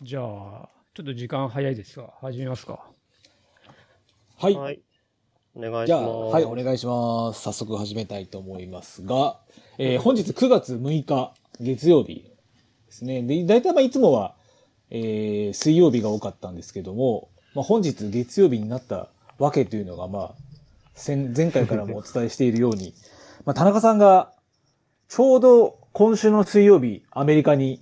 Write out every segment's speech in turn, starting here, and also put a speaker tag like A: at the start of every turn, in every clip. A: じゃあ、ちょっと時間早いですが、始めますか。
B: はい。
C: はい。お願いします。
B: じゃあ、はい、お願いします。早速始めたいと思いますが、えー本日9月6日、月曜日ですね。で、大体まあいつもは、えー水曜日が多かったんですけども、まあ、本日月曜日になったわけというのが、まあ、先前回からもお伝えしているように、 まあ、田中さんが、ちょうど今週の水曜日、アメリカに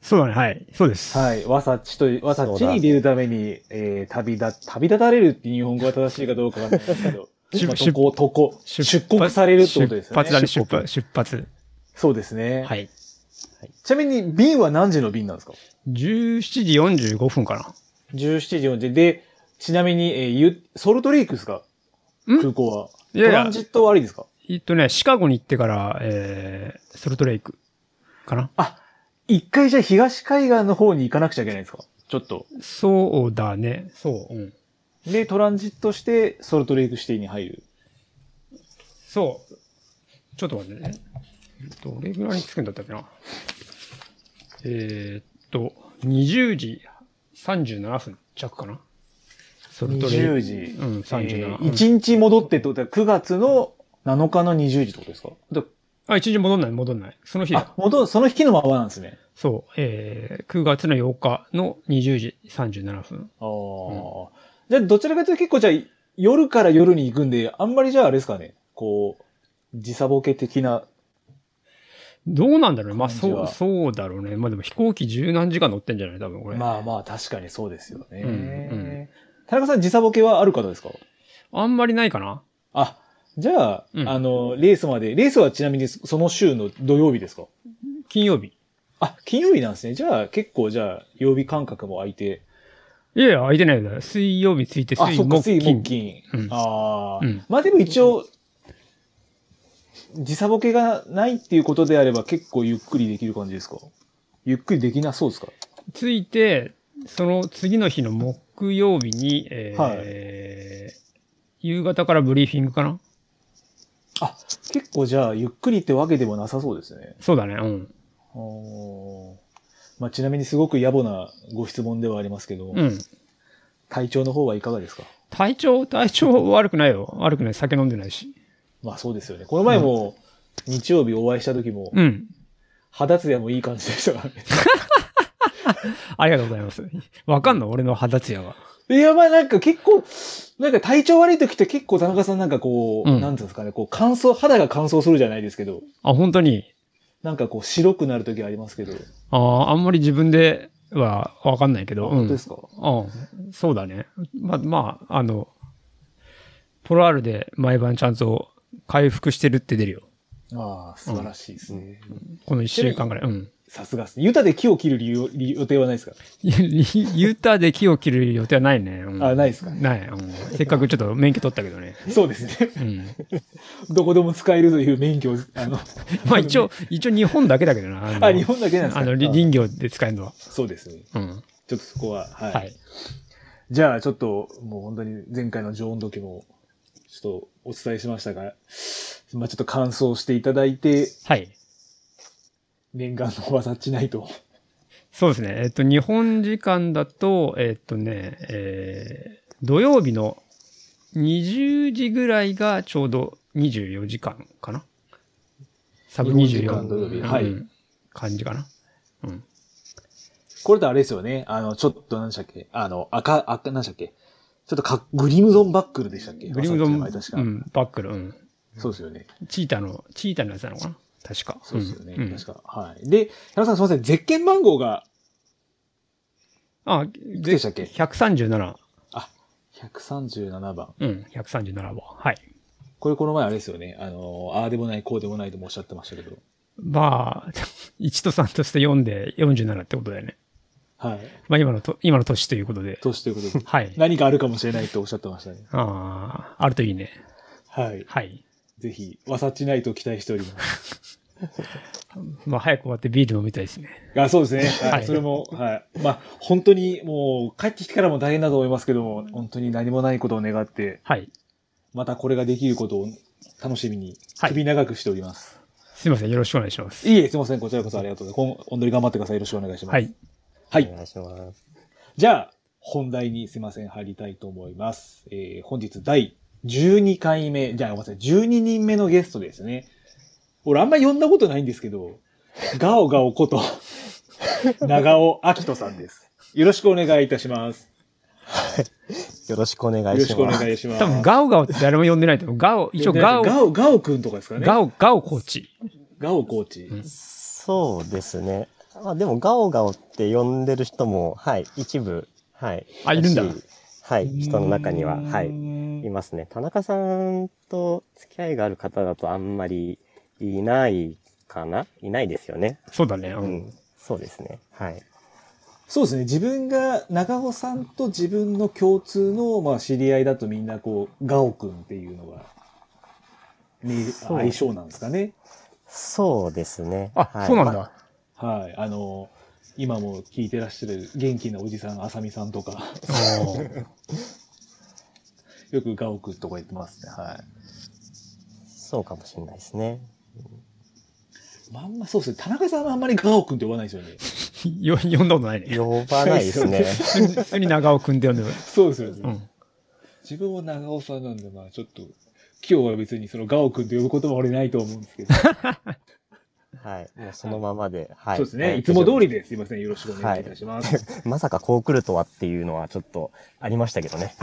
D: そうだね、はい。そうです。
B: はい。わさちと、わさちに出るために、えー、旅立、旅立たれるっていう日本語が正しいかどうかわかんないですけ ど、
D: 出
B: まあ渡航、渡航、
D: 出
B: 出国されるってことです
D: 出
B: よね。
D: 発だね、出発。出発。
B: そうですね。
D: はい。
B: ちなみに、便は何時の便なんですか
D: 17時45分か
B: ?17 時4時。で、ちなみに、えーゆ、ソルトレイクですか
D: ん
B: 空港は。
D: いやいや
B: トランジットはありですか
D: な。えっとね、シカゴに行ってから、えー、ソルトレイクかな。
B: 一回じゃあ東海岸の方に行かなくちゃいけないんですかちょっと。
D: そうだね。そう。うん。
B: で、トランジットして、ソルトレイクシティに入る。
D: そう。ちょっと待ってね。どれぐらいに着くんだったっけな。えー、っと、20時37分着かな。ソルトレイク。
B: 20時。
D: うん、37。うん
B: 1日戻ってってことは、9月の7日の20時ってことですかだ
D: あ、1時戻んない、戻んない。その日だ
B: あ、戻る、その日のままなんですね。
D: そう、えー、9月の8日の20時37分。
B: ああ、じゃあ、どちらかというと結構じゃあ、夜から夜に行くんで、あんまりじゃああれですかね、こう、時差ボケ的な、
D: どうなんだろうね。まあ、
B: 感じ
D: そ
B: は
D: う、そうだろうね。まあでも飛行機十何時間乗ってんじゃない多分これ。
B: まあまあ、確かにそうですよね。
D: うんうん
B: 田中さん、時差ボケはある方ですか
D: あんまりないかな。
B: あ、じゃあ、
D: うん
B: あの、レースまで、レースはちなみにその週の土曜日ですか
D: 金曜日。
B: あ、金曜日なんですね。じゃあ、結構じゃあ、曜日間隔も空いて、
D: いやいや、空いてないよ。水曜日ついて、
B: あ、
D: 水
B: そっか、
D: 木
B: 水、木、
D: 金。
B: 金。
D: うん
B: あ
D: う
B: あ、
D: ん
B: まあでも一応、時差ボケがないっていうことであれば結構ゆっくりできる感じですかゆっくりできなそうですか
D: ついて、その次の日の木曜日に、えー
B: は
D: 夕方からブリーフィングかな
B: あ、結構じゃあゆっくりってわけでもなさそうですね。
D: そうだね。うん。
B: おーまあ、ちなみにすごく野暮なご質問ではありますけども、
D: うん。
B: 体調の方はいかがですか
D: 体調、体調悪くないよ。悪くない。酒飲んでないし。
B: まあそうですよね。この前も日曜日お会いした時も、
D: うん。
B: 肌ツヤもいい感じでしたからね。
D: ありがとうございます。わかんの俺の肌ツヤは。
B: いや、まあなんか結構、なんか体調悪い時って結構田中さんなんかこう、
D: うん
B: なんていうんですかね、こう乾燥、肌が乾燥するじゃないですけど、
D: あ、本当に。
B: なんかこう白くなる時ありますけど、
D: ああ、あんまり自分ではわかんないけど。う
B: 本
D: ん。
B: 当ですか、
D: うんそうだね。ま、まあ、あの、ポロアルで毎晩ちゃんと回復してるって出るよ。
B: ああ、素晴らしいですね。
D: この一週間ぐらい。うん。
B: さすがですね。ユタで木を切る理由、理予定はないですか、
D: いや ユータで木を切る予定はないね。うん
B: あないですか
D: ない、うんせっかくちょっと免許取ったけどね。
B: そうですね。
D: うん。
B: どこでも使えるという免許を、あの、
D: ま あ一応、一応日本だけだけどな。あの
B: あ、日本だけなんですか
D: あの、り林業で使えるのは。
B: そうですね。
D: うん。
B: ちょっとそこは、はい。
D: はい。
B: じゃあちょっと、もう本当に前回の常温時も、ちょっとお伝えしましたが、まあちょっと乾燥していただいて、
D: はい。
B: 念願のわさっちないと。
D: そうですね。えっと、日本時間だと、えっとね、えー土曜日の20時ぐらいがちょうど24時間かな。サブ
B: 日本時間土曜日
D: 24。
B: はい
D: うん感じかな。うん。
B: これとあれですよね。あの、ちょっと何でしたっけあの、赤、赤、何でしたっけちょっとか、グリムゾンバックルでしたっけ
D: グリムゾン、
B: わさっちの名前確か、
D: うん、バックル、うん。
B: そうですよね。
D: チータの、チータのやつなのかな確か。
B: そうですよね。
D: うんうん
B: 確か。はい。で、田中さんすいません。ゼッケンマンゴーが
D: あ、
B: くでしたっけ
D: 137。
B: 137番。
D: うん、137は。はい。
B: これこの前あれですよね。あの、ああでもない、こうでもないともおっしゃってましたけど。
D: まあ、1と3として4で47ってことだよね。
B: はい。
D: まあ今のと、今の年ということで。
B: 年という ことで。
D: はい。
B: 何かあるかもしれないとおっしゃってましたね。
D: ああ、あるといいね。
B: はい。
D: はい。
B: ぜひ、わさっちないと期待しております。
D: まあ、早く終わってビール飲みたいですね。
B: あそうですね。は。
D: はいい
B: それも、はい。まあ、本当にもう、帰ってきてからも大変だと思いますけども、本当に何もないことを願って、
D: はい。
B: またこれができることを楽しみに、
D: はい
B: 首長くしております。
D: すいません。よろしくお願いします。
B: い、いえ、すいません。こちらこそありがとうございます。今、本当に頑張ってください。よろしくお願いします。
D: はい。
B: はい
C: お願いします。
B: じゃあ、本題にすいません、入りたいと思います。えー本日第12回目、じゃあごめんなさい、12人目のゲストですね。俺あんま呼んだことないんですけど、ガオガ オこと、長尾明人さんです。よろしくお願いいたします。
C: よろしくお願いしま
B: よ
C: す。
B: ろしくお願いします。
D: 多分ガオガオって誰も呼んでないと思う。ガオ、一応ガオ、
B: ガオ、ガオくんとかですかね。ガ
D: ガオ、ガオコーチ。
B: オコーチ。
C: そうですね。まあでも、ガオガオって呼んでる人も、はい、一部、はい。
D: あいるんだ
C: らしいはい、人の中には、は
B: うー
C: い、
B: ん
C: いますね。田中さんと付き合いがある方だとあんまりいないかないないですよね。
D: そうだね。う。
C: うんん。そうですね。はい。
B: そうですね。自分が、長尾さんと自分の共通の、まあ、知り合いだとみんな、こう、ガオくんっていうのが、ね、
C: そう
B: 相性なんですかね。
C: そうですね。
D: あ、
C: はい
D: そうなん
C: ま
D: だ。
B: はい。あの、今も聞いてらっしゃる元気なおじさん、あさみさんとか、
D: おー
B: よくガオくんとか言ってますね。は
C: そうかもしれないですね。
B: い。まああんまそうですね。田中さんはあんまりガオくんって呼ばないですよね。
D: よ 呼んだことないね。
C: 呼ばないですね。
D: 普通に普通に長尾くんって呼んでる。
B: そうですよね。
D: うん。
B: 自分は長尾さんなんで、まあちょっと、今日は別にそのガオくんって呼ぶことも俺ないと思うんですけど。
C: はい。もうそのままで。はい。
B: そうです
C: は
B: ね。いつも通りです。すいません。よろしくお
C: 大丈夫
B: 願いいたします。
C: はい。 まさかこう来るとはっていうのはちょっとありましたけどね。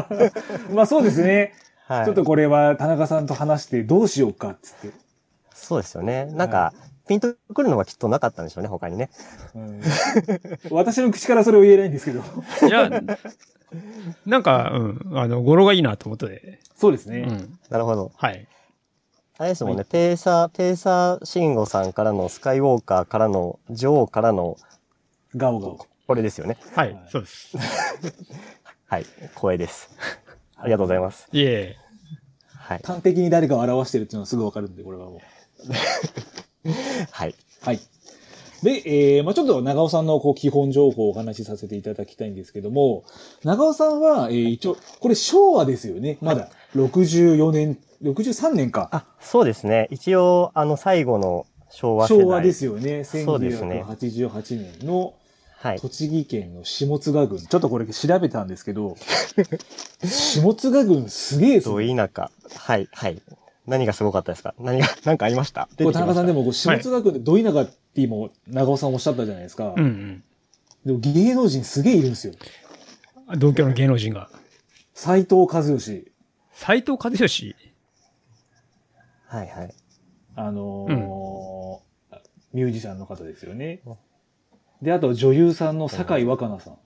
B: まあそうですね。
C: はい。
B: ちょっとこれは田中さんと話してどうしようかっつって。
C: そうですよね。なんか、ピンとくるのがきっとなかったんでしょうね、他にね。
B: うん私の口からそれを言えないんですけど。
D: いや、なんか、うん、あの、語呂がいいなと思って。
B: そうです
D: う
B: ね。
D: ん。
C: なるほど。
D: はい。
C: あれですもんね、ペーサー、ペーサー慎吾さんからの、スカイウォーカーからの、女王からの、
B: ガオガオ。
C: これですよね。
D: はい
B: はい、
D: そうです。
C: はい。光栄 です。ありがとうございます。
D: いえ。
C: はい。
B: 端的に誰かを表してるっていうのはすぐわかるんで、これはもう。
C: はい。
B: はい。で、えー、まあちょっと長尾さんのこう基本情報をお話しさせていただきたいんですけども、長尾さんは、えー、一応、これ昭和ですよね。まだ。64年、63年か。
C: あ、そうですね。一応、あの、最後の昭和世代。
B: 昭和ですよね。
C: そうですね
B: 1988年の、
C: はい。
B: 栃木県の下津郡。ちょっとこれ調べたんですけ ど、下津郡すげえです
C: ど
B: ね。
C: 田舎。はい、はい。何がすごかったですか何が、何かありました
B: こ
C: 出て
B: れ
C: き
B: 田
C: ま
B: 中
C: し
B: さ
C: た
B: んでもこう下津郡でど田舎って今、長尾さんおっしゃったじゃないですか。
D: うん
B: でも芸能人すげえいるんですよ。
D: うん。同居の芸能人が。
B: 斎藤和義。
D: 斎藤和義
C: はい、はい。
B: あのーミュージシャンの方ですよね。で、あと女優さんの酒井若菜さん。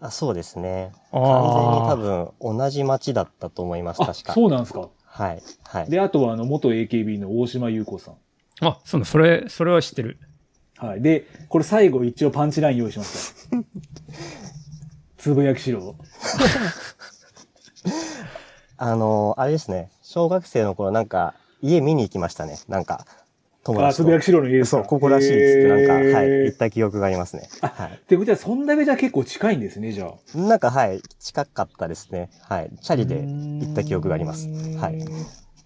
C: あ、そうですね。
D: あ
C: 完全に多
D: あ。
C: 分、同じ町だったと思います、
B: あ、
C: 確か。
B: そうなんですか。
C: はい、はい。
B: で、あとはあの、元 AKB の大島優子さん。
D: あ、そうなのそれ、それは知ってる。
B: はい。で、これ最後一応パンチライン用意しました。 つぶやきしろ。
C: あのーあれですね。小学生の頃、なんか、家見に行きましたね。なんか、友
B: あ、
C: 達
B: つぶや
C: と
B: き。しろの家です
C: そ
B: か
C: う、ここらしいっつって、なんか、はい、行っ
B: へ
C: た記憶がありますね。はい。
B: ーってことは、そんだけじゃ結構近いんですね、じゃあ。
C: なんか、はい、近かったですね。はい。チャリで行った記憶があります。はい。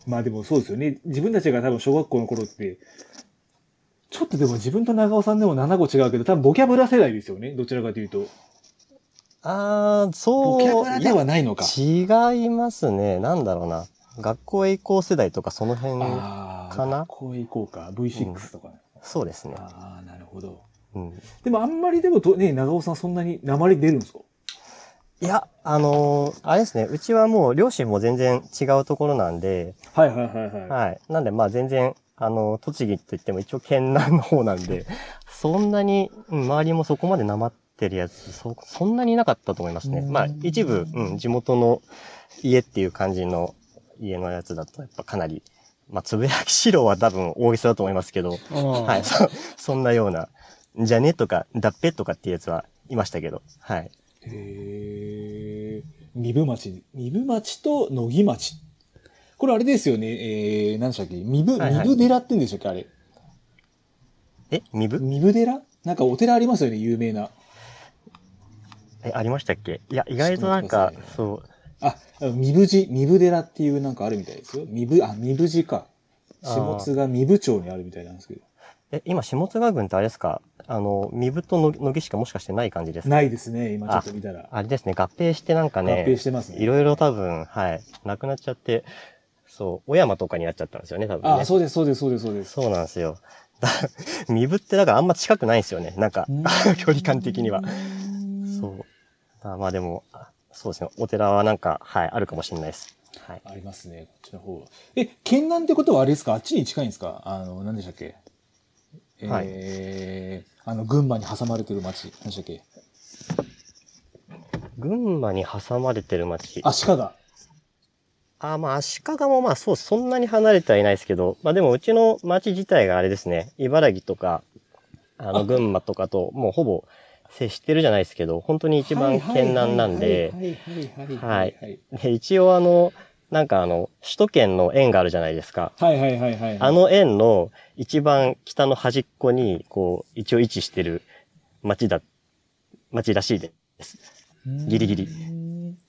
B: まあでもそうですよね。自分たちが多分小学校の頃って、ちょっとでも自分と長尾さんでも7個違うけど、多分ボキャブラ世代ですよね。どちらかというと。
C: あー、
B: ボキャブ
C: そう
B: ラ、ではないのか。
C: 違いますね。なんだろうな。学校へ行こう世代とかその辺、
B: ああ、
C: かな
B: こう行こうか。V6 とかね。
C: そうですね。
B: ああ、なるほど。
C: うん、
B: でもあんまりでもと、ね、長尾さんそんなに鉛出るんですか
C: いや、あのーあれですね。うちはもう両親も全然違うところなんで、
B: はいはいはいはい。
C: はい。なんでまあ全然、あのー栃木といっても一応県南の方なんで、 そんなに、うん周りもそこまでなまってるやつ、そ、そんなにいなかったと思いますね。まあ一部、うん、地元の家っていう感じの家のやつだと、やっぱかなり、まあつぶやきしろは多分大げさだと思いますけど、は、。
D: はい
C: そ、そんなような、じゃねとか、だっぺとかっていうやつはいましたけど、はい。
B: へえ。三部町、三部町と野木町。これあれですよね、えー、何でしたっけ三部、
C: はいはい
B: 三部寺って言うんでしたっけあれ。
C: え、身分
B: 三部寺なんかお寺ありますよね、有名な。
C: え、ありましたっけいや、意外となん
B: ちょっ
C: か、
B: と待ってくださ
C: そう、
B: あ、三部寺、三部寺っていうなんかあるみたいですよ。三部、あ、三部寺か。
C: あー
B: 下津が三部町にあるみたいなんですけど。
C: え、今、下津川郡ってあれですかあの、身分との乃木しかもしかしてない感じですか
B: ないですね、今ちょっと見たら。
C: あれですね、合併してなんか
B: 合
C: ね、
B: 併してます
C: い
B: ね。
C: ろいろ多分、はい、なくなっちゃって、そう、小山とかになっちゃったんですよね、多分ね。
B: あ、そうです、そうです、そうです、そうです。
C: そうなんですよ。だ 身分ってだからあんま近くないんですよね、なんか
B: うん、
C: 距離 感的には。そう。あまあでも、あそうですね、お寺はなんか、はい、あるかもしれないです。はい。
B: ありますね、こっちの方は。え、県南ってことはあれですかあっちに近いんですかあの、何でしたっけ
C: はい
B: えー、あの、群馬に挟まれてる町、何でしたっけ
C: 群馬に挟まれてる町。
B: あ、鹿が。
C: あ、まあ、足利もまあ、そう、そんなに離れてはいないですけど、まあでも、うちの町自体があれですね、茨城とか、あ
B: あ
C: の、群馬とかと、もうほぼ接してるじゃないですけど、本当に一番県南なんで、
B: はいはいはい
C: はい
B: はい。
C: で一応あの、なんかあの、首都圏の円があるじゃないですか。
B: はいはいはいはい。
C: あ、の円の一番北の端っこに、こう、一応位置してる町だ、町らしいです。ギリギリ。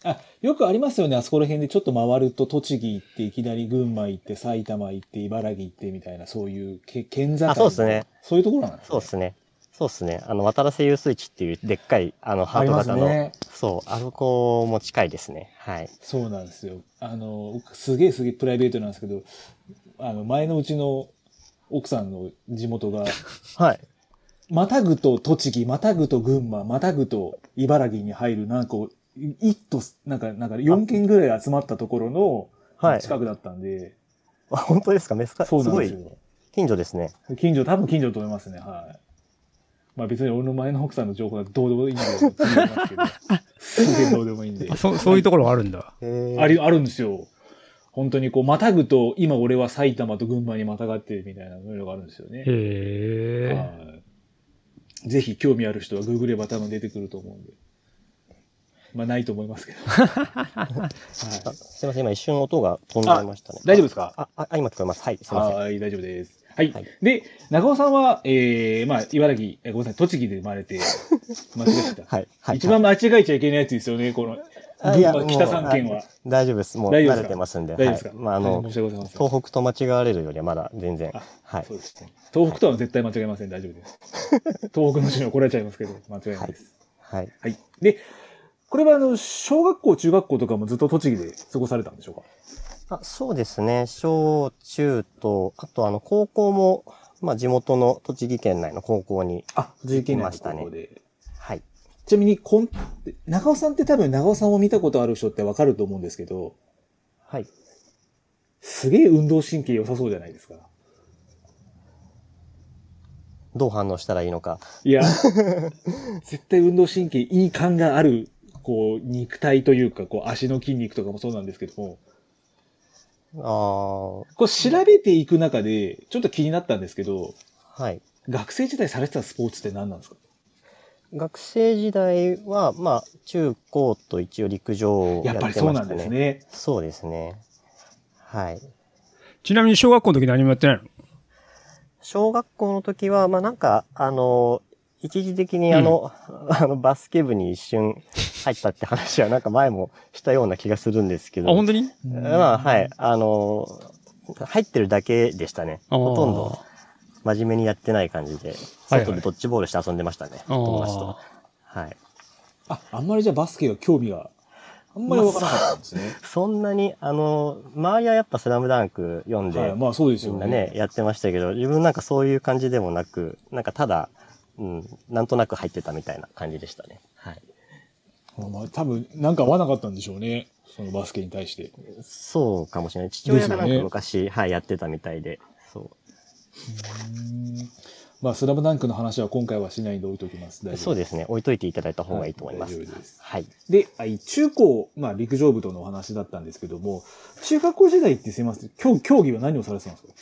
B: あ、よくありますよね、あそこら辺でちょっと回ると、栃木行って、いきなり群馬行って、埼玉行って、茨城行って、みたいな、そういうけ県境。
C: あそうですね。
B: そういうところなんです
C: そう
B: ね。
C: ですね。そうですね。あの、渡良瀬遊水地っていうでっかい、あの、ハ
B: あ
C: ー
B: り
C: ト
B: ます
C: 型の、
B: ね。
C: そう、あそこも近いですね。はい。
B: そうなんですよ。あの、すげえすげえプライベートなんですけど、あの、前のうちの奥さんの地元 が、
C: はい。
B: またぐと栃木、またぐと群馬、またぐと茨城に入る、なんかこう、い一都、なんか、なんか4県ぐらい集まったところの、
C: はい。
B: 近くだったんで、
C: あ本当ですかメスカ、す
B: そうなん
C: ご
B: です
C: い
B: よ。
C: 近所ですね。
B: 近所、多分近所だと思いますね、はい。まあ別に俺の前の奥さんの情報はどうでもいい んだけど、気になりますけどすげえどうでもいいんで。
D: そそういうところがあるんだ。
B: あり、あるんですよ。本当にこう、またぐと、今俺は埼玉と群馬にまたがってるみたいなのがあるんですよね。
D: へえ。
B: はいぜひ興味ある人はググれば多分出てくると思うんで。まあないと思いますけ ど。
C: あ
B: はい、
C: すいません、今一瞬音が飛んじゃいましたね。
B: 大丈夫ですか
C: あ、あ、あ今聞こえます。はい、すいませ ん。
B: はい、大丈夫です。はい。
C: はい
B: で、中尾さんは、えー、まあ、茨城、えごめんなさい、栃木で生ま れて、間違えてた。
C: はい、はい。
B: 一番間違えちゃいけないやつですよね、この、
C: あい
B: 群
C: や
B: 馬、北三県
C: もう
B: は。
C: い大丈夫です。もう
B: 大丈夫です
C: 慣
B: か
C: れてますんで。
B: 大丈夫ですか、
C: はいまあ、あ
B: 大
C: の
B: 変申、し訳ございません。
C: 東北と間違われるよりはまだ全然。
B: あ
C: はい
B: そ。うですね。東北とは絶対間違えません。大丈夫 です。東北の人に怒られちゃいますけど、間違いないです。
C: はい。
B: はい。で、これはあの、小学校、中学校とかもずっと栃木で過ごされたんでしょうか
C: あそうですね。小、中と、あとあの、高校も、まあ、地元の栃木県内の高校に。
B: あ、栃木
C: 県内の高校
B: で。
C: はい。
B: ちなみに、こん、長尾さんって多分長尾さんを見たことある人ってわかると思うんですけど、
C: はい。
B: すげえ運動神経良さそうじゃないですか。
C: どう反応したらいいのか。
B: い や、絶対運動神経いい感がある、こう、肉体というか、こう、足の筋肉とかもそうなんですけども、
C: あ
B: こう、調べていく中で、ちょっと気になったんですけど、
C: あ、はい。
B: 学生時代されてたスポーツって何なんですか
C: 学生時代は、まあ、中高と一応陸上をや
B: や
C: っ
B: ってぱり
C: ましたね。
B: そうなんです。ね。
C: そうですね。はい。
D: ちなみに小学校の時何もやってないの
C: 小学校の時は、まあなんか、あの、一時的にあの、 あの、バスケ部に一瞬入ったって話はなんか前もしたような気がするんですけど。
D: あ、本当に
C: まあ、はい。あの、入ってるだけでしたね。
D: あー
C: ほとんど真面目にやってない感じで、
D: はいはい
C: 外でドッジボールして遊んでましたね。友達と。はい。
B: あ、あんまりじゃあバスケは興味が、あんまりわからなかったんですね。
C: そんなに、あの、周りはやっぱスラムダンク読んで、
B: はい、まあそうです
C: み
B: よ
C: んな
B: ね。
C: ね、やってましたけど、自分なんかそういう感じでもなく、なんかただ、うん、なんとなく入ってたみたいな感じでしたね。はい。
B: まあ多分、なんか合わなかったんでしょうね。そのバスケに対して。
C: そうかもしれない。父親がなん
B: ですよ
C: か
B: ね
C: 昔、はい、やってたみたいで、そう。
B: まあ、スラムダンクの話は今回はしないんで置いときます。大丈夫
C: そうですね。置いといていただいた方がいいと思いま
B: は
C: す。は
B: 大
C: いい
B: 丈夫です。
C: はい。
B: で、あい中高、まあ陸上部とのお話だったんですけども、中学校時代ってすいません、競競技は何をされてたんですか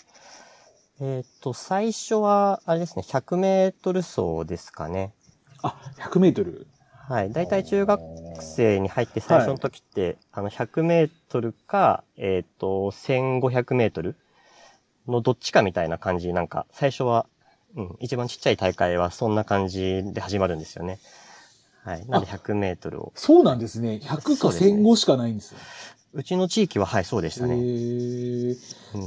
C: えっ、と、最初は、あれですね、100メートル走ですかね。
B: あ、100メートル。
C: はい。大体中学生に入って最初の時って、あの、100メートルか、えっ、と、1500メートルのどっちかみたいな感じ、なんか、最初は、うん、一番ちっちゃい大会はそんな感じで始まるんですよね。はい。なんで100メートルを。
B: そうなんですね。100か
C: そうですね
B: 1005しかないんですよ。
C: うちの地域は、はい、そうでした
B: へ
C: ね。
B: ー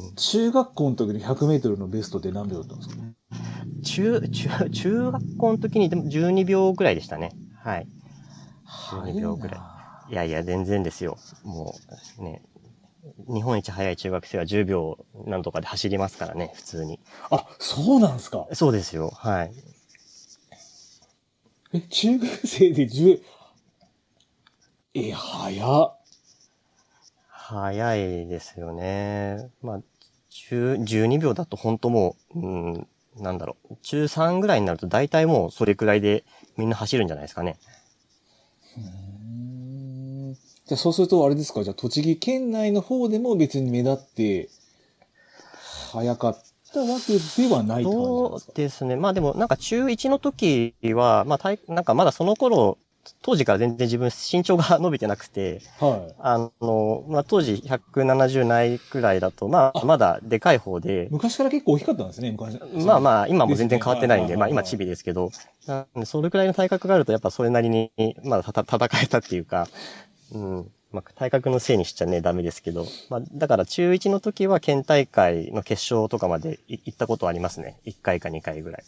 C: うん
B: 中学校の時の100メートルのベストって何秒だったんですか
C: 中、中、中学校の時にでも12秒ぐらいでしたね。はい。12秒ぐらい
B: はい
C: やいや、全然ですよ。もう、ね。日本一早い中学生は10秒なんとかで走りますからね、普通に。
B: いなあ、そうなんですか。
C: そうですよ。はい。
B: え、中学生で10、え、早っ。
C: 早いですよね。まあ、10 12秒だと本当もう、うん、なんだろう。中3ぐらいになると大体もうそれくらいでみんな走るんじゃないですかね。
B: うーんじゃあそうするとあれですか、じゃあ栃木県内の方でも別に目立って、早かったわけではないって感じなんで
C: そ
B: す
C: う
B: か
C: ですね。まあでも、なんか中1の時は、まあ体、なんかまだその頃、当時から全然自分身長が伸びてなくて、
B: はい。
C: あの、まあ当時170ないくらいだと、まあまだでかい方で、
B: 昔から結構大きかったんですね、昔。
C: まあまあ今も全然変わってないん
B: です
C: で、
B: ね
C: まあ今チビですけど、なんでそれくらいの体格があるとやっぱそれなりに、 まあたた戦えたっていうか、うん。まあ、体格のせいにしちゃね、ダメですけど。まあ、だから中1の時は県大会の決勝とかまでい行ったことはありますね。1回か2回ぐらい。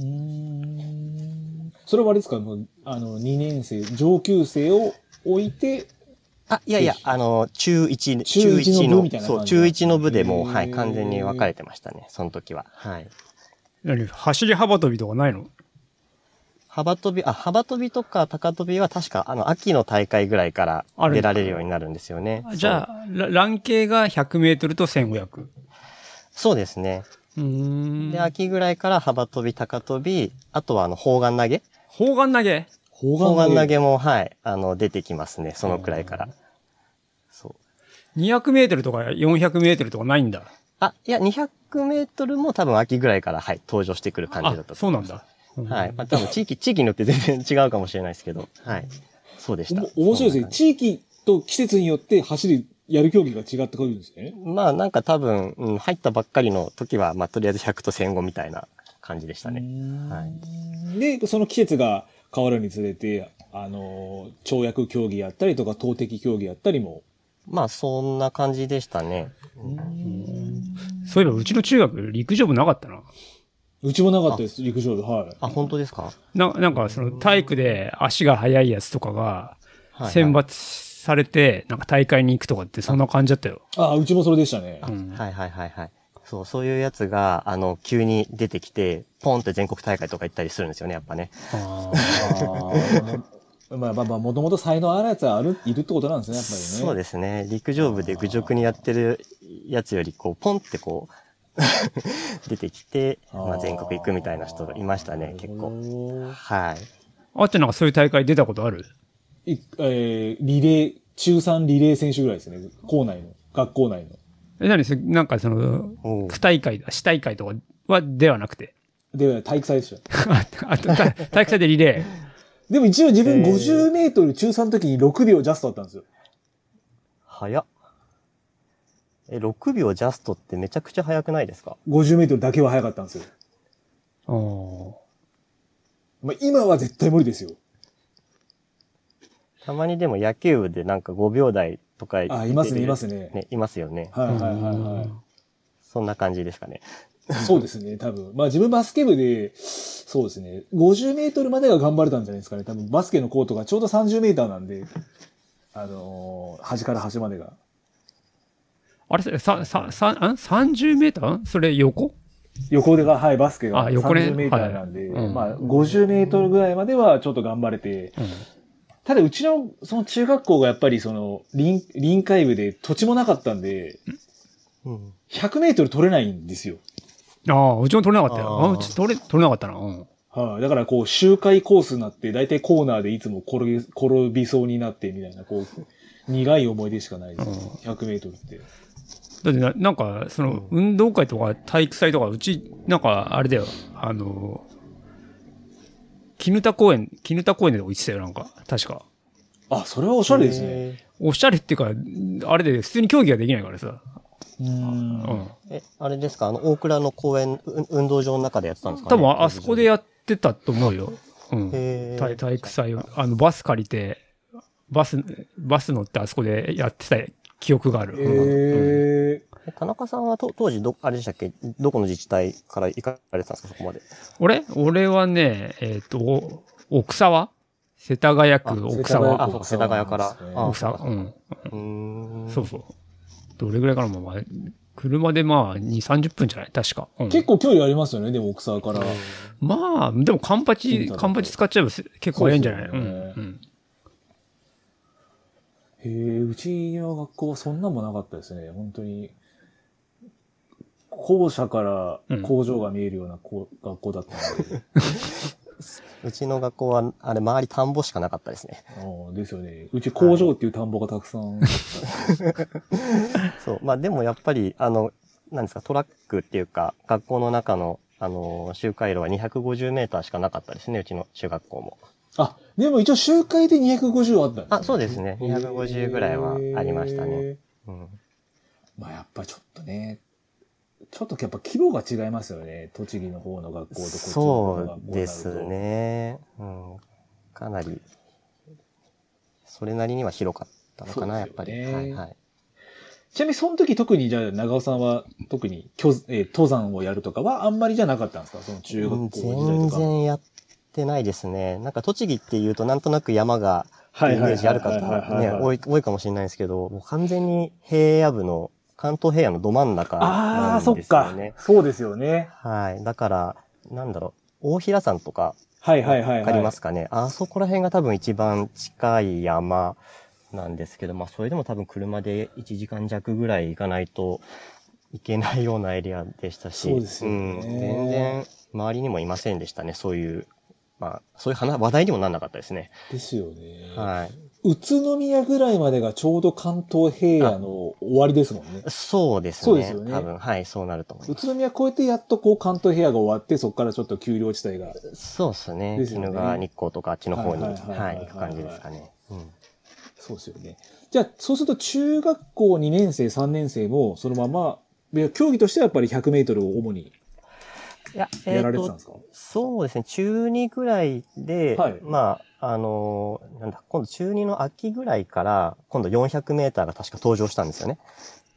B: うーん。それはあれですか、もう、あの、2年生、上級生を置いて、
C: あ、いやいや、あの、中1、
B: 中一の部みたいな感じ
C: そう、中1の部でもう、
B: へー
C: はい、完全に分かれてましたね、その時は。はい。
D: 何走り幅跳びとかないの
C: 幅跳び、あ、幅跳びとか高跳びは確か、あの、秋の大会ぐらいから
D: ある
C: 出られるようになるんですよね。
D: じゃ
C: あ。
D: あ、ララン系が100メートルと1500。
C: そうですね。
D: うーん
C: で、秋ぐらいから幅跳び、高跳び、あとは、あの、砲丸投げ
D: 砲丸投げ
B: 砲
C: 砲丸投。げも、はい、あの、出てきますね、そのくらいから。そう。
D: 200メートルとか400メートルとかないんだ。
C: あ、いや、200メートルも多分秋ぐらいから、はい、登場してくる感じだったと思い
D: あ、
C: ます
D: そうなんだ。うん
C: はい。まあ、多分地域、地域によって全然違うかもしれないですけど、はい。そうでした。
B: お面白いですね。
C: そんな感じ
B: 地域と季節によって走り、やる競技が違ってくるんですよね。
C: まあ、なんか多分、うん、入ったばっかりの時は、まあ、とりあえず100と15みたいな感じでしたね。は
B: で、その季節が変わるにつれて、あの、跳躍競技やったりとか、投擲競技やったりも。
C: まあ、そんな感じでしたね。
D: そういえば、うちの中学、陸上部なかったな。
B: うちもなかったです、陸上部。はい。
C: あ、本当ですか
D: ななんか、その、体育で足が速いやつとかが、
C: はい
D: 選抜されて、なんか大会に行くとかって、そんな感じだったよ。
B: あ、うちもそれでしたね。
D: うん
C: はいはいはいはい。そう、そういうやつが、あの、急に出てきて、ポンって全国大会とか行ったりするんですよね、やっぱね。
D: あ
B: あーまあまあまあ、もともと才能あるやつはある、いるってことなんですね、やっぱりね。
C: そうですね。陸上部で愚直にやってるやつより、こう、ポンってこう、 出てきて、まあ、全国行くみたいな人がいましたね、結構。
B: 構。
C: はい。
D: ーあってなんかそういう大会出たことある
B: いえーリレー、中3リレー選手ぐらいですね。校内の、学校内の。
D: え、何それなんかその、
C: おう
D: 区大会だ、市大会とかは、ではなくて。
B: で、体育祭でした。
D: ああとた体育祭でリレー。
B: でも一応自分
C: へー
B: 50メートル中3の時に6秒ジャストだったんですよ。
C: 早っ。え、6秒ジャストってめちゃくちゃ早くないですか
B: 50メートルだけは速かったんですよ。
D: あー
B: まあ、今は絶対無理ですよ。
C: たまにでも野球部でなんか5秒台とか
B: あ、いますね、いますね。
C: ね、いますよね。
B: はいはいはいはい。
C: そんな感じですかね。
B: そうですね、多分。まあ自分バスケ部で、そうですね、50メートルまでが頑張れたんじゃないですかね。多分バスケのコートがちょうど30メーターなんで、あのー端から端までが。
D: あれそれ、さ、さ、さ、ん ?30 メーターそれ横
B: 横でが、はい、バスケが
D: あ横ね
B: 30メーターなんで、
D: はいうん
B: まあ50メートルぐらいまではちょっと頑張れて、
D: うん
B: ただうちのその中学校がやっぱりその臨臨海部で土地もなかったんで、
C: うん。
B: 100メートル取れないんですよ。
D: ああ、うちも取れなかったよ。
C: あ
D: あ
C: ー
D: うち取れ、取れなかったな。うん。
B: はい、だからこう周回コースになって、だいたいコーナーでいつも転び、転びそうになってみたいな、こう、苦い思い出しかないです。100メートルって。
D: だってな、なんか、その、運動会とか体育祭とか、うち、なんか、あれだよ、あの、絹田公園、絹田公園で行ってたよ、なんか、確か。
B: あ、それはおしゃれですね。
C: へ
D: おしゃれっていうか、あれで普通に競技ができないからさ。
B: う。
D: うんん。
C: ー。え、あれですかあの、大倉の公園、う運動場の中でやってたんですか、ね、
D: 多分あ、あそこでやってたと思うよ。うん。
C: へー
D: 体体育祭を、あの、バス借りて、バス、バス乗ってあそこでやってた記憶がある。
B: えー、
C: え田中さんはと当時ど、あれでしたっけどこの自治体から行かれてたんですかそこまで。
D: 俺俺はね、えっ、と、お奥沢世田谷区奥
C: あ
D: 沢。
C: そうか世田谷からあ
D: 奥沢。うん。
C: うーん。
D: そうそう。どれぐらいかな、まあ、車でまあ、2、30分じゃない確か。うん
B: 結構距離ありますよね、でも奥沢から。
D: まあ、でもカンパチ、カンパチ使っちゃえばす結構早いんじゃない
B: そう
D: う
B: で
D: ん
B: すよね
D: うん。
B: へえ、うちの学校はそんなんもなかったですね。本当に。校舎から工場が見えるようなこう学校だったので。
C: うちの学校は、あれ、周り田んぼしかなかったですね。
B: ああですよね。うち工場っていう田んぼがたくさん。
C: そう。まあでもやっぱり、あの、なんですか、トラックっていうか、学校の中の、あの、周回路は250メーターしかなかったですね、うちの中学校も。
B: あ、でも一応周回で250はあったんですね
C: あ、そうですね。250ぐらいはありましたね。。うん。
B: まあやっぱちょっとね、ちょっとやっぱ規模が違いますよね。栃木の方の学校とこっちの方の学
C: そ
B: 校
C: う
B: になる
C: で
B: と
C: す。ね。うん。かなり、それなりには広かったのか
B: そ
C: な、
B: う
C: や
B: で
C: っ
B: すよ
C: ぱり。
B: ね
C: はいはい。
B: ちなみにその時特にじゃあ長尾さんは特にきょ、えー登山をやるとかはあんまりじゃなかったんですかその中学校時代
C: 全
B: とか。
C: 然やってないですね。なんか栃木っていうとなんとなく山が、イメージある方がね、多
B: い。
C: い、多いかもしれないですけど、もう完全に平野部の、関東平野のど真ん中
B: あ
C: な
B: あ、そ
C: ん
B: っ
C: ですよ
B: か
C: ね。。
B: そうですよね。
C: はい。だから、なんだろう、大平山とか、
B: はいはいはい、はい。
C: わかりますかね。あそこら辺が多分一番近い山なんですけど、まあそれでも多分車で1時間弱ぐらい行かないといけないようなエリアでしたし、
B: そうですよね
C: ん、全然周りにもいませんでしたね、そういう。まあ、そういう話話題にもなんなかったですね。
B: ですよね。
C: はい。
B: 宇都宮ぐらいまでがちょうど関東平野の終わりですもんね。
C: そうですね。
B: そうですよね
C: 多分、はい、そうなると思い
B: 宇
C: ます。
B: 都宮越えてやっとこう関東平野が終わって、そこからちょっと丘陵地帯が。
C: そうですね。
B: ですよね
C: 鬼怒川日光とかあっちの方に、
B: は
C: はいい
B: はいはいはい
C: 行く感じですかね。うん
B: そうですよね。じゃあ、そうすると中学校2年生、3年生もそのまま、いや競技としてはやっぱり100メートルを主に
C: いや、
B: やられてたんですか、
C: そうですね、中2ぐらいで、
B: はい
C: まあ、あのーなんだ、今度中2の秋ぐらいから、今度400メーターが確か登場したんですよね。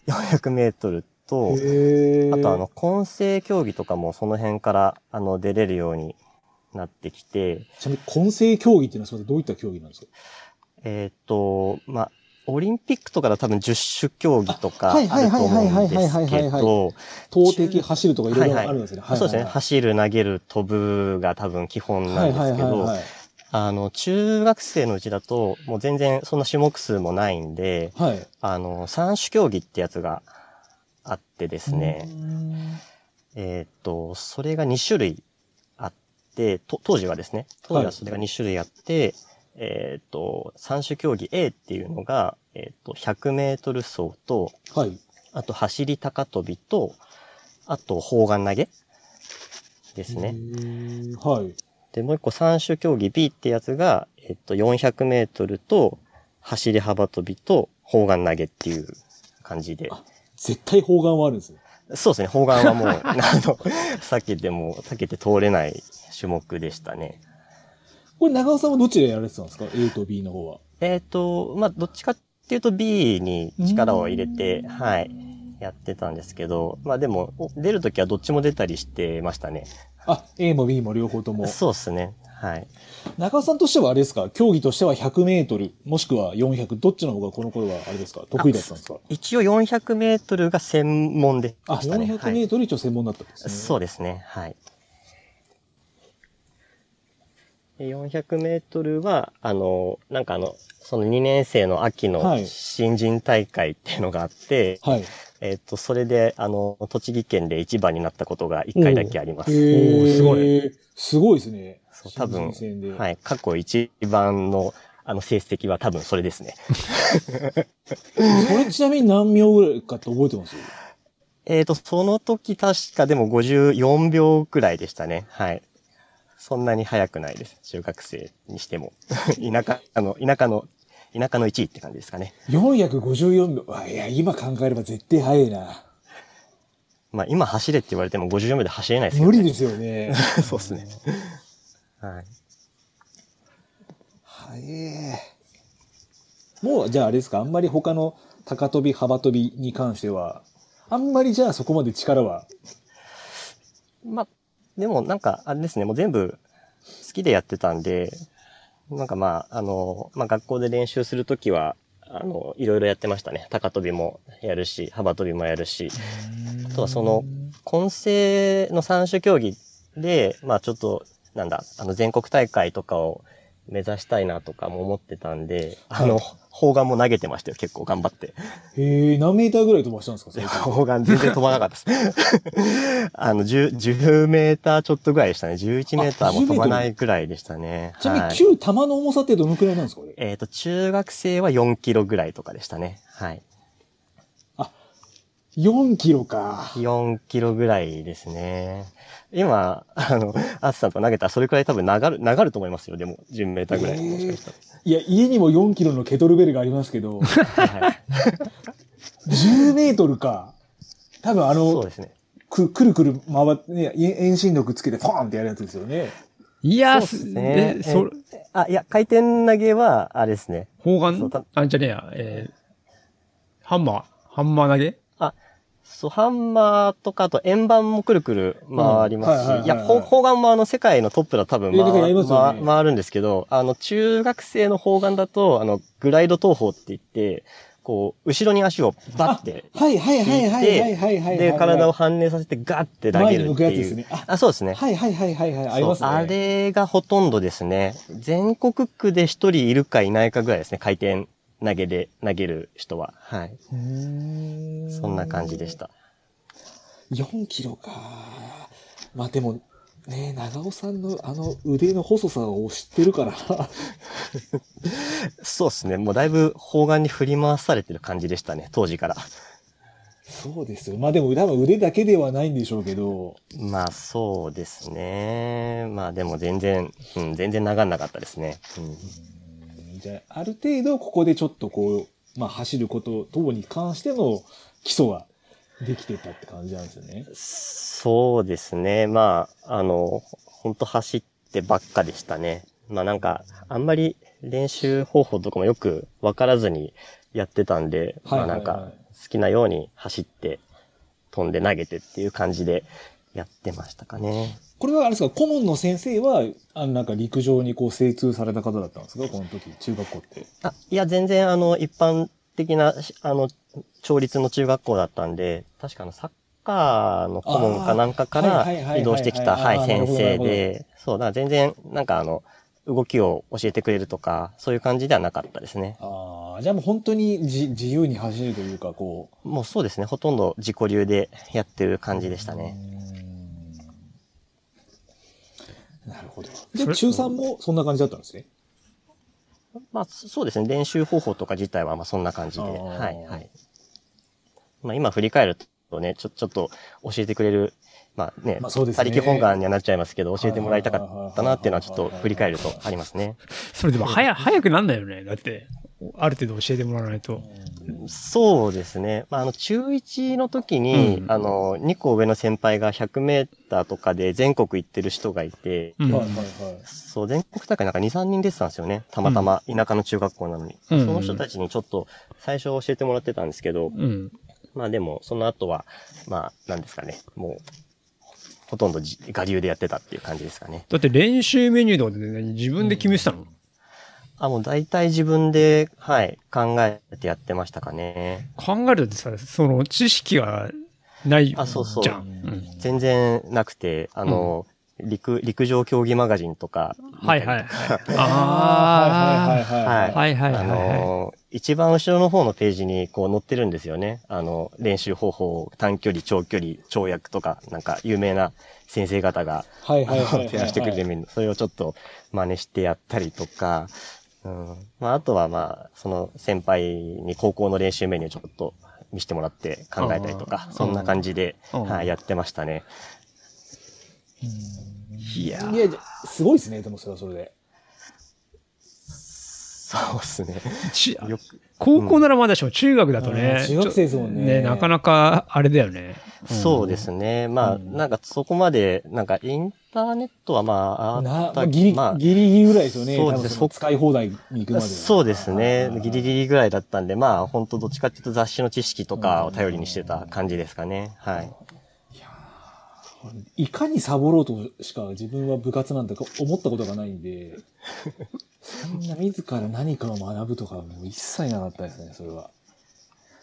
C: 400メートルと、
B: へー
C: あとあの、混成競技とかもその辺から、あの、出れるようになってきて、
B: ちなみに混成競技っていうのはそれどういった競技なんですか
C: えっ、と、まあ、オリンピックとかだと多分10種競技と
B: あ
C: かあ
B: はい
C: る
B: はいはい
C: と
B: はいはいは
C: 思うん
B: い
C: です
B: はいはい
C: けど、
B: 投擲、走るとかいろいろあるんですよね。
C: そうですね、走る、投げる、飛ぶが多分基本な
B: は
C: ん
B: い
C: で
B: はい
C: すけ
B: はい
C: ど、
B: はい。
C: あの、中学生のうちだと、もう全然そんな種目数もないんで、
B: はい。で
C: あの、三種競技ってやつがあってですね、。えーっと、それが2種類あって、と当時はですね、当時はそれが2種類あって、えーっと、三種競技 A っていうのが、えーっと、100メートル走と、
B: はい。
C: あと走り高跳びと、あと砲丸投げですね。
B: ね。はい。
C: で、もう一個三種競技 B ってやつが、えっと、400メートルと、走り幅跳びと、砲丸投げっていう感じで。
B: あ絶対砲丸はあるんですね。
C: そうですね、砲丸はもう、 あの、避けても、避けて通れない種目でしたね。
B: これ長尾さんはどっちでやられてたんですか ?A と B の方は。
C: えっ、と、まあ、どっちかっていうと B に力を入れて、はい、やってたんですけど、まあでも、お出るときはどっちも出たりしてましたね。
B: あ、A も B も両方とも。
C: そうですね、はい。
B: 中尾さんとしてはあれですか競技としては100メートル、もしくは400、どっちの方がこの頃はあれですか得意だったんですか
C: 一応400メートルが専門で
B: あ、
C: したね。は
B: 400
C: い
B: メートル一応専門だったんですね。
C: そうですね、はい。で400メートルは、あの、なんかあの、その2年生の秋
B: は
C: の
B: い
C: 新人大会っていうのがあって、
B: はい。
C: えっ、と、それで、あの、栃木県で一番になったことが1回だけあります。
B: へー
D: すご
B: い。すごいですね。
C: そう多分
B: 新人戦で
C: はい、過去一番の、あの、成績は多分それですね。
B: それちなみに何秒ぐらいかって覚えてます
C: えっ、と、その時確かでも54秒くらいでしたね。はい。そんなに早くないです。中学生にしても。 田舎、あの、田舎の、田舎の1位って感じですかね。
B: ?454 秒。あいや、今考えれば絶対早いな。
C: まあ、今走れって言われても54秒で走れないですけど
B: 無
C: ね、
B: 理ですよね。
C: そうですね。はい。
B: 早え。もう、じゃああれですかあんまり他の高跳び、幅跳びに関しては、あんまりじゃあそこまで力は。
C: まあ、でもなんか、あれですね、もう全部好きでやってたんで、なんかまあ、あの、まあ学校で練習するときは、あの、いろいろやってましたね。高跳びもやるし、幅跳びもやるし、あとはその、混成の三種競技で、まあちょっと、なんだ、あの、全国大会とかを目指したいなとかも思ってたんで、あの、砲丸も投げてましたよ、結構頑張 って。
B: へえ、何メーターぐらい飛ばしたんですか
C: い
B: 最
C: や、
B: 近
C: 砲丸全然飛ばなかったです。 あの、10、10メーターちょっとぐらいでしたね。11メーターも飛ばないぐらいでしたね。
B: ちなみ
C: は
B: に
C: い、
B: 旧球の重さってどのくらいなんですかこれ
C: えっ、と、中学生は4キロぐらいとかでしたね。はい。
B: ?4 キロか。
C: 4キロぐらいですね。今、あの、アツさんとか投げたらそれくらい多分流る、流ると思いますよ。でも、10メーターぐらい。もしかした
B: いや、家にも4キロのケトルベルがありますけ ど、
C: ら。はい。
B: 10メートルか。多分あ
C: そう
B: の
C: で、すね。
B: く、くるくる回って、ね、遠遠心力つけてポーンってやるやつですよね。
D: いやー、
C: そうっすね
D: えそれ、
C: あ、いや、回転投げは、あれですね。
D: 砲
C: そう
D: 丸
C: た
D: あ、じゃねえや、えーハンマー、ハンマー投げ
C: そう、ハンマーとか、あと円盤もくるくる回ります
B: うんはいはい
C: し、
B: はいはい
C: いや、ほ砲丸もあの、世界のトップだ多分
B: えだからや
C: 回、
B: りますよね
C: 回回るんですけど、あの、中学生の砲丸だと、あの、グライド投法って言って、こう、後ろに足をバッて、
B: はいはいはいはいはいはいはい。
C: で、体を反映させてガッて投げ
B: 前に
C: る
B: 向
C: っ
B: く
C: て
B: やつで
C: い
B: す
C: う。
B: ね。あ、
C: あ、そうですね。
B: はいはいはいはいはい。あります
C: そう
B: ね。
C: あれがほとんどですね。全国区で一人いるかいないかぐらいですね。回転投げで、投げる人は。はい。
B: うーん
C: そんな感じでした。
B: 4キロか。まあでも、ね長尾さんのあの腕の細さを知ってるから。
C: そうですね。もうだいぶ砲丸に振り回されてる感じでしたね、当時から。
B: そうですよ。まあでも多分腕だけではないんでしょうけど。
C: まあそうですね。まあでも全然、うん、全然長んなかったですね。うん
B: うんじゃあ、ある程度ここでちょっとこう、まあ走ること等に関しての基礎ができてたって感じなんですよね。
C: そうですね。まあ、あの、ほんと走ってばっかでしたね。まあなんか、あんまり練習方法とかもよくわからずにやってたんで、
B: はいはいはい
C: まあなんか、好きなように走って、飛んで投げてっていう感じでやってましたかね。
B: これはあれですか、顧問の先生は、あのなんか陸上にこう精通された方だったんですかこの時、中学校って。
C: あ、いや、全然、あの、一般的な、しあの、調律の中学校だったんで、確かあの、サッカーの顧問かなんかか
B: あーはいはいはいはいは
C: ら
B: い
C: 移動してきた、は
B: あ
C: い、
B: ーなる
C: 先
B: ほど
C: 生で、そう、だから全然、なんかあの、動きを教えてくれるとか、そういう感じではなかったですね。
B: ああ、じゃあもう本当にじ自由に走るというか、こう。
C: もうそうですね、ほとんど自己流でやってる感じでしたね。
B: うーんなるほど。で、中3もそんな感じだったんですね。
C: まあ、そそうですね、練習方法とか自体は、まあ、そんな感じで、
B: あー
C: はい、はい。まあ、今振り返るとね、ちょ、ちょっと教えてくれる、まあね、
B: まあそうですね
C: 他力本願にはなっちゃいますけど、教えてもらいたかったなっていうのは、ちょっと振り返るとありますね。
D: それでも早、早くなんないよね。だって、ある程度教えてもらわないと。
C: そうですね。まあ、あの、中1の時に、
D: うん
C: あの、2個上の先輩が100メーターとかで全国行ってる人がいて、
D: うん。
B: はいはいはい。
C: そう、全国大会なんか2、3人出てたんですよね。たまたま、田舎の中学校なのに。
D: うん
C: その人たちにちょっと、最初教えてもらってたんですけど、
D: うん。
C: まあでも、その後は、まあ、なんですかね、もう、ほとんどじ我流でやってたっていう感じですかね。
D: だって練習メニューとかで、ね、自分で決めてたの、
C: あ、もう大体自分で、はい、考えてやってましたかね。
D: 考えるとさ、その知識がない
C: あ、そうそう
D: じ。ゃん。うん。
C: 全然なくて、あの、陸、陸上競技マガジンとか、
D: はいはい。
B: あ
D: あ
B: ーはいはいはい
C: は
D: あ。
C: い。
D: はいはい
C: あ
D: はいはい。
C: の一番後ろの方のページにこう載ってるんですよね。あの、練習方法、短距離、長距離、跳躍とか、なんか有名な先生方が
B: はい
C: あ
B: はいはいはいは
C: の
B: い。
C: 提案してくれてみるの。それをちょっと真似してやったりとか、うん。まあ、あとはまあ、その先輩に高校の練習メニューちょっと見せてもらって考えたりとか
D: あ、ー
C: そんな感じで、
D: うん
C: はい、やってましたね。
D: いやー
B: いや、じゃあすごいですね、でもそれはそれで。
C: そうですね。
D: ち
C: よく、
D: 高校ならまだしも中学だと
B: あ
D: ね
B: ー。中学生ですもんね
D: ちょなかなかあれだよね。
C: そうですね。まあ、
B: うん
C: なんかそこまで、なんかインターネットはまあ、あ
B: な
C: っ
B: まあ、
C: た
B: ギリ、
C: まあ
B: ギリギリぐらいですよね。
C: そう
B: 多
C: です
B: 分その使い放題に行くまでは。
C: そうですね。ギ
B: リ。
C: リギリぐらいだったんで、まあ、本当どっちかっていうと雑誌の知識とかを頼りにしてた感じですかね。はい。
B: いかにサボろうとしか自分は部活なんて思ったことがないんで、そんな自ら何かを学ぶとかはもう一切なかったですね、それは。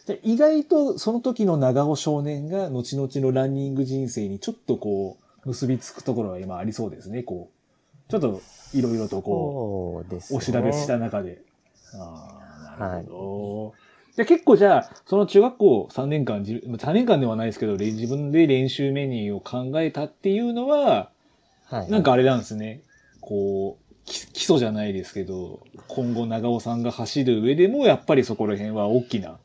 B: で意外とその時の長尾少年が後々のランニング人生にちょっとこう、結びつくところは今ありそうですね、こう。ちょっといろいろとこう、
C: そうですね。
B: お調べした中で。ああ、な
C: は
B: る
C: い
B: ほど。じゃあ結構じゃあ、その中学校3年間、自分3年間ではないですけど、れ自分で練習メニューを考えたっていうのは、
C: はい。
B: なんかあれなんですね。こう、き基礎じゃないですけど、今後長尾さんが走る上でも、やっぱりそこら辺は大きな。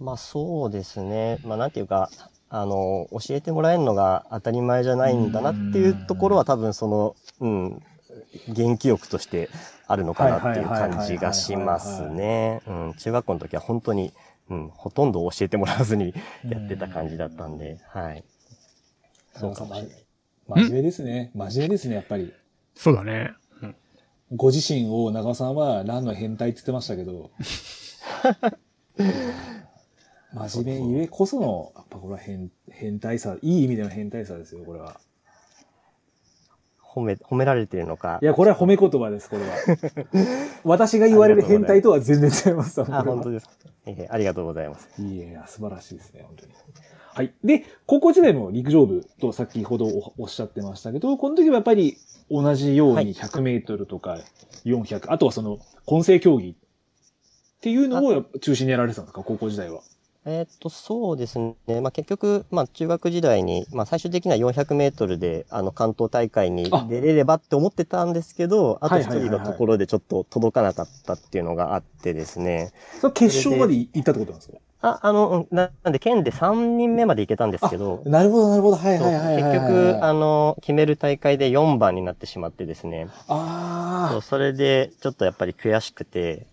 C: まあそうですね。まあなんていうか、あの、教えてもらえるのが当たり前じゃないんだなっていうところは多分その、うん、元気欲としてあるのかなっていう感じがしますね。うん、中学校の時は本当に、うん、ほとんど教えてもらわずにやってた感じだったんで、はい。
B: そ
C: そうう
B: か
C: か
B: も
C: も
B: し
C: し
B: れない。真面目
C: れ
B: ですね。真面目ですね、やっぱり。
D: そうだね。
B: ご自身を長尾さんはランの変態って言ってましたけ ど。真面目ゆえこその、やっぱこれは変、変態さ、いい意味での変態さですよ、これは。
C: 褒め、褒められてるのか
B: い。や、これは褒め言葉です、これは。 私が言われる変態とは全然違います。
C: あ、本
B: こ
C: 当
B: れは
C: ですか。えーありがとうございます。
B: いやいや、素晴らしいですね、本当に。はい。で、高校時代も陸上部と先ほどおおっしゃってましたけど、この時はやっぱり同じよう
C: はい
B: に100メートルとか400、あとはその混成競技っていうのをやっぱ中心にやられてたんですか、高校時代は。
C: えーっと、そうですね。まあ、結局、まあ、中学時代に、まあ、最終的には400メートルで、あの、関東大会に
B: あ
C: 出れればって思ってたんですけど、あと
B: はい
C: 一
B: はいはいはい
C: 人のところでちょっと届かなかったっていうのがあってですね。
B: それ決勝まで行ったってことなんですか
C: あ、あの、うんななんで、県で3人目まで行けたんですけど、
B: なるほど、なるほど。はい
C: そう
B: はいはいはいはい。
C: 結局、
B: あ
C: あの、決める大会で4番になってしまってですね。そう
B: あ
C: それで、ちょっとやっぱり悔しくて、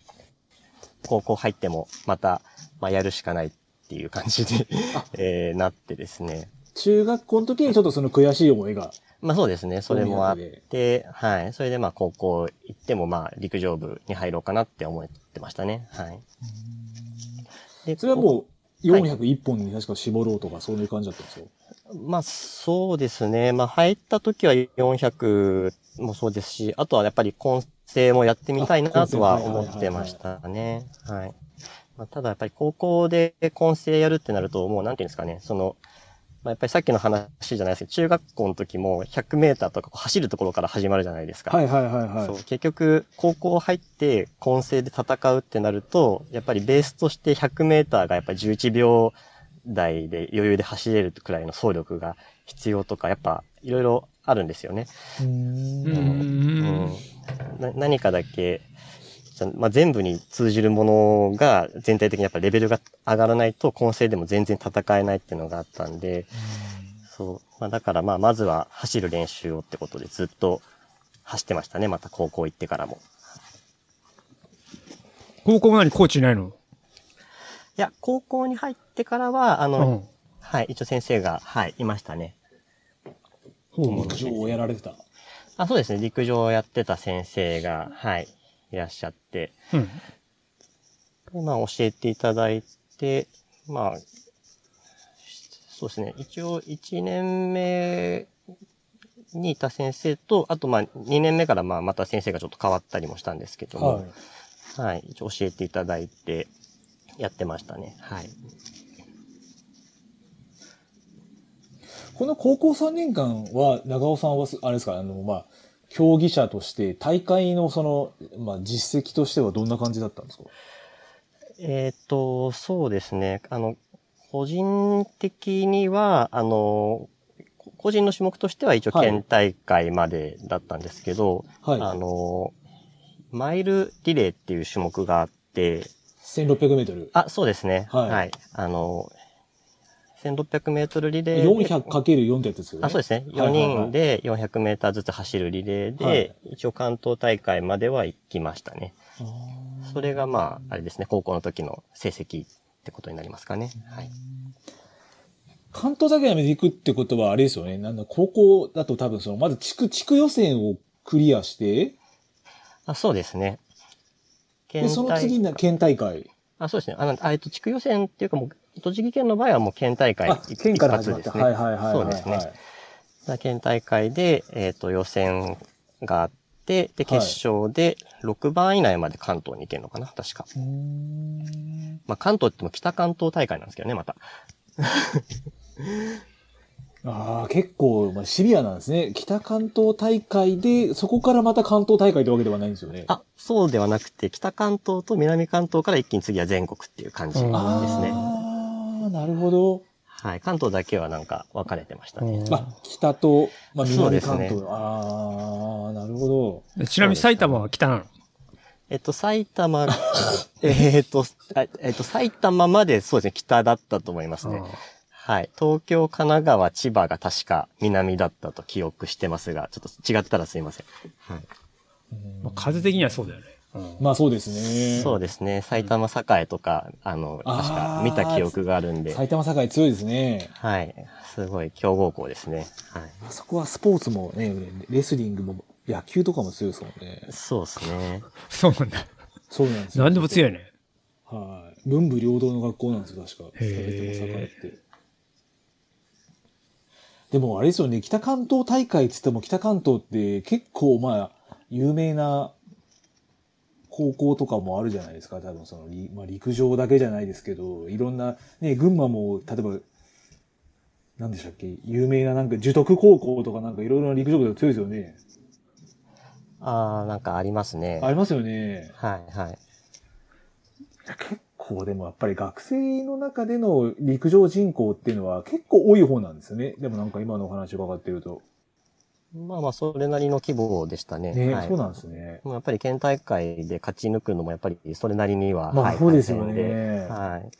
C: 高校入っても、また、まあ、やるしかないっていう感じで
B: あ、
C: えーなってですね。
B: ー、中学校の時にちょっとその悔しい思いが。
C: まあそうですね。それもあっ
B: お目当て
C: て、はい。それでまあ高校行ってもまあ陸上部に入ろうかなって思ってましたね。はい。で
B: それは
C: こ
B: もう401本に確か絞ろうとか、そういう感じだったんですよ。
C: まあそうですね。まあ入った時は400もそうですし、あとはやっぱり混成もやってみたい
B: あ
C: な
B: 混成
C: とは思ってましたね。はい。まあ、ただやっぱり高校で混成やるってなると、もうなんていうんですかね、その、まあ、やっぱりさっきの話じゃないですけど、中学校の時も100メーターとかこう走るところから始まるじゃないですか。
B: はいはいはいはい。
C: そう結局、高校入って混成で戦うってなると、やっぱりベースとして100メーターがやっぱ11秒台で余裕で走れるくらいの走力が必要とか、やっぱいろいろあるんですよね。
B: うー
D: うんん。
C: な何かだけ、じゃまあ、全部に通じるものが全体的にやっぱレベルが上がらないと混成でも全然戦えないっていうのがあったんで、そう。まあ、だからまあ、まずは走る練習をってことでずっと走ってましたね。また高校行ってからも。
D: 高校も何コーチいないの
C: いや、高校に入ってからは、あ
D: う
C: の、
D: ん。
C: はい、一応先生が、はい、いましたね。
D: そう
B: 陸上をやられてた。
C: あ、そうですね、陸上をやってた先生が、はい、いらっしゃって、
D: うん。
C: でまあ、教えていただいて、まあ、そうですね、一応1年目にいた先生と、あとまあ、2年目からまあ、また先生がちょっと変わったりもしたんですけども、
B: い。
C: はい、一応教えていただいて、やってましたね、はい。
B: この高校3年間は、長尾さんはす、あれですか、あの、まあ、競技者として、大会のその、まあ、実績としてはどんな感じだったんですか
C: えっ、と、そうですね。あの、個人的には、あの、こ個人の種目としては一応
B: はい
C: 県大会までだったんですけど、あ
B: はい。
C: の、マイルリレーっていう種目があって、
B: 1600メートル。
C: あ、そうですね。
B: は
C: はいい。あの、1600メートルリレーで。
B: 400×4 ってやつですよね。
C: あ、そうですね。
B: は
C: 4
B: いはいはい
C: 人で400メーターずつ走るリレーで、
B: はい
C: 一応関東大会までは行きましたね。
B: あー
C: それがまあ、あれですね、高校の時の成績ってことになりますかね。はい。
B: 関東だけやめていくってことはあれですよね。なんだ、高校だと多分その、まず地区、地区予選をクリアして、
C: あ、そうですね。
B: で、その次な、県大会。
C: あ、そうですね。あの、あえっと、地区予選っていうかもう、栃木県の場合はもう県大会
B: あ、
C: 一
B: 県から
C: 一
B: 始まっ
C: 発
B: た。
C: です
B: は
C: ね。
B: いはいはいはい。
C: そうですね。
B: はい
C: だから県大会で、えっ、と、予選があって、
B: は
C: で、
B: い
C: 決勝で6番以内まで関東に行けるのかな、確か。まあ、関東って言っても北関東大会なんですけどね、また。
B: ああ、結構、まあ、シビアなんですね。北関東大会で、そこからまた関東大会ってわけではないんですよね。
C: あ、そうではなくて、北関東と南関東から一気に次は全国っていう感じですね。
B: あーなるほど。
C: はい。関東だけはなんか分かれてましたね。
D: うん
B: まあ、北と、まあ、
C: そう
B: 南
C: です
B: 関
C: ね
B: 東。ああ、なるほど。
D: でちなみに埼玉は北なの。
C: えっと、埼 玉、えっと、あえっと、埼玉までそうですね、北だったと思いますね。はい。東京、神奈川、千葉が確か南だったと記憶してますが、ちょっと違ったらすいません。はい。
D: まあ、風的にはそうだよね。
B: まあ、そうですね。
C: そうですね。埼玉栄とか、あの、確
B: あ
C: か
B: ー
C: 見た記憶があるんで、
B: 埼玉栄強いですね。
C: はい。すごい強豪校ですね。はい。
B: あそこはスポーツもね、レスリングも、野球とかも強いですもんね。
C: そうですね。
D: そうなんだ。
B: そうなんですよ。
D: 何でも強いね。
B: はい。文武両道の学校なんですよ、確か。
D: へー
B: 埼玉栄って。でも、あれですよね、北関東大会って言っても、北関東って結構、まあ、有名な高校とかもあるじゃないですか。多分、その、りまあ、陸上だけじゃないですけど、いろんな、ね、群馬も、例えば、なんでしたっけ、有名ななんか、樹徳高校とかなんか、いろいろな陸上部が強いですよね。
C: あー、なんかありますね。
B: あ
C: はい
B: りますよね。
C: はい。
B: 結構でもやっぱり学生の中での陸上人口っていうのは結構多い方なんですね。でもなんか今のお話を伺ってると。
C: まあまあ、それなりの規模でしたね。
B: ね、
C: はい
B: そうなんですね。
C: もうやっぱり県大会で勝ち抜くのもやっぱりそれなりには。
B: まあ
C: はい
B: そうですよね
C: 大変ではい。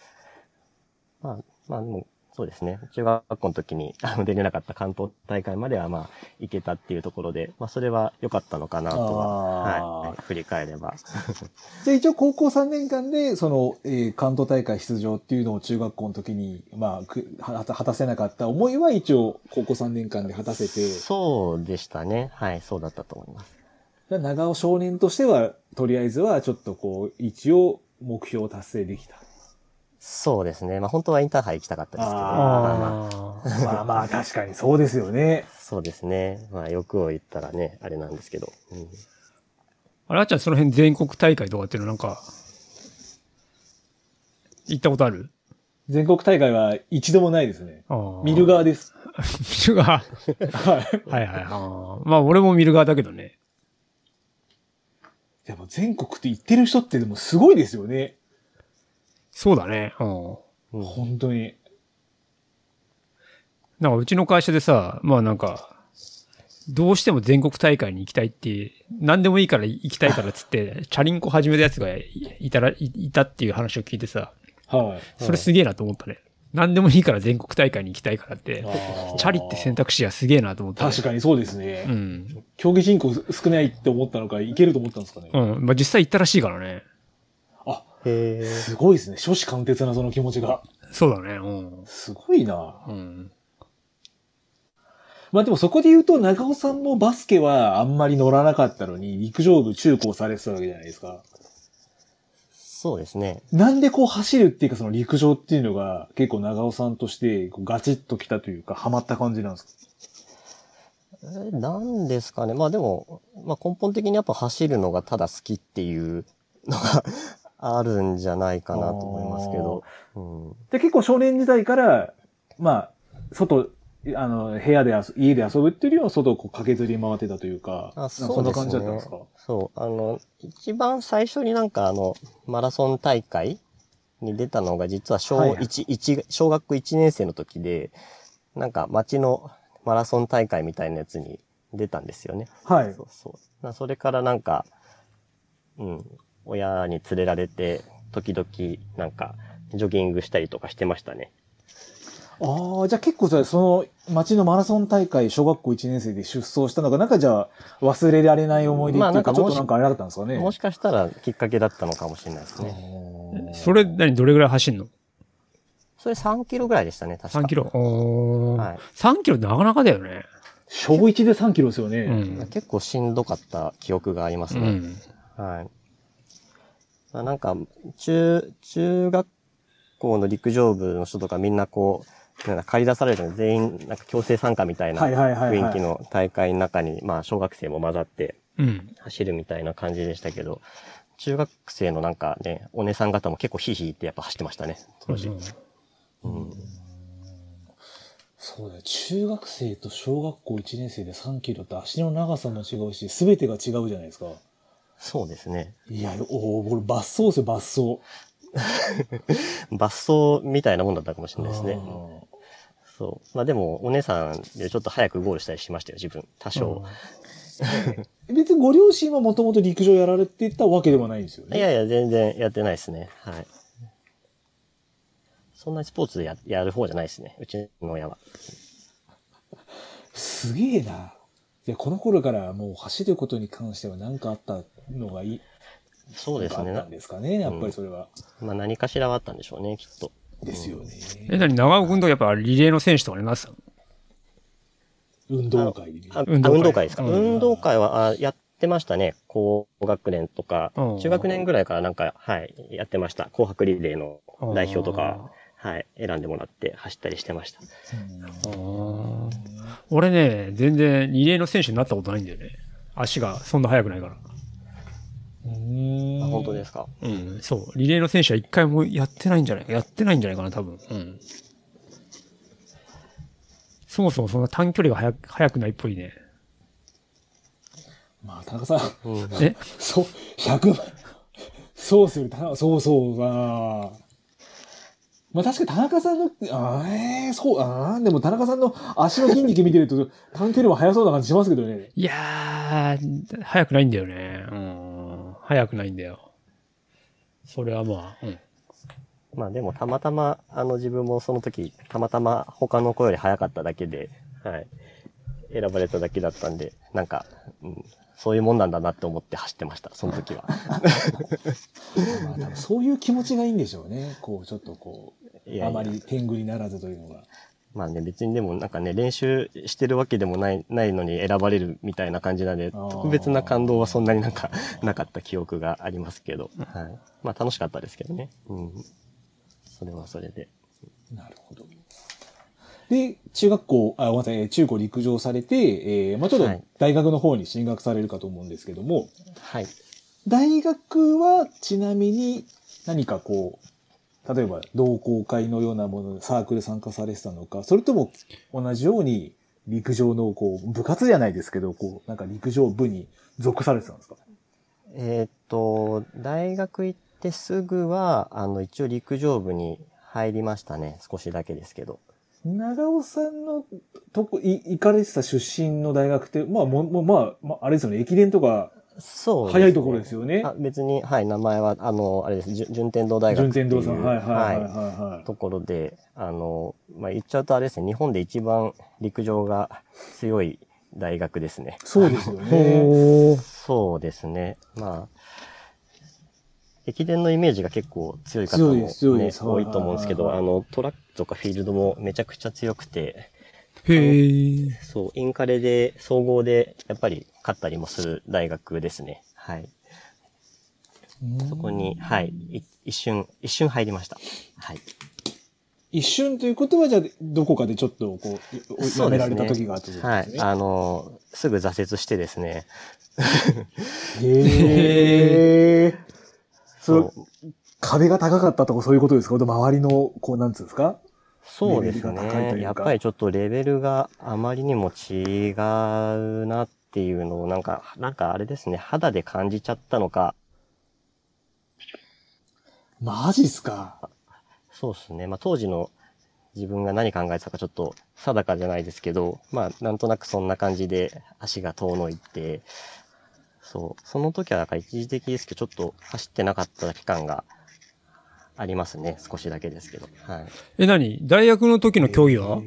C: まあ、まあでも、そうですね。中学校の時に あの出れなかった関東大会まではまあ行けたっていうところで、まあそれは良かったのかなとは、
B: あー
C: はい。振り返れば。
B: じゃあ一応高校3年間で、その、えー関東大会出場っていうのを中学校の時に、まあ、くは果たせなかった思いは一応高校3年間で果たせて、
C: そうでしたね。はい。そうだったと思います。
B: じゃあ長尾少年としては、とりあえずはちょっとこう、一応目標を達成できた。
C: そうですね。まあ本当はインターハイ行きたかったですけど、
B: あー
C: まあまあ、
D: ああ。
B: まあまあ確かにそうですよね。
C: そうですね。まあ欲を言ったらね、あれなんですけど。うん
D: あらちゃん、その辺全国大会とかっていうのなんか、行ったことある
B: 全国大会は一度もないですね。
D: あー
B: 見る。側です。
D: 見る側。
B: はい。
D: はいはい。あーまあ、俺も見る側だけどね。
B: やっぱ全国って行ってる人ってでもすごいですよね。
D: そうだね。うん。
C: うん
B: 本当に。
D: なんかうちの会社でさ、まあなんか、どうしても全国大会に行きたいって、何でもいいから行きたいからっつ って、チャリンコ始めたやつがいいたら、いいたっていう話を聞いてさ、
B: はい。
D: それすげえなと思ったね。何でもいいから全国大会に行きたいからって、チャリって選
B: 択
D: 択肢はすげえなと思った、
B: 確かにそうですね。
D: に。うん。
B: 競技人口少ないって思ったのか、いけると思ったんですかね。
D: うん。まあ実際行ったらしいからね。
B: あ、
C: へー
B: すごいですね。初子貫徹なその気持ちが。
D: そうだね。うん。
B: すごいな。
D: うん。
B: まあでもそこで言うと、長尾さんもバスケはあんまり乗らなかったのに、陸上部中高されてたわけじゃないですか。
C: そうですね。
B: なんでこう走るっていうか、その陸上っていうのが、結構長尾さんとして、こうガチッときたというか、ハマった感じなんですか
C: えーなんですかね。まあでも、まあ根本的にやっぱ走るのがただ好きっていうのが あるんじゃないかなと思いますけど。うん、
B: で、結構少年時代から、まあ、外、あの、部屋で遊、家で遊ぶっていうよりは、外をこう駆けずり回ってたというか、なんか
C: あそう
B: そんな
C: です
B: 感
C: ね
B: じだったんですか
C: そう。あの、一番最初になんかあの、マラソン大会に出たのが実は小,、
B: はいはい
C: 一一小学1年生の時で、なんか町のマラソン大会みたいなやつに出たんですよね。
B: はい
C: そ。うそう。なそれからなんか、うん、親に連れられて、時々、なんか、ジョギングしたりとかしてましたね。
B: ああ、じゃあ結構さ、その町のマラソン大会、小学校1年生で出走したのが、なんかじゃあ忘れられない思い出っていうか、
C: まあなんかも
B: ち
C: し
B: ょっとなんかあれだったんですかね。
C: もしかしたらきっかけだったのかもしれないですね。
B: ね
D: それ、何、どれぐらい走んの
C: それ3キロぐらいでしたね、確か。
D: ?3 キロ。おー
C: はい
D: 3キロってなかなかだよね。
B: 小1で3キロですよね。
D: うん。
C: 結構しんどかった記憶があります
D: う
C: ね。
D: ん。
C: はい。まあ、なんか、中、中学校の陸上部の人とかみんなこう、なんか借り出されるのに全員なんか強制参加みたいな
B: はいはいはいはい
C: 雰囲気の大会の中に、まあ小学生も混ざって
D: うん。
C: 走るみたいな感じでしたけど、中学生のなんかね、お姉さん方も結構ヒーヒー言ってやっぱ走ってましたね、当時。うん
B: そうだよ。中学生と小学校1年生で3キロって足の長さも違うし、すべてが違うじゃないですか。
C: そうですね。
B: いや、おお、僕、抜走ですよ、抜走。
C: 抜走みたいなもんだったかもしれないですね。
B: あ
C: そう。まあでも、お姉さんよりちょっと早くゴールしたりしましたよ、自分。多少。
B: ー別にご両親はもともと陸上やられてたわけではないんですよね。
C: いやいや、全然やってないですね。はい。そんなにスポーツでややる方じゃないですね。うちの親は。
B: すげえな。いや、この頃からもう走ることに関しては何かあったのがいい。
C: そうです
B: な
C: ね。
B: んかあっ
C: な
B: たんですかね、やっぱりそれは。
C: まあ何かしらはあったんでしょうね、きっと。
B: ですよね。
D: え、何、長尾くんとかやっぱリレーの選手とかになってたの
B: 運動会で。
C: あ、あ
D: 運
C: 運
D: 動会
C: 動会ですか。
D: うん
C: 運動会は、あやってましたね。高学年とか
D: うん、
C: 中学年ぐらいからなんか、はい、やってました。紅白リレーの代表とか、はい、選んでもらって走ったりしてました。
D: あー。あー俺ね、全然リレーの選手になったことないんだよね。足がそんな速くないから。
B: うん。
C: あ本当ですすか。
D: うん、そう。リレーの選手は一回もやってないんじゃないか。やってないんじゃないかな、多分。うん。そもそもそんな短距離が速く速くないっぽいね。
B: まあ、田中さん、
C: うん
D: え
B: そう、100万。そうする、田中そうそうまあまあ確かに田中さんの、あーえー、そう、あーでも田中さんの足の筋肉見てる と短距離も速そうな感じしますけどね。
D: いやー、速くないんだよね。うん。速くないんだよ。それはまあ、うん。
C: まあでもたまたま、あの自分もその時、たまたま他の子より早かっただけで、はい。選ばれただけだったんで、なんか、うん、そういうもんなんだなって思って走ってました、その時 は。
B: まあ多分そういう気持ちがいいんでしょうね。こう、ちょっとこう、
C: いやいや
B: あまり天狗にならずというのが。
C: まあね、別にでもなんかね、練習してるわけでもない、ないのに選ばれるみたいな感じなんで、
B: あー
C: 特別な感動はそんなになんか なかった記憶がありますけど、はい。まあ楽しかったですけどね。うん。それはそれで。
B: なるほど。で、中学校、あ、ごめんなさいえー、中高陸上されて、えー、まあちょっと
C: はい
B: 大学の方に進学されるかと思うんですけども、
C: はい。
B: 大学はちなみに何かこう、例えば同好会のようなもの、サークル参加されてたのか、それとも同じように陸上のこう、部活じゃないですけど、こう、なんか陸上部に属されてたんですか
C: えーっと、大学行ってすぐは、あの、一応陸上部に入りましたね。少しだけですけど。
B: 長尾さんのとこ、い、行かれてた出身の大学って、まあ、も、もまあ、まあ、あれですよね、駅伝とか、
C: そう、
B: 早いところですよね。
C: あ別に、はい、名前は、あの、あれです。じゅ順天堂大学
B: 順
C: っていう。
B: 天堂さん。はいはいはいはい、
C: は
B: はい
C: い。ところで、あの、まあ、言っちゃうとあれですね。日本で一番陸上が強い大学ですね。
B: そうですよね。
D: おー。
C: そうですね。まあ、駅伝のイメージが結構強い方
B: 強
C: も、
B: い
C: ね、
B: です強いです
C: 多いと思うんですけど、
B: はい
C: あの、トラックとかフィールドもめちゃくちゃ強くて、
D: へー。
C: そう、インカレで、総合で、やっぱり勝ったりもする大学ですね。はい。そこに、はい、い一瞬、一瞬入りました。はい。
B: 一瞬ということは、じゃあ、どこかでちょっと、こう、
C: そ
B: や
C: う
B: め
C: で
B: ら
C: すね
B: れた時があったということ
C: は
B: です
C: い。
B: ね。
C: あの、すぐ挫折してですね。
B: へえ。そ
C: そう
B: う、壁が高かったとかそういうことですか周りの、こう、なんつうんですか
C: そうです
B: レベルが高いという
C: ね。
B: か
C: やっぱりちょっとレベルがあまりにも違うなっていうのを、なんか、なんかあれですね、肌で感じちゃったのか、
B: マジっすか
C: そうですね。まあ当時の自分が何考えてたかちょっと定かじゃないですけど、まあなんとなくそんな感じで足が遠のいて、そう、その時はなんか一時的ですけど、ちょっと走ってなかった期間がありますね。少しだけですけど。はい。
D: え、何大学の時の競技は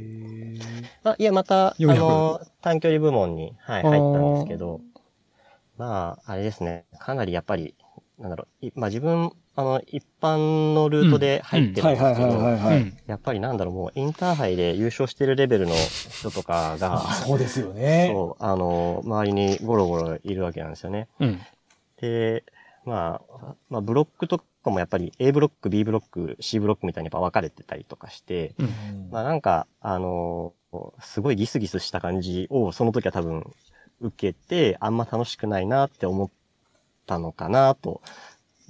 C: あ、いや、また、あ
D: 400
C: の、短距離部門に、はい、
D: あー
C: 入ったんですけど、まあ、あれですね、かなりやっぱり、なんだろう、いまあ自分、あの、一般のルートで入ってるん
B: はい
C: です
B: はい
C: け
B: はいは
C: ど、
B: いはい。
D: うん
C: やっぱりなんだろう、もうインターハイで優勝してるレベルの人とか
B: あ
C: が、
B: そうですよね。
C: そう、あの、周りにゴロゴロいるわけなんですよね。
D: うん。
C: で、まあ、まあ、ブロックとかもやっぱり A ブロック、B ブロック、C ブロックみたいにやっぱ分かれてたりとかして、
B: うん
C: まあなんか、あのーすごいギスギスした感じをその時は多分受けて、あんま楽しくないなって思ったのかなと。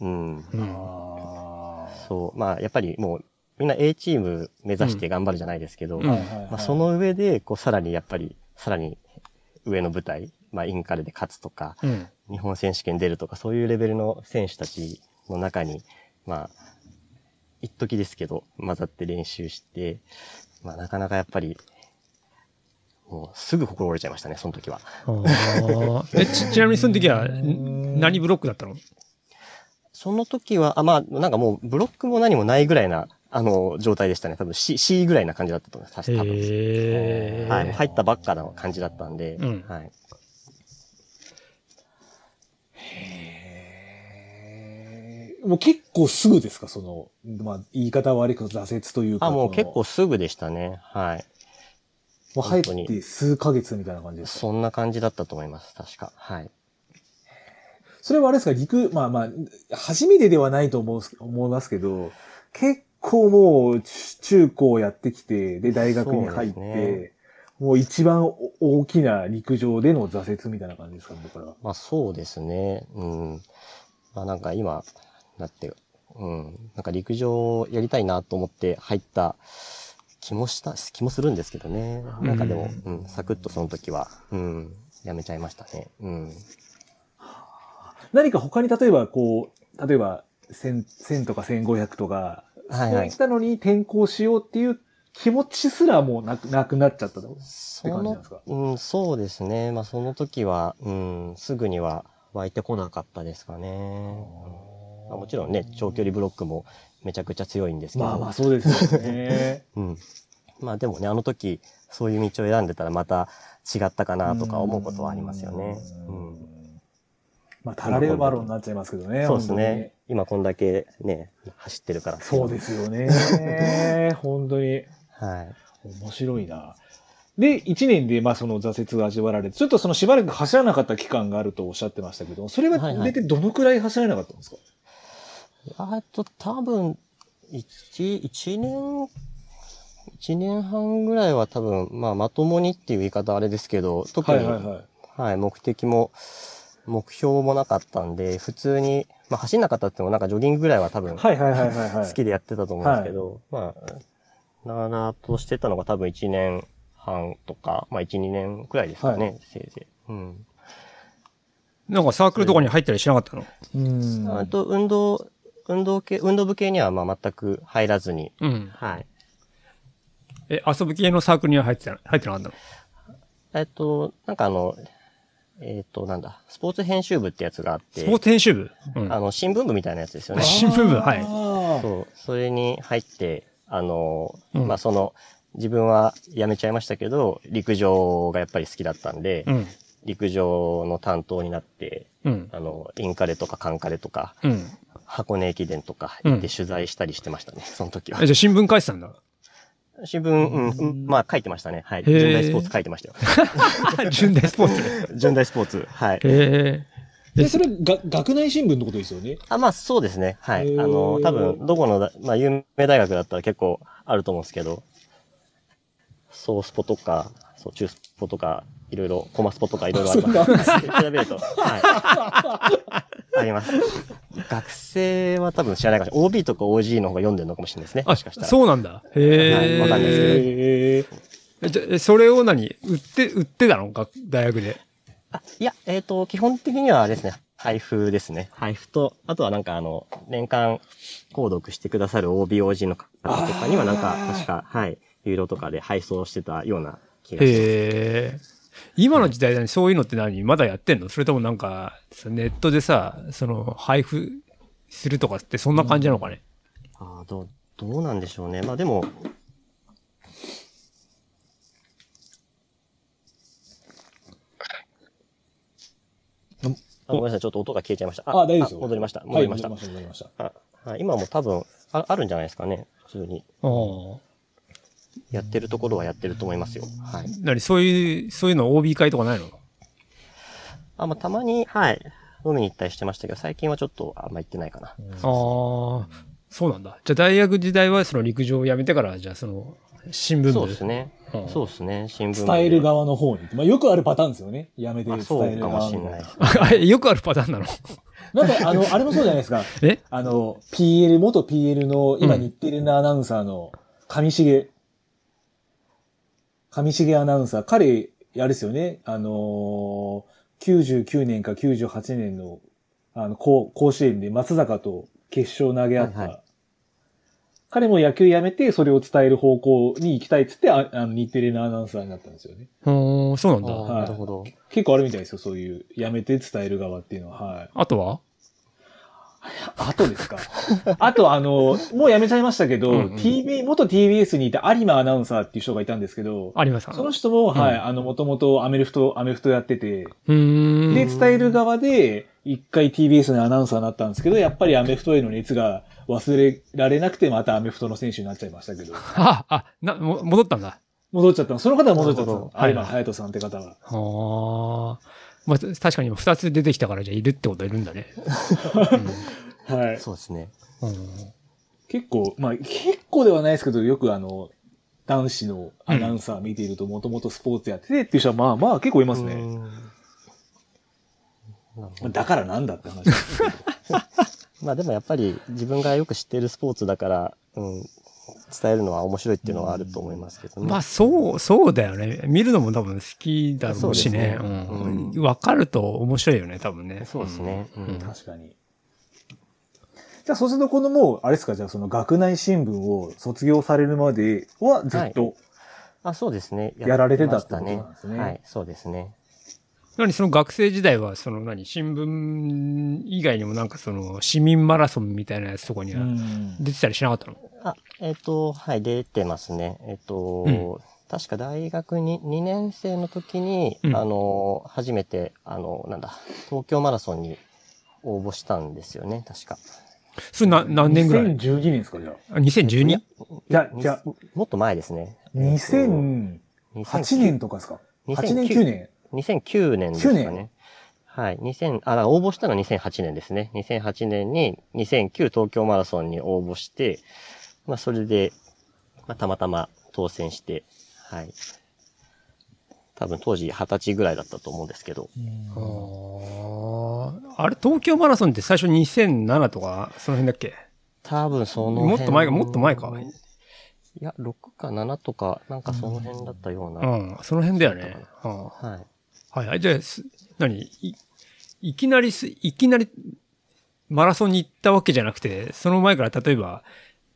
C: う
D: う
C: ん。
D: ん。
B: あ
C: そう。まあやっぱりもうみんな A チーム目指して頑張るじゃないですけど、
D: うん
B: ー
C: ま
B: はいはいは
C: あ
B: い
C: その上で、こうさらにやっぱり、さらに上の舞台、まあインカレで勝つとか、
D: うん。
C: 日本選手権出るとか、そういうレベルの選手たちの中に、まあ、一時ですけど、混ざって練習して、まあ、なかなかやっぱり、もうすぐ心折れちゃいましたね、その時は。
D: あーえち、ちなみにその時は、ん何ブロックだったの
C: その時は、あ、まあ、なんかもう、ブロックも何もないぐらいな、あの、状態でしたね。多分 C、C ぐらいな感じだったと思います。多分
D: へえ。
C: はい。入ったばっかの感じだったんで、
D: うん
C: はい。
B: へーもう結構すぐですか、その、まあ、言い方は悪いけど、挫折というか。
C: あ、もう
B: その
C: 結構、すぐでしたね。はい。
B: もう入っ
C: 本当
B: て数ヶ月みたいな感じですか。
C: そんな感じだったと思います、確か。はい。
B: それはあれですか、陸、まあまあ、初めてではないと思う、思いますけど、結構もう、ち中高やってきて、で、大学に入って、
C: そうで
B: もう一番お大きな陸上での挫折みたいな感じですかね、だから。
C: まあそうですね。うん。まあなんか今、だって、うん。なんか陸上をやりたいなと思って入った気もした、気もするんですけどね。なんかでも、うん、サクッとその時は、うん、やめちゃいましたね。うん。
B: 何か他に例えばこう、例えば1000、1000とか1500とか、
C: はいはい
B: そういったのに転校しようっていう気持ちすらもうなくなくなっちゃったと。
C: そ
B: 感じなん
C: の
B: ですか、
C: うん、そうですね。まあその時は、うん、すぐには湧いてこなかったですかね。まあ、もちろんね、長距離ブロックもめちゃくちゃ強いんですけど。
B: まあまあそうですよね。
C: うん。まあでもね、あの時、そういう道を選んでたらまた違ったかなとか思うことはありますよね。うん。
B: まあ、タラレバロンになっちゃいますけどね。
C: そうですね。今こんだけね、走ってるから。
B: 本当に。そうですよね。 本当に。
C: はい。
B: 面白いな。で、1年で、まあ、その挫折が味わられて、ちょっとそのしばらく走らなかった期間があるとおっしゃってましたけど、それは
C: はいはい
B: 大体どのくらい走られなかったんですか、
C: あと多分、一、一年、一年半ぐらいは多分、まあまともにっていう言い方はあれですけど、特に、
B: はいはいはい。
C: はい、目的も、目標もなかったんで、普通に、まあ走んなかったってもなんかジョギングぐらいは多分、
B: はいはいはいはい、はい。
C: 好きでやってたと思うんですけど、まあ、なあなあとしてたのが多分1年半とか、まあ1、2年くらいですかね、
B: は
C: せいぜい。うん。
D: なんかサークルとかに入ったりしなかったの
B: うん。
C: あと、運動、運動系、運動部系にはまあ全く入らずに、
D: うん。
C: はい。
D: え、遊ぶ系のサークルには入ってた、入ってなかったの
C: えっと、なんかあの、えっと、なんだ、スポーツ編集部ってやつがあって、
D: スポーツ編集部うん。
C: あの、新聞部みたいなやつですよね。
D: 新聞部はい
B: い。
C: そう、それに入って、あの、
D: うん
C: まあその、自分は辞めちゃいましたけど、陸上がやっぱり好きだったんで、
D: うん。
C: 陸上の担当になって、
D: うん。
C: あの、インカレとかカンカレとか、
D: うん。
C: 箱根駅伝とか
D: うん
C: 行って取材したりしてましたね、その時は
D: え、。じゃあ新聞書いてたんだ。
C: 新聞、うんうん、まあ書いてましたね。はい。
D: へー
C: 純大スポーツ書いてましたよ。
D: 純大スポーツで。
C: 純大スポーツ。はい。
D: へ
B: で、それが、学内新聞のことですよね。
C: あまあそうですね。は
B: へ
C: い。
B: ー
C: あの、多分、どこのだ、まあ有名大学だったら結構あると思うんですけど、ソースポとか、そう、中スポとか、いろいろ、コマスポとかいろいろあります。調べると。 はい。あります。学生は多分知らないかもしれない。OB とか OG の方が読んでるのかもしれないですね。
D: あ、
C: もしかしたら。
D: そうなんだ。へえ。
C: はいわかんないですけ
B: へー
D: えじゃえそれを何売って、売ってたの学大学で。
C: あいや、えっ、と、基本的にはあれですね、配布ですね。配布と、あとはなんかあの、年間購読してくださる OBOG の方とかにはなんか、確か、はい、有料とかで配送してたような気がします。
D: へえ。今の時代にそういうのって何まだやってんのそれともなんか、そのネットでさ、その配布するとかってそんな感じなのかね、
C: あああ、どう、どうなんでしょうね。まあでも、あごめんなさい、ちょっと音が消えちゃいました。
B: あ大丈夫ですよ
C: 戻りました。
B: は
C: 戻
B: い、
C: り
B: 戻り
C: ました。
B: ました、戻りました。
C: あはい今も多分あ、あるんじゃないですかね。普通に。
D: ああ。
C: やってるところはやってると思いますよ。はい。
D: なに、そういう、そういうの OB 会とかないの
C: あ、まあ、たまに、はい。飲みに行ったりしてましたけど、最近はちょっとあんま行ってないかな。
D: ああ、そうなんだ。じゃあ大学時代はその陸上をやめてから、じゃあその、新聞部
C: そうですね。
D: うん
C: そうですね。新聞部 で
B: 伝える側の方に。まあ、よくあるパターンですよね。やめて伝
C: あ
B: え
C: そう
B: る
C: かも
B: 側
C: しれ
B: の。
C: ないです。
D: あれよくあるパターンなの。
B: なんか、あの、あれもそうじゃないですか。
D: え
B: あの、PL、元 PL の、今
D: うん
B: 日テレのアナウンサーの、上重。上重アナウンサー。彼、あれですよね。あのー、99年か98年の、あの、甲甲子園で松坂と決勝投げ合った。
C: はいは
B: 彼も野球やめて、それを伝える方向に行きたいっつって、ああの、日テレのアナウンサーになったんですよね。
D: うーん、そうなんだ。
C: ああなるほど。
B: 結構あるみたいですよ、そういう、やめて伝える側っていうのは。はい。
D: あとは
B: あとですか。 あと、あの、もうやめちゃいましたけど、
D: うんうん
B: TV、元 TBS にいた有馬アナウンサーっていう人がいたんですけど、
D: 有馬さん。
B: その
D: う
B: 人も、
D: ん
B: はい、あの、もともとアメフト、アメフトやってて、
D: ーん。
B: で、伝える側で、一回 TBS のアナウンサーになったんですけど、やっぱりアメフトへの熱が忘れられなくて、またアメフトの選手になっちゃいましたけど、
D: あ、あ、な、も戻ったんだ。
B: 戻っちゃったの。その方は戻っちゃった
C: なる
B: の
C: ほ。
D: どはい
B: 有馬隼人さんって方は。
D: ああ。まあ、確かに今2つ出てきたから、じゃあいるってこといるんだね。
B: はい。
C: そうですね。
D: うん。
B: 結構、まあ、結構ではないですけど、よくあの、男子のアナウンサー見ていると、もともとスポーツやっててっていう人は、まあまあ結構いますね。
C: うんなるほど
B: だからなんだって話ですけど
C: まあでもやっぱり自分がよく知ってるスポーツだから、うん、伝えるのは面白いっていうのはあると思いますけどね。
D: まあ、そう、そうだよね。見るのも多分好きだろうしね。
C: そううです
D: ん。
C: ねう
D: わかると面白いよね、多分ね。
C: そうですね。うん
B: 確かに。じゃあ、そうすると、このもう、あれですか、じゃあ、その学内新聞を卒業されるまでは、ずっと
C: あ、そうですね。
B: やられてた
C: や
B: って
C: てま
B: こ
C: し
B: となんですね。
C: はい、そうですね。
D: なにその学生時代は、その何、新聞以外にもなんかその市民マラソンみたいなやつとかに
B: う
D: は
B: ん
D: 出てたりしなかったの
C: あ、えっ、と、はい、出てますね。えっ、と、
D: うん
C: 確か大学に2年生の時に、
D: うん
C: あの、初めて、あの、なんだ、東京マラソンに応募したんですよね、確か。
D: それな何年ぐらい
B: ?2012 年ですか、じゃあ。
D: あ ?2012?
B: じゃあ、じゃあ、
C: もっと前ですね。
B: 2008
C: 2009
B: 年とかですか ?8 年、9年。
C: 2009年ですか
B: 9
C: ね
B: 年。
C: はい。2000、あ、だから応募したのは2008年ですね。2008年に2009東京マラソンに応募して、まあそれで、まあたまたま当選して、はい。多分当時20歳ぐらいだったと思うんですけど。
D: あーあれ、東京マラソンって最初2007とか、その辺だっけ
C: 多分その辺
D: もっと前か、もっと前か。
C: いや、6か7とか、なんかその辺だったような。
D: うん、その辺だよね。うん
C: はい。
D: はいはい。じゃあ、す何いいきなりす、いきなりマラソンに行ったわけじゃなくて、その前から例えば、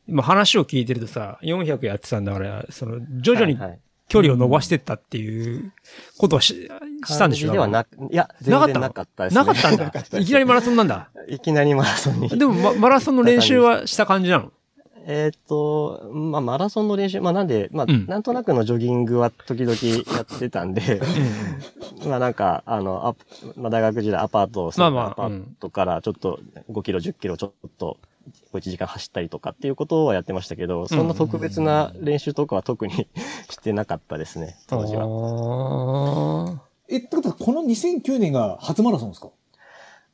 D: 今話を聞いてるとさ、400やってたんだから、その、徐々に
C: はいはい
D: 距離を伸ばしてったっていうことはし,、したんでしょ
C: 感じではなく、いや、全然なかったですね。
D: なかったん だ。いきなりマラソンなんだ。
C: いきなりマラソンに。
D: でも、まマラソンの練習はした感じなの
C: えーっ、と、まあ、マラソンの練習、まあ、なんで、まあ、
D: うん
C: なんとなくのジョギングは時々やってた んで、まあ、なんか、あの、アパまあ、大学時代アパート、
D: まあまあ
C: アパートからちょっと5キロ、10キロちょっと、1時間走ったりとかっていうことはやってましたけど、そんな特別な練習とかは特に してなかったですね、当時は。
D: は。
B: え、ってことは、この2009年が初マラソンですか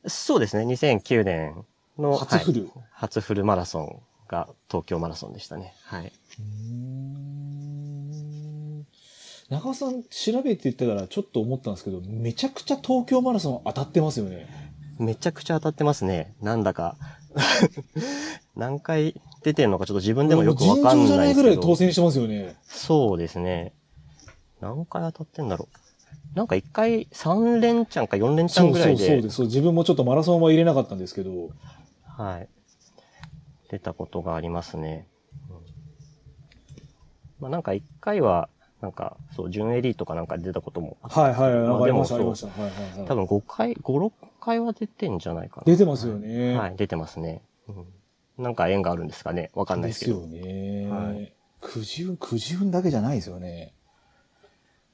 C: そうですね、2009年の
B: 初フル
C: はい初フルマラソンが東京マラソンでしたね。はい。
B: 中尾さん調べてたからちょっと思ったんですけど、めちゃくちゃ東京マラソン当たってますよね。
C: めちゃくちゃ当たってますね。なんだか。 何回出てんのかちょっと自分でもよくわかん
B: 尋常じゃ
C: な
B: ないい
C: で
B: ぐ
C: すけ
B: ら
C: ど。
B: い当選してますよね。
C: そうですね。何回当たってんだろう。なんか一回3連チャンか4連チャ
B: そ
C: ン
B: う
C: ぐら
B: そ
C: いうで。
B: そうです。そう自分もちょっとマラソンは入れなかったんですけど、
C: はい。出たことがありますね。うんまあなんか一回は、なんか、そう、準エリートかなんか出たことも、
B: はいはい、
C: まあ
B: わかりました、あ
C: で
B: り
C: も
B: ました。はいはいはい。
C: 多分5回、5、6回は出てんじゃないかな。
B: 出てますよね。
C: はい、出てますね。うんなんか縁があるんですかねわかんな
B: で
C: いです
B: す
C: けど。
B: よね。
C: はい
B: くじゅん、くじゅんだけじゃないですよね。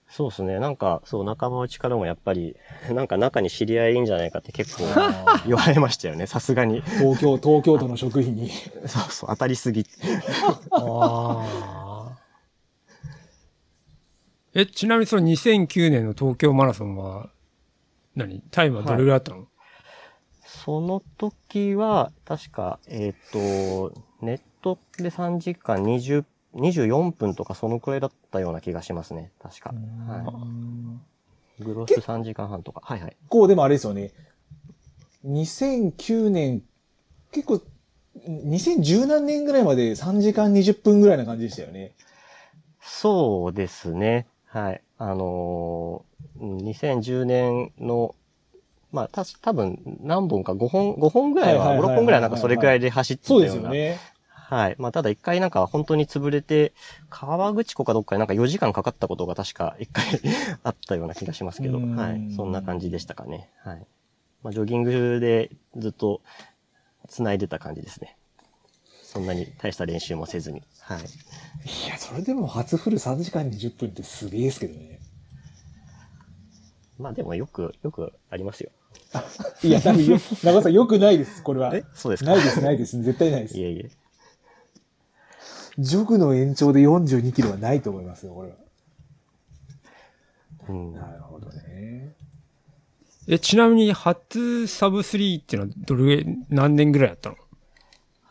C: そうですね。なんか、そう、仲間内からもやっぱり、 なんか中に知り合いいいんじゃないかって結構 言われましたよね。さすがに。
B: 東京、東京都の職員に。
C: そうそう、当たりすぎ。
D: ああ。え、ちなみにその2009年の東京マラソンは、何タイムはどれぐらいあったの、
C: その時は、確か、えっ、と、ネットで3時間20、24分とかそのくらいだったような気がしますね。確か。 は
B: うん
C: い。グロス3時間半とか。はいはい。
B: 結構でもあれですよね。2009年、結構、2010何年ぐらいまで3時間20分ぐらいな感じでしたよね。
C: そうですね。はい。あのーうん2010年の、まあ、たし、多分何本か、5本、5本ぐらい
B: は、
C: は
B: はい
C: い
B: はい
C: 5、
B: はい
C: 6本ぐらいはなんかそれぐらいで走ってた
B: そ
C: よ
B: う
C: うな。
B: ですよね。
C: はい。まあ、ただ一回なんか本当に潰れて、川口湖かどっかになんか4時間かかったことが確か一回あったような気がしますけど、
B: うん
C: はい。そんな感じでしたかね。はい。まあ、ジョギングでずっと繋いでた感じですね。そんなに大した練習もせずに。はい。
B: いや、それでも初フル3時間20分ってすげえですけどね。
C: まあでもよく、よくありますよ。
B: いや、多分よ、長尾さん良くないです、これは。
C: えそうですか
B: ないです、ないです。絶対ないです
C: い。えいえ。
B: ジョグの延長で42キロはないと思いますよ、これは。
C: うん。
B: なるほどね。
D: え、ちなみに初サブ3っていうのはどれぐらい、何年ぐらいあったの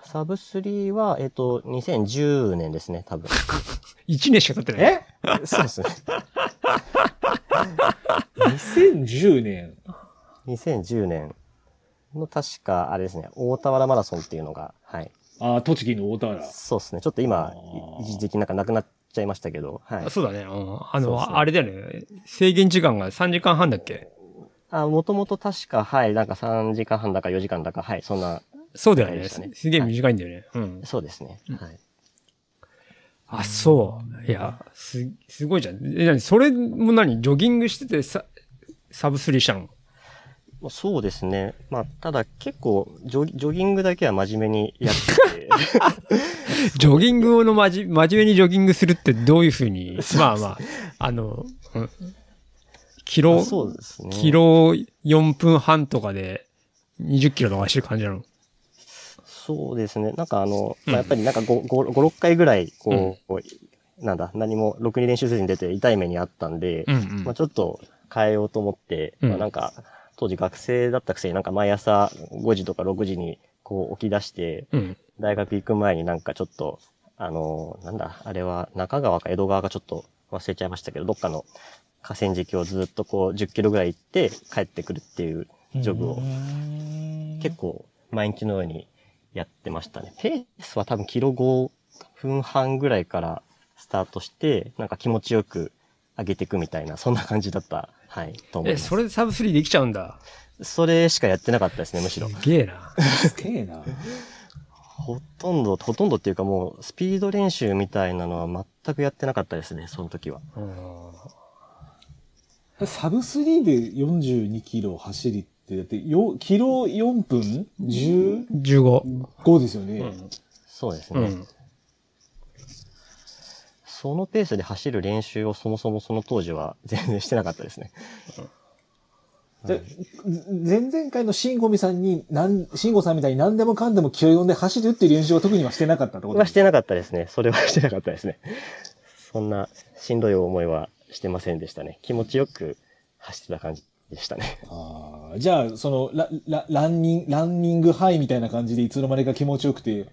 C: サブ3は、えっ、と、2010年ですね、多分。
D: ?1 年しか経ってない。
B: え
C: そうですね。
B: ?2010 年。
C: 2010年の確か、あれですね、大田原マラソンっていうのが、はい。
B: ああ、栃木の大田原。
C: そうですね。ちょっと今
B: あー、
C: い一時的になんかなくなっちゃいましたけど、はい
D: あ。そうだね。うんあの、
C: そうそう
D: あれだよね。制限時間が3時間半だっけ
C: あ、もともと確か、はい、なんか3時間半だか4時間だか、はい、そんな、
D: そうだよ
C: そう
D: ね。
C: でした
D: す
C: ね
D: すげえ短いんだよね。うん。
C: そうですね。はい。
D: あ、そう。いや、す、すごいじゃん。え、なに、それも何ジョギングしててサ、サブ3したの
C: まあそうですね。まあ、ただ結構ジョギ、ジョギングだけは真面目にやってて、
D: ジョギングをのまじ、真面目にジョギングするってどういうふうに、まあまあ、あの、うんキロ、
C: そうですね。
D: キロ4分半とかで20キロの走る感じなの。
C: そうですね。なんかあの、
D: うん
C: まあ、やっぱりなんか5、5 6回ぐらい、こう、
D: うん
C: こうなんだ、何も、ろくに練習せずに出て痛い目にあったんで、
D: うんうん
C: まあ、ちょっと変えようと思って、
D: うん
C: まあ、なんか、当時学生だったくせになんか毎朝5時とか6時にこう起き出して、
D: うん。
C: 大学行く前になんかちょっと、あのーなんだ、あれは中川か江戸川かちょっと忘れちゃいましたけど、どっかの河川敷をずっとこう10キロぐらい行って帰ってくるっていうジョグを結構毎日のようにやってましたね。ペースは多分キロ5分半ぐらいからスタートして、なんか気持ちよく上げていくみたいな、そんな感じだった、はい、と思い
D: え、
C: ます。
D: それでサブ3できちゃうんだ。
C: それしかやってなかったですね、むし
D: す
C: ろ。
D: げえな。
B: すげえな。
C: ほとんど、ほとんどっていうかもう、スピード練習みたいなのは全くやってなかったですね、その時は。
D: うん
B: サブ3で42キロ走りって、だって、よ、キロ4分 ?15
D: 15。
B: ですよね。
C: そうです
D: う
C: ね。
D: ん。
C: そのペースで走る練習をそもそもその当時は全然してなかったですね。
B: じゃ前々回の慎吾みさんに、なん、慎吾さんみたいに何でもかんでも気を呼んで走るっていう練習は特にはしてなかったってこと
C: はし
B: ね
C: てなかったですね。それはしてなかったですね。そんなしんどい思いはしてませんでしたね。気持ちよく走ってた感じでしたね。
B: あーじゃあ、その、ラ、ラ、ランニング、ランニングハイみたいな感じでいつの間にか気持ちよくて、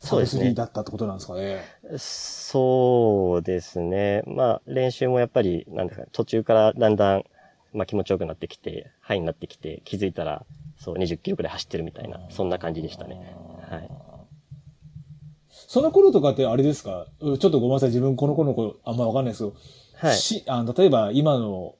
B: サ
C: そう
B: ブ
C: ですね
B: 3だったってことなんですかね。
C: そうですね。まあ、練習もやっぱり、なんですか、途中からだんだん、まあ気持ちよくなってきて、ハイになってきて、気づいたら、そう、20キロくらい走ってるみたいな、そんな感じでしたね。はい。
B: その頃とかってあれですかうちょっとごめんなさい。自分この頃の頃あんまわかんないですけど、
C: はい。
B: しあの例えば今の、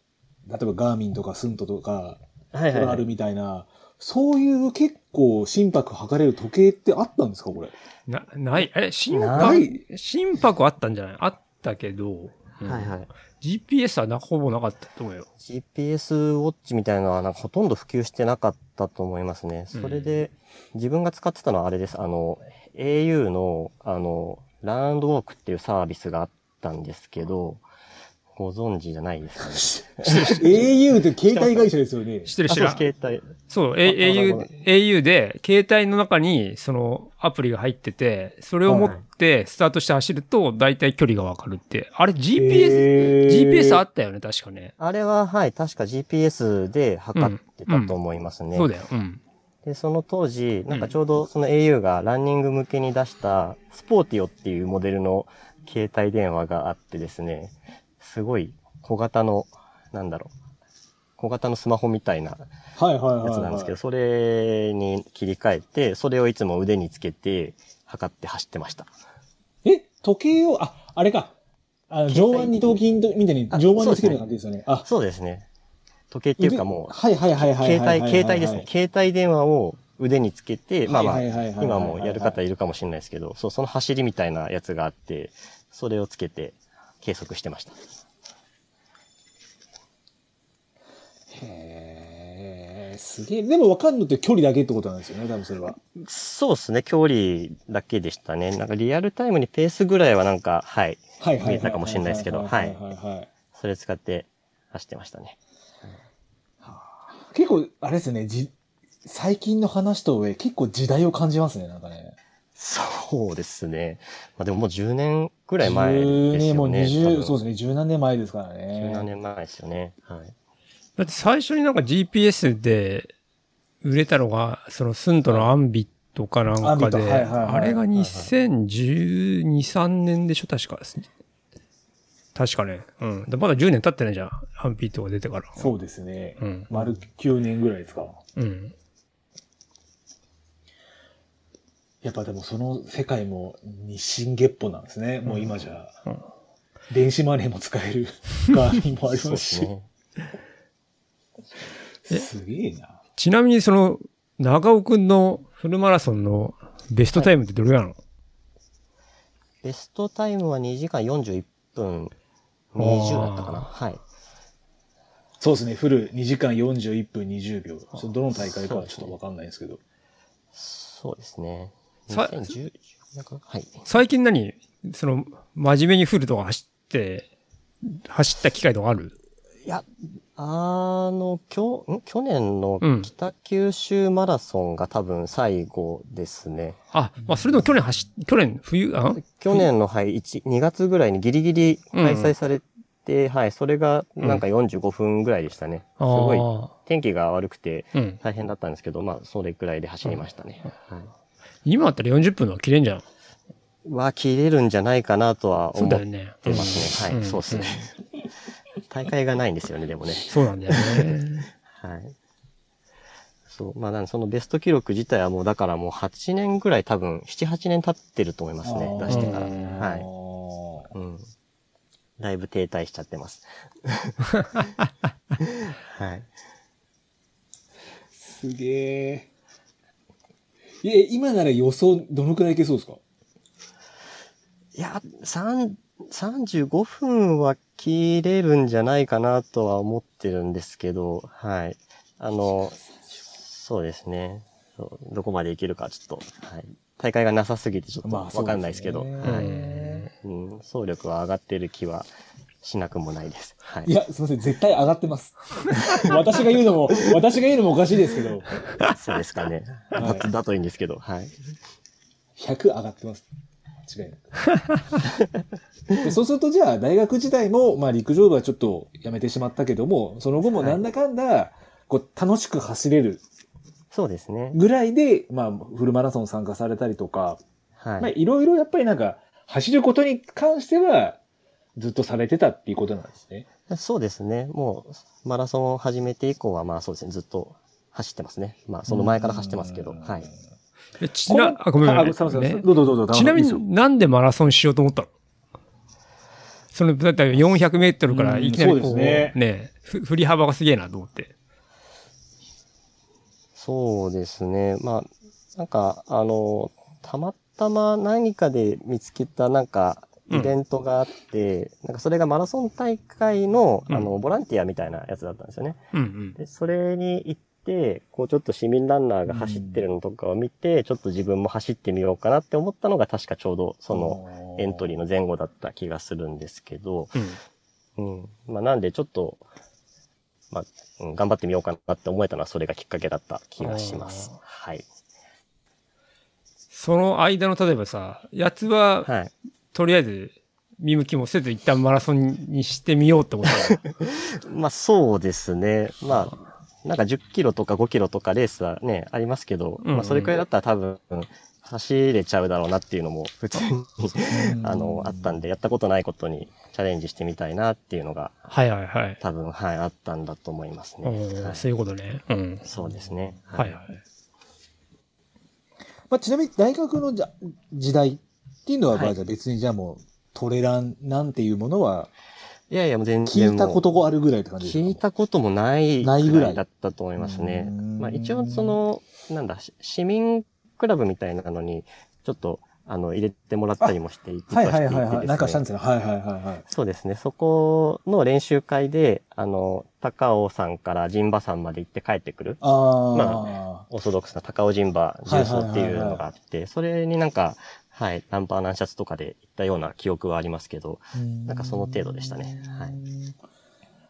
B: 例えばガーミンとかスントとか、
C: はい
B: ト
C: はい、
B: ラー
C: は
B: ル
C: い。
B: みたいな、そういう結構心拍測れる時計ってあったんですかこれ。
D: な、ない。え、心
C: な
D: 拍、心拍あったんじゃないあったけど、うん
C: はいはい。
D: GPS はなほぼなかったと思うよ。
C: GPS ウォッチみたいなのはなんかほとんど普及してなかったと思いますね。それで、自分が使ってたのはあれです。あの、au の、あの、ランドウォークっていうサービスがあったんですけど、ご存知じゃないですかね。
B: au って携帯会社ですよね。
D: 知ってる
C: あ
D: 知
C: そう
D: ら
C: です
D: ん。
C: 携帯。
D: そう、
C: あごめんご
D: au
C: め、
D: au で、携帯の中に、その、アプリが入ってて、それを持って、スタートして走ると、大体距離がわかるって。あれ、GPS、GPS あ
B: あ
D: ったよね、確かね。
C: あれは、はい、確か GPS で測ってたと思いますね。
D: そうだよ。うん。
C: で、その当時、なんかちょうどその au がランニング向けに出した、スポーティオっていうモデルの携帯電話があってですね、すごい小型の、なんだろう、小型のスマホみたいな
B: はいはいはい、
C: や
B: は
C: つ
B: い。
C: なんですけど、それに切り替えて、それをいつも腕につけて、測って走ってました。
B: え、時計を、あ、あれか。あの
C: 携
B: 上
C: 帯
B: 腕二頭筋とみたいに
C: あ
B: 上腕につけるような感じですよね。あ、
C: そうですね。時計っていうかもう、
B: はいはいはいはいはい
C: 携
B: はいはいは
C: 帯、
B: い。
C: 携帯ですね。携帯電話を腕につけて、まあまあ、今もやる方
B: い
C: いるかもしれないですけど、そう、その走りみたいなやつがあって、それをつけて計測してました。
B: へーすげえ。でも分かるのって距離だけってことなんですよね、多分それは。
C: そうですね、距離だけでしたね。なんかリアルタイムにペースぐらいはなんか、はい、
B: はいはいはいはいはい。
C: 見えたかもしれないですけど
B: はいはいはい。
C: それ使って走ってましたね。
B: 結構、あれですね、じ、最近の話と上、結構時代を感じますね、なんかね。
C: そうですね。まあでももう10年ぐらい前ですよ
B: 10
C: ね。
B: 年、もう
C: 多
B: 20、
C: 分
B: そうですね、十何年前ですからね。
C: 17年前ですよね。はい。
D: だって最初になんか GPS で売れたのが、そのスントのアンビットかな
B: アン
D: ん
B: ビ
D: か
B: ット
D: で、
B: はいはいはい
D: あれが2012、3年でしょ確かですね。確かね。うん。でまだ10年経ってないじゃん。アンビットが出てから。
B: そうですね。
D: うん。
B: 丸9年ぐらいですか。
D: うん。
B: やっぱでもその世界も日進月歩なんですね。もう今じゃ
D: うん。
B: 電子マネーも使える ガーミンもあり
C: そう
B: ま
C: ですす
B: し。
C: ね。
D: え
B: すげえな。
D: ちなみにその、長尾くんのフルマラソンのベストタイムってどれなの、
C: ベストタイムは2時間41分20だったかな。はい。
B: そうですね。フル2時間41分20秒。そのどの大会か
C: そう
B: は
C: です
B: ちょ
C: ね
B: っとわかんないんですけど。
C: そうですね。
D: さ
C: 2010はい。
D: 最近何その、真面目にフルとか走って、走った機会とかある
C: いや、あの、きょ、ん去年の
D: うん
C: 北九州マラソンが多分最後ですね。
D: あ、まあそれでも去年走っ、去年冬、あ
C: 去年の、はい、1、2月ぐらいにギリギリ開催されて、はい、それがなんか45分ぐらいでしたね。
D: あ
C: すごい
D: ー
C: 天気が悪くて
D: うん。
C: 大変だったんですけど、まあ、それくらいで走りましたね。はい。
D: 今だったら40分のは切れんじゃん。
C: は、切れるんじゃないかなとは
D: そう
C: 思
D: だ
C: っ
D: よ
C: て
D: ね。
C: ますね。
D: う
C: は
D: ん
C: い、そうですね。 大会がないんですよね、でもね。
D: そうなんだよ ね。
C: はい。そう。まあ、なんでそのベスト記録自体はもう、だからもう8年ぐらい多分、7、8年経ってると思います
B: あ
C: ね。
B: ー
C: 出してから。
B: あ
C: は
B: ー
C: い。うん。だいぶ停滞しちゃって ます。はい。
B: すげえ。いえ、今なら予想どのくらいいけそうですか
C: いや、3、35分は切れるんじゃないかなとは思ってるんですけど、はい。あの、そうですね。そうどこまでいけるかちょっと、はい。大会がなさすぎてちょっとわかんないですけど、
B: まあそうですね
C: はい。
B: うん
C: うん、総力は上がってる気はしなくもないです。はい。
B: いや、すみません。絶対上がって ます。私が言うのも、私が言うのもおかしいですけど、
C: そうですかね。
B: は
C: だ
B: い
C: とだといいんですけど、はい。
B: 100上がってます。間違いな く。でそうすると、じゃあ、大学時代も、まあ、陸上部はちょっとやめてしまったけども、その後もなんだかんだ、こう、楽しく走れる
C: そうですね。
B: ぐらいで、まあ、フルマラソン参加されたりとか、まあ、
C: はい。
B: いろいろやっぱりなんか、走ることに関しては、ずっとされてたっていうことなんですね。
C: そうですね。もう、マラソンを始めて以降は、まあそうですね。ずっと走ってますね。まあ、その前から走ってますけど、
B: うん
C: はい。
D: えちな、あ、ごめん
B: あ
D: ごめ
B: あ、すいませ
D: ん。
B: ん。
D: ね
B: どうぞどうぞ。
D: ちなみ
B: いいですよ
D: になんでマラソンしようと思ったのその、だって400メートルからいきなりこ
B: う
D: う、
B: んそうで
D: ね
B: す
D: ふ振り幅がすげえなと思って。
C: そうですね。まあ、なんか、あの、たまたま何かで見つけた、なんか、
D: うん
C: イベントがあって、なんかそれがマラソン大会の、
D: うん
C: あの、ボランティアみたいなやつだったんですよね。
D: うんうん。
C: で、それに行って、こうちょっと市民ランナーが走ってるのとかを見て、ちょっと自分も走ってみようかなって思ったのが確かちょうどその
B: の
C: エントリーの前後だった気がするんですけど、
D: うん
C: うん。まあなんでちょっと、まあ、うん頑張ってみようかなって思えたのはそれがきっかけだった気がします。はい。
D: その間の、例えばさ、やつは、
C: はい。
D: とりあえず、見向きもせず一旦マラソンにしてみようってことだ
C: まあそうですね。まあ、なんか10キロとか5キロとかレースはね、ありますけど、
D: うんうん
C: まあそれくらいだったら多分、走れちゃうだろうなっていうのも普通に、あの、あったんで、やったことないことにチャレンジしてみたいなっていうのが、
D: はいはいはい。
C: 多分、はい、あったんだと思いますね。
D: うん
C: はい
D: そういうことね。うん。
C: そうですね。
D: はいはい。
B: まあ、ちなみに大学のじゃ時代っていうのは、
C: はい
B: まあじゃあ別にじゃあもうトレランなんていうものはい
C: やいや、もう全然もう。
B: 聞いたことがあるぐらいって感じですか
C: 聞いたこともない
B: ないぐ
C: ぐ
B: ら
C: ら
B: い
C: いだったと思いますね
B: うーん。
C: まあ一応その、なんだ、し市民クラブみたいなのに、ちょっと、あの、入れてもらったりもしていて、
B: はい
C: 実
B: はい
C: して
B: はい
C: て
B: は
C: で
B: い。なんかし
C: す
B: たん
C: ね
B: ですよね。はいはいはいはい。
C: そうですね。そこの練習会で、あの、高尾さんから陣馬さんまで行って帰ってくる、
B: ああ。
C: オーソドックスな高尾陣馬重曹っていうのがあって、それになんか、はい、ナンパーナンシャツとかで行ったような記憶はありますけど、なんかその程度でしたねはい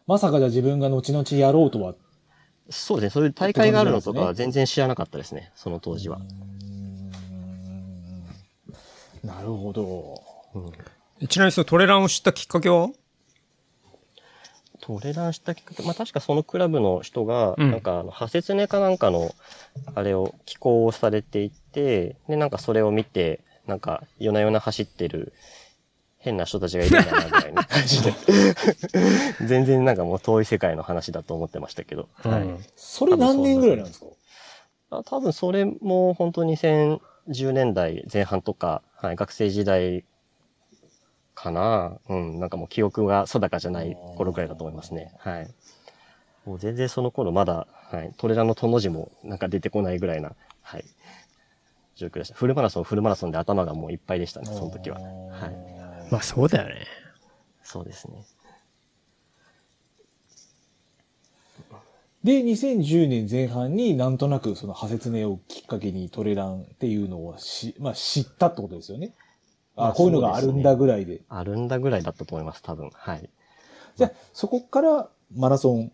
B: まさかじゃあ自分が後々やろうとは。
C: そうですね。そういう大会があるのとかは全然知らなかったですね。その当時は。
B: なるほど。
C: うん
D: えちなみにそのトレランを知ったきっかけは
C: トレランしたきっかけ、まあ確かそのクラブの人が、
D: うん
C: なんかあの、派切ねかなんかの、あれを、寄稿をされていて、で、なんかそれを見て、なんか、夜な夜な走ってる、変な人たちがいるんだな、みたいな感 じで。全然なんかもう遠い世界の話だと思ってましたけど。はい。
D: うん
B: それ何年ぐらいなんですか
C: あ多分それも本当に2010年代前半とか、はい、学生時代かな。うん、なんかもう記憶が定かじゃない頃くらいだと思いますね。はい。もう全然その頃まだ、はい、トレラのとの字もなんか出てこないぐらいな、はい、状況でした。フルマラソン、フルマラソンで頭がもういっぱいでしたね、その時は。はい。
D: まあそうだよね。
C: そうですね。
B: で、2010年前半になんとなくその派切ねをきっかけにトレランっていうのをし、まあ知ったってことですよね。
C: ま
B: あ、
C: あ
B: こういうのがあるんだぐらいで。
C: あるんだぐらいだったと思います、多分。はい。
B: じゃあ、そこからマラソン、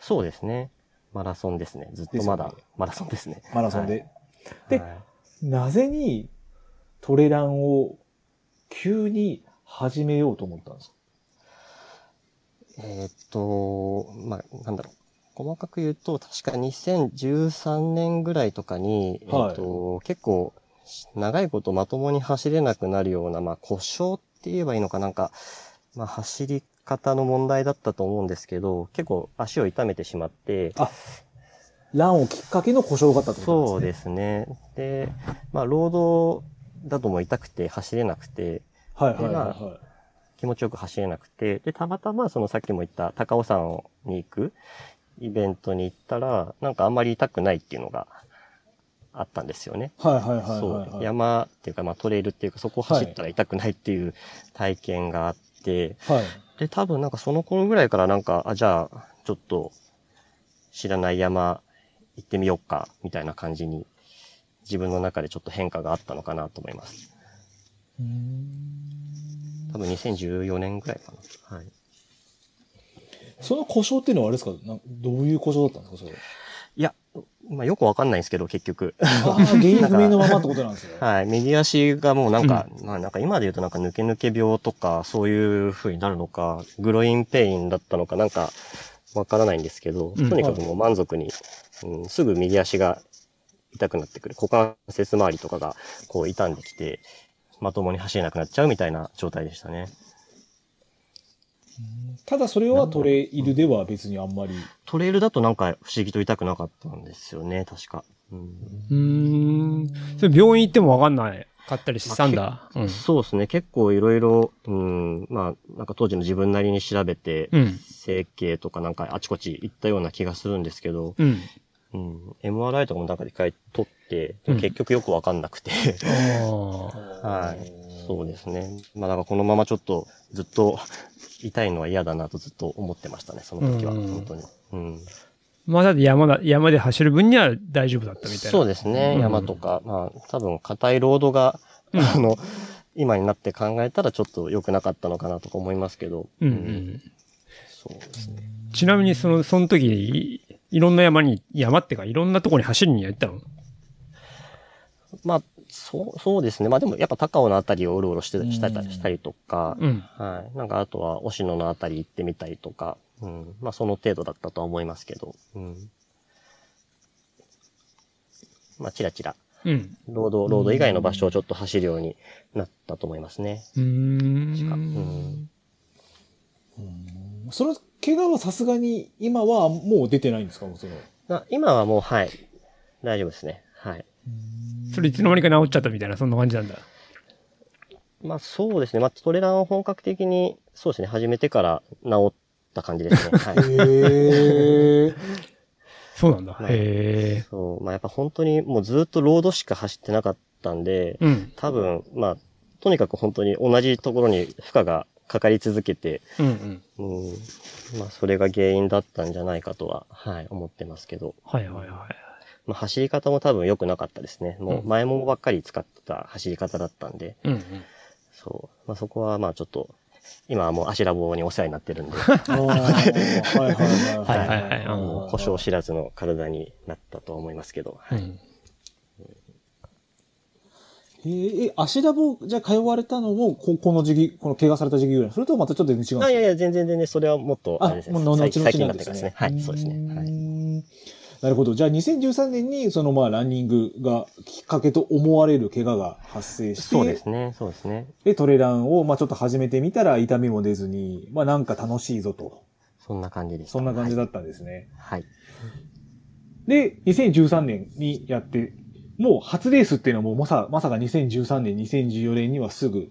C: そうですね。マラソンですね。ずっとまだ、
B: ですよ
C: マラソンですね。
B: マラソンで。
C: はい。
B: で
C: はい
B: なぜにトレランを急に始めようと思ったんですか
C: えーっと、まあ、なんだろう。細かく言うと、確か2013年ぐらいとかに、
B: はい
C: えーっと、結構、長いことまともに走れなくなるような、まあ、故障って言えばいいのかなんか、まあ、走り方の問題だったと思うんですけど、結構足を痛めてしまって、
B: ランをきっかけの故障があったってこと
C: そ
B: なん
C: う
B: で
C: です
B: ね。
C: すね。で、まあ、ロードだとも痛くて走れなくて、
B: そうです。はいはいはいはい。
C: 気持ちよく走れなくて、で、たまたまそのさっきも言った高尾山に行くイベントに行ったら、なんかあんまり痛くないっていうのがあったんですよね。
B: はいはいはい
C: そ
B: はいは
C: う。
B: い。
C: 山っていうか、まあトレイルっていうか、そこを走ったら痛くないっていう体験があって、
B: はい。
C: で、多分なんかその頃ぐらいからなんか、あ、じゃあ、ちょっと知らない山行ってみようか、みたいな感じに自分の中でちょっと変化があったのかなと思います。
B: うーん
C: 多分2014年ぐらいかな。はい。
B: その故障っていうのはあれですかなんどういう故障だったんですかそれ。
C: いや、まあ、よくわかんないんですけど、結局。
B: ああ、原因不明のままってことなんですね。
C: はい。右足がもうなんか、まあなんか今で言うとなんか抜け抜け病とか、そういう風になるのか、グロインペインだったのか、なんか、わからないんですけど、
D: うん
C: とにかくもう満足に、うん、すぐ右足が痛くなってくる。股関節周りとかが、こう痛んできて、まともに走れなくなっちゃうみたいな状態でしたね。
B: ただそれはトレイルでは別にあんまり。
C: トレイルだとなんか不思議と痛くなかったんですよね、確か。うん
D: うーん。それ病院行ってもわかんない。買ったりしたんだ。うん。
C: そうですね。結構いろいろ、うん、まあ、なんか当時の自分なりに調べて、
D: うん。
C: 整形とかなんかあちこち行ったような気がするんですけど、
D: うん。
C: うん、MRI とかもなんかで一回撮って、
D: うん
C: 結局よくわかんなくて、
D: ああ。
C: はい。そうですね。まあだからこのままちょっとずっと痛いのは嫌だなとずっと思ってましたね、その時は。
D: うん
C: 本当に。うん。
D: まあ、だって山だ、山で走る分には大丈夫だったみたいな。
C: そうですね。
D: うん
C: 山とか、まあ多分硬いロードが、あの、今になって考えたらちょっと良くなかったのかなとか思いますけど。
D: うんうん。
C: そうですね。
D: ちなみに、その、その時い、いろんな山に、山ってか、いろんなとこに走りには行ったの
C: まあ、そう、そうですね。まあでもやっぱ高尾のあたりをうろうろして
B: うん
C: したりしたりとか、
D: うん。
C: はい。なんかあとは、押野のあたり行ってみたりとか、うん。まあその程度だったとは思いますけど、うん。まあ、ちらちら、
D: うん。
C: ロード、ロード以外の場所をちょっと走るようになったと思いますね。
D: うー。
C: うんん。
B: その怪我はさすがに今はもう出てないんですかもうその。
C: あ今はもう、はい。大丈夫ですね。はい。
D: それいつの間にか治っちゃったみたいな、そんな感じなんだ。
C: まあそうですね。まあトレランを本格的に、そうですね。始めてから治った感じですね。はい。
B: へえ。
D: そうなんだ。
C: はい
D: へえ。
C: そう。まあやっぱ本当にもうずっとロードしか走ってなかったんで、
D: うん。
C: 多分、まあ、とにかく本当に同じところに負荷がかかり続けて、
D: うんうん。
C: うん、まあ、それが原因だったんじゃないかとは、はい、思ってますけど、
D: はいはいはい。
C: まあ、走り方も多分良くなかったですね。も
D: う
C: う、
D: ん
C: 前ももばっかり使ってた走り方だったんで、
D: うんうん。
C: そう。まあ、そこは、まあ、ちょっと、今はもう、アシラボにお世話になってるんで、
B: あー はい
D: は
B: はい
D: いはいはい
C: もう故障知らずの体になったと思いますけど、はい。
D: うん
B: へーえ、足ラボじゃあ通われたのも、ここの時期、この怪我された時期ぐらい。それともまたちょっと違うんですか
C: あいやいや、全然全然、それはもっと、
B: あ
C: あれですね。
B: もう後々
C: 最最近に
B: な
C: なんっ
B: で
C: て
B: す
C: か
B: ね
C: らですね。はい、そうですね。は
B: う
C: い。
B: ーんなるほど。じゃあ2013年にそのまあランニングがきっかけと思われる怪我が発生して、
C: そうですね、そうですね。
B: で、トレランをまあちょっと始めてみたら痛みも出ずに、まあなんか楽しいぞと。
C: そんな感じでした。
B: そんな感じだったんですね。
C: はい。
B: で、2013年にやって、もう初レースっていうのはもうまさ、まさか2013年、2014年にはすぐ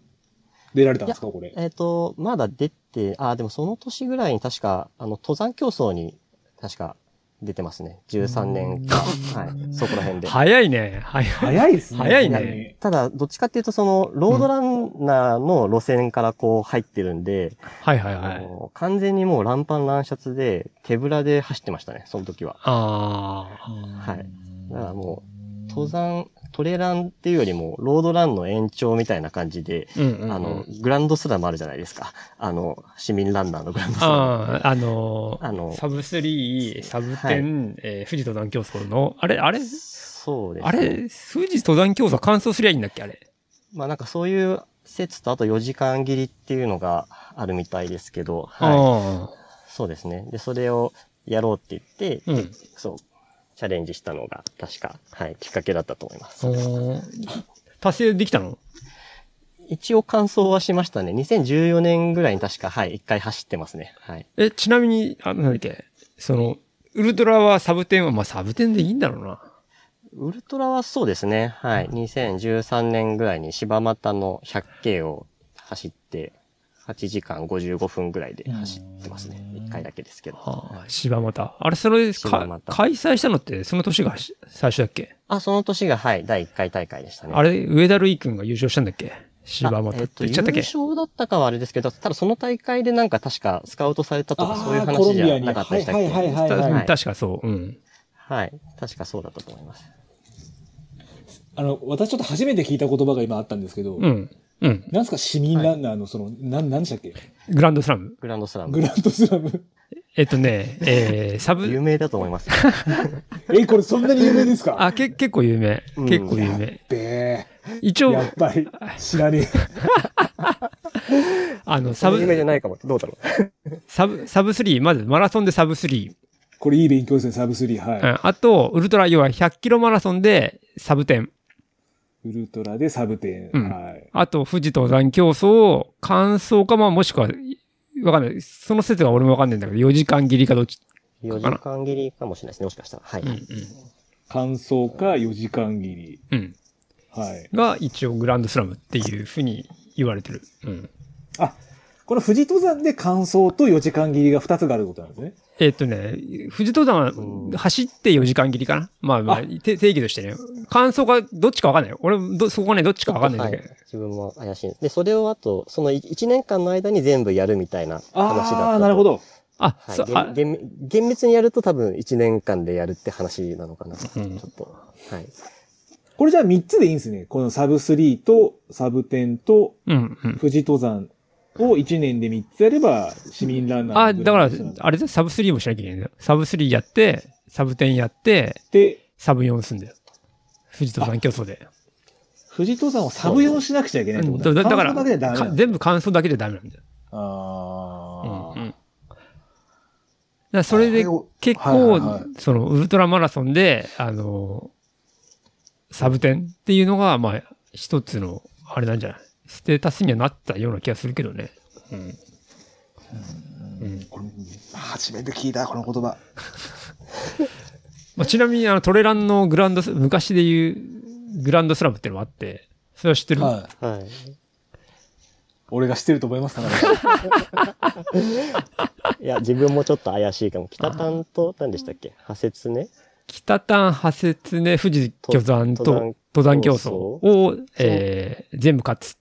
B: 出られたんですか、これ。
C: えっ、と、まだ出て、あ、でもその年ぐらいに確か、あの、登山競争に、確か出てますね。13年か、はい、そこら辺で。
D: 早いね。早い。
B: 早いですね。
D: 早いね
B: 本当に。
C: ただ、どっちかっていうと、その、ロードランナーの路線からこう入ってるんで、
D: はいはいは
C: あ
D: い。
C: の完全にもう乱パン乱シャツで、手ぶらで走ってましたね、その時は。
D: あ
C: はい。だからもう、登山、トレランっていうよりも、ロードランの延長みたいな感じで、
D: あ。うんうんうん。
C: あの、グランドスラムあるじゃないですか。あの、市民ランナーのグランドスラム。
D: ああ、あのー
C: あの
D: サブ3、サブ10、えー富士登山競争の、あれ、あれ、
C: そうです、ね。
D: あれ、富士登山競争完走すりゃいいんだっけ、あれ。
C: まあなんかそういう説とあと4時間切りっていうのがあるみたいですけど、はい。
D: あ
C: そうですね。で、それをやろうって言って、
D: あ、うん。
C: そう、チャレンジしたのが確か、はい、きっかけだったと思います。
D: お達成できたの
C: 一応完走はしましたね。2014年ぐらいに確か、はい、一回走ってますね。はい。
D: え、ちなみに、あなんだっけ、その、ウルトラはサブ10は、まあサブ10でいいんだろうな。
C: ウルトラはそうですね。はい。2013年ぐらいに柴又の 100K を走って、8時間55分ぐらいで走ってますね。一回だけですけど。
D: はあ、柴又。あれ、それ
C: 柴
D: か、
C: 又
D: 開催したのって、その年がし最初だっけ
C: あ、その年が、はい、第1回大会でしたね。
D: あれ、上田瑠衣君が優勝したんだっけ柴
C: あ
D: 又って
C: えっと、
D: 言っ
C: 優
D: ちゃったっけ、
C: 勝だったかはあれですけど、ただその大会でなんか確かスカウトされたとか
B: あー
C: そういう話じ
B: コロンビア
C: ゃ
B: に
C: なかったでしたっけ
B: はいはいはい
C: はい
D: た確かそう。うん。
C: はい。確かそうだったと思います。
B: あの、私ちょっと初めて聞いた言葉が今あったんですけど、
D: うん。うん。
B: なんすか市民ランナーのその、なん、なんでしたっけ
D: グランドスラム。
C: グランドスラ
B: グ
C: ム。
B: ランドスラム。
D: えっとね、えー、サ
C: 有
D: ブ、
C: 名だと思います。
B: え、これそんなに有名ですか
D: あ、け、結構有名。
C: うん
D: 結構有名。
B: で、
D: 一応
B: や、っぱり、知らね
D: あの、サブ、
C: ゃないかも。どうだろう。
D: サブ、サブ3、まずマラソンでサブ3。
B: え。これいい勉強ですね、サブ3。
D: う
B: は
D: ん。あと、ウルトラ、要は100キロマラソンでサブ10。
B: い。ウルトラでサブ10。
D: うん
B: はい。
D: あと、富士登山競争、完走か、まあ、もしくは、わかんない。その説が俺もわかんないんだけど、4時間切りかどっち。
C: 4時間切りかもしれないですね、もしかしたら。はい。
D: うん、
B: 完走か4時間切り。
D: うん。うん。
B: はい。
D: が、一応、グランドスラムっていうふうに言われてる。うん。
B: あ、この富士登山で完走と4時間切りが2つがあることなんですね。
D: えっとね、富士登山は走って4時間切りかなまあまあ、て定義としてね。感想がどっちかわかんない。俺ど、そこはね、どっちかわかんないんだけど。
C: はい自分も怪しい。で、それをあと、その1年間の間に全部やるみたいな話だったと。
B: ああ、なるほ。ど。
D: あ、
C: はい
D: そう、あ、
C: 厳厳厳密にやると多分1年間でやるって話なのかな。ち
D: うん
C: ょっと。はい。
B: これじゃあ3つでいいんですね。このサブ3とサブ10と
D: うん、うん。
B: 富士登山を1年で3つやれば市民ランナー
D: あ、だから
B: ぐいの人なん、だ
D: あれだよサブ3もしなきゃいけないんだよ。サブ3やって、サブ10やって、
B: で、
D: サブ4すんだよ。富士登山競争で。
B: 富士登山をサブ4しなくちゃいけないってこと
D: うんだだ
B: だ
D: か
B: か
D: ら
B: ら。完走だけでダメな
D: か
B: んだ。
D: 全部感想だけじゃダメなんだよ。
B: あ
D: うんう
B: ー
D: んだからそれで
B: これを
D: 結構、
B: はいはいはい
D: そのウルトラマラソンで、あの、サブ点っていうのが、まあ、一つの、あれなんじゃないステータスにはなったような気がするけどね。うん。
E: これ初めて聞いた、この言葉。
D: まあ、ちなみに、あの、トレランのグランドス、昔で言うグランドスラムっていうのもあって、それは知ってる、
B: はい。
C: はい。
B: 俺がしてると思います、田中さん
C: いや、自分もちょっと怪しいかも。北丹と、何でしたっけ派説ね。
D: 北丹、派切ね、富士巨山と
C: と
D: 登山競争を、えー全部勝つ。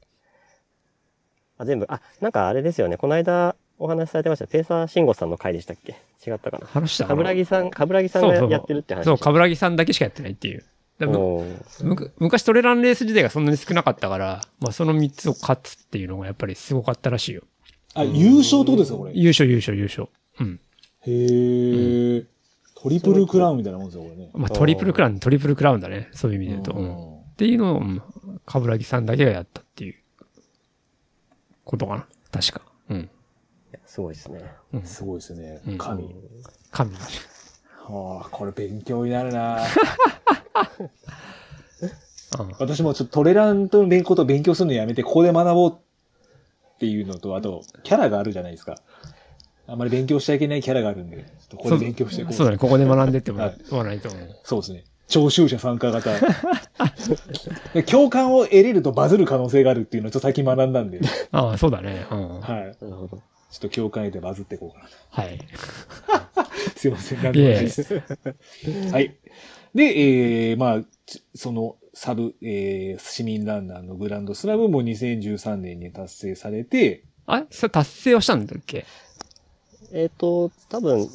C: あ、全部。あ、なんかあれですよね。この間お話しされてました。ペーサー慎吾さんの回でしたっけ違ったかな。
D: 話したかな
C: 冠城さん、冠城さんが
D: そうそう
C: やってるって話
D: そう、
C: か
D: 冠城さんだけしかやってないっていう。だからむく昔トレランレース自体がそんなに少なかったから、まあ、その3つを勝つっていうのがやっぱりすごかったらしいよ。
B: あ、優勝ってことですか、これ。へ
D: 優勝優勝優勝。うん。
B: え。トリプルクラウンみたいなもんですよ、これね。
D: まあ、トリプルクラウン、トリプルクラウンだね。そういう意味で言うと。
B: う
D: うんんっていうのを、うん、冠城さんだけがやったっていうことかな。確か。うん。
C: すごいですね。
B: すごいですね
D: う。ん
B: 神。
D: 神。
B: はあ、これ勉強になるな
D: うん
B: 私もちょっとトレランとのことを勉強するのやめて、ここで学ぼうっていうのと、あと、キャラがあるじゃないですか。あんまり勉強しちゃいけないキャラがあるんで、ちょっとここで勉強していこう。
D: そうだね。ここで学んでってもら
B: はい
D: わないと思う。
B: そうですね。聴衆者参加型。 で共感を得れるとバズる可能性があるっていうのをちょっと最近学んだんで、
D: ああ、そうだね。うん。は
B: はい。
C: なるほど。
B: ちょっと共感得てバズっていこうかな。
D: い。
B: すいません、なんでもないです。 はい。で、えー、まあ、ちその、サブ、えー、市民ランナーのグランドスラムも2013年に達成されて、
D: あれそれ達成はしたんだっけ
C: えっ、と、多分、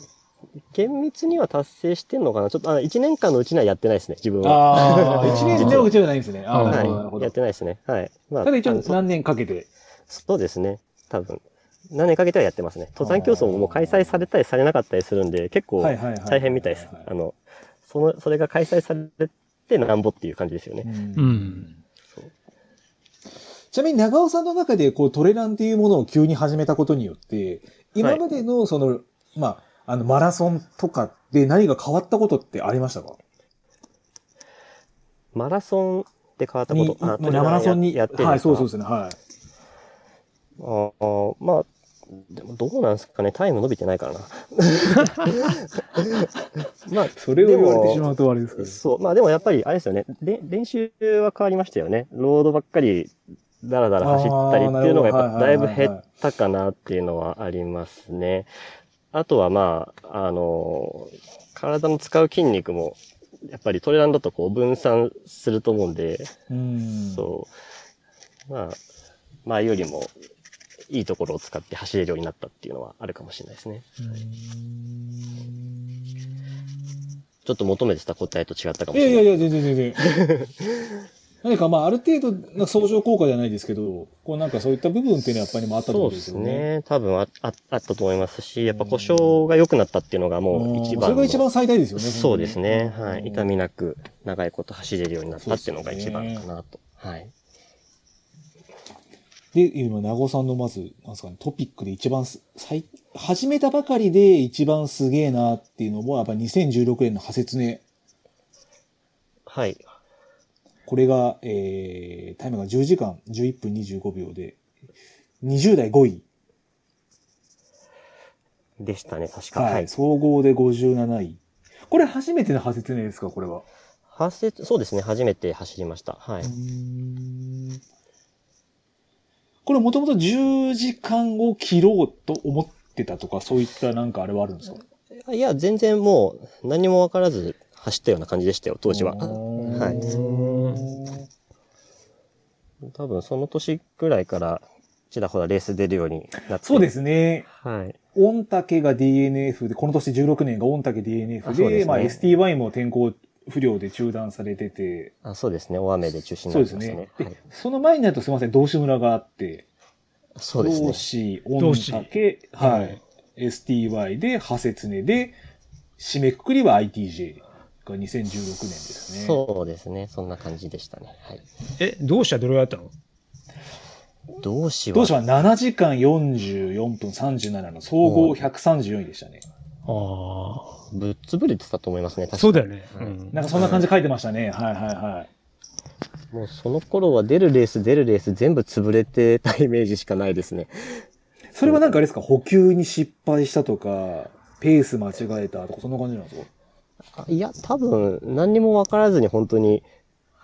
C: 厳密には達成してんのかなちょっと、あ、1年間のうちにはやってないですね、自分は。
B: ああ、
D: ー
B: 1年ではうちじゃないんですね。ああ、
D: ー
B: なる
C: は
B: ほど、なるほ
C: い。や
B: ど
C: っ。てないですね。はい。まあ、
B: ただ一
C: あ
B: 応
C: のそ
B: 何年かけて、
C: そうですね。多分。何年かけてはやってますね。登山競争ももう開催されたりされなかったりするんで、結構
B: はいはいはいはい
C: 大変みたいです。あの、その、それが開催されてなんぼっていう感じですよね。
D: う
B: うん
D: ん。
B: ちなみに長尾さんの中で、こう、トレランっていうものを急に始めたことによって、今までの、その、まあ、あの、マラソンとかで何が変わったことってありましたか
C: マラソンで変わったこ
B: に
C: と、あ
B: まあマラソンに、
C: やってるん
B: は
C: で
B: い、
C: す
B: そう
C: か
B: そうですね、はい。
C: あーまあ、でもどうなんですかね。タイム伸びてな いからな。まあ、
B: それを言われ
C: で
B: て
C: も
B: しまうとあれですけど。
C: そう。まあでもやっぱり、あれですよね。れ練習は変わりましたよね。ロードばっかり、だらだら走ったりっていうのが、
B: あー
C: やっぱ
B: な
C: だ
B: る
C: い
B: ほどは
C: ぶ
B: いはいはいはい
C: 減ったかなっていうのはありますね。あとはまあ、あの、体の使う筋肉も、やっぱりトレランだとこう分散すると思うんで、
B: うん
C: そう。まあ、前よりも、いいところを使って走れるようになったっていうのはあるかもしれないですね。ちょっと求めてた答えと違ったかも
B: い
C: し
B: や
C: れないい。
B: やいや、全然全然。 何かまあ、ある程度、なんか相乗効果じゃないですけど、こうなんかそういった部分っていうのはやっぱりもあったと
C: そ
B: 思う
C: う
B: ん
C: で
B: です
C: す
B: よね。
C: ね。多分あああったと思いますし、やっぱ故障が良くなったっていうのがもう一
B: んそ
C: 番の。
B: れが一番最大ですよね。
C: そうですね。は
B: うん
C: い。痛みなく長いこと走れるようになったっていうのが一番かなと。はい。
B: で、今、名護さんのまず、なんですかね、トピックで一番す、最、始めたばかりで一番すげえなっていうのも、やっぱ2016年の破説ね。
C: はい。
B: これが、えー、タイムが10時間11分25秒で、20代5位。
C: でしたね、確か。
B: はい。
C: はい。
B: 総合で57位。これ初めての派説ねですか、これは。
C: 走そうですね。初めて走りました。はい。
B: これもともと10時間を切ろうと思ってたとか、そういったなんかあれはあるんですか
C: いや、全然もう何もわからず走ったような感じでしたよ、当時は。
B: はい
C: 多分その年くらいから、ちらほらレース出るようになって。
B: そうですね。
C: はい。
B: 御嶽が DNF で、この年16年が御嶽 DNF
C: あ
B: で、
C: そうですね
B: まあ STY も天候不良で中断されてて、
C: あそうですね。大雨で中止に
B: そ
C: な
B: う
C: り
B: です
C: ました
B: ね
C: ね。。
B: で
C: はい
B: その前になるとすみません、道志村があって、
C: そうです
B: 同
C: ね。
B: 志、御
D: 同志
B: 嶽、はい、STY で、ハセツネで、締めくくりは ITJ が2016年ですね。
C: そうですね。そんな感じでしたね。はい。
D: え、どうしたどれぐらいだったの
C: 同志は
B: 同志は7時間44分37の総合134位でしたね。
D: あ
C: ぶっ潰れてたと思いますね。
D: あ。
C: 確か
D: そうだよね。
C: はい
D: うん
B: なんかそんな感じで書いてましたね。はいはいはい。
C: もうその頃は出るレース出るレース全部潰れてたイメージしかないですね。
B: それはなんかあれですか補給に失敗したとか、ペース間違えたとか、そんな感じなんですか
C: あいや、多分何にもわからずに本当に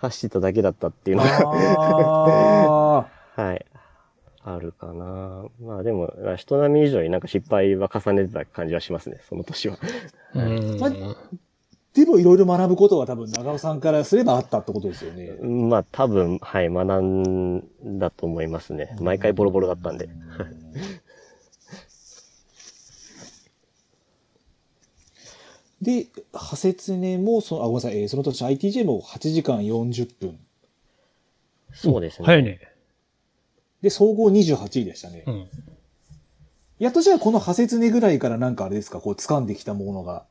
C: 走ってただけだったっていうのが、
B: ああ。
C: はい。あるかな。まあでも、人並み以上になんか失敗は重ねてた感じはしますね、その年は。
D: うん
B: まあでもいろいろ学ぶことは多分長尾さんからすればあったってことですよね。
C: まあ多分、はい、学んだと思いますね。毎回ボロボロだったんで。
B: で、ハセツネも、その、あ、ごめんなさい、えーその年 ITJ も8時間40分。
C: そうですね。
D: 早いね。
B: で、総合28位でしたね。
D: うん。
B: やっとじゃあこのハセツネぐらいからなんかあれですか、こう掴んできたものが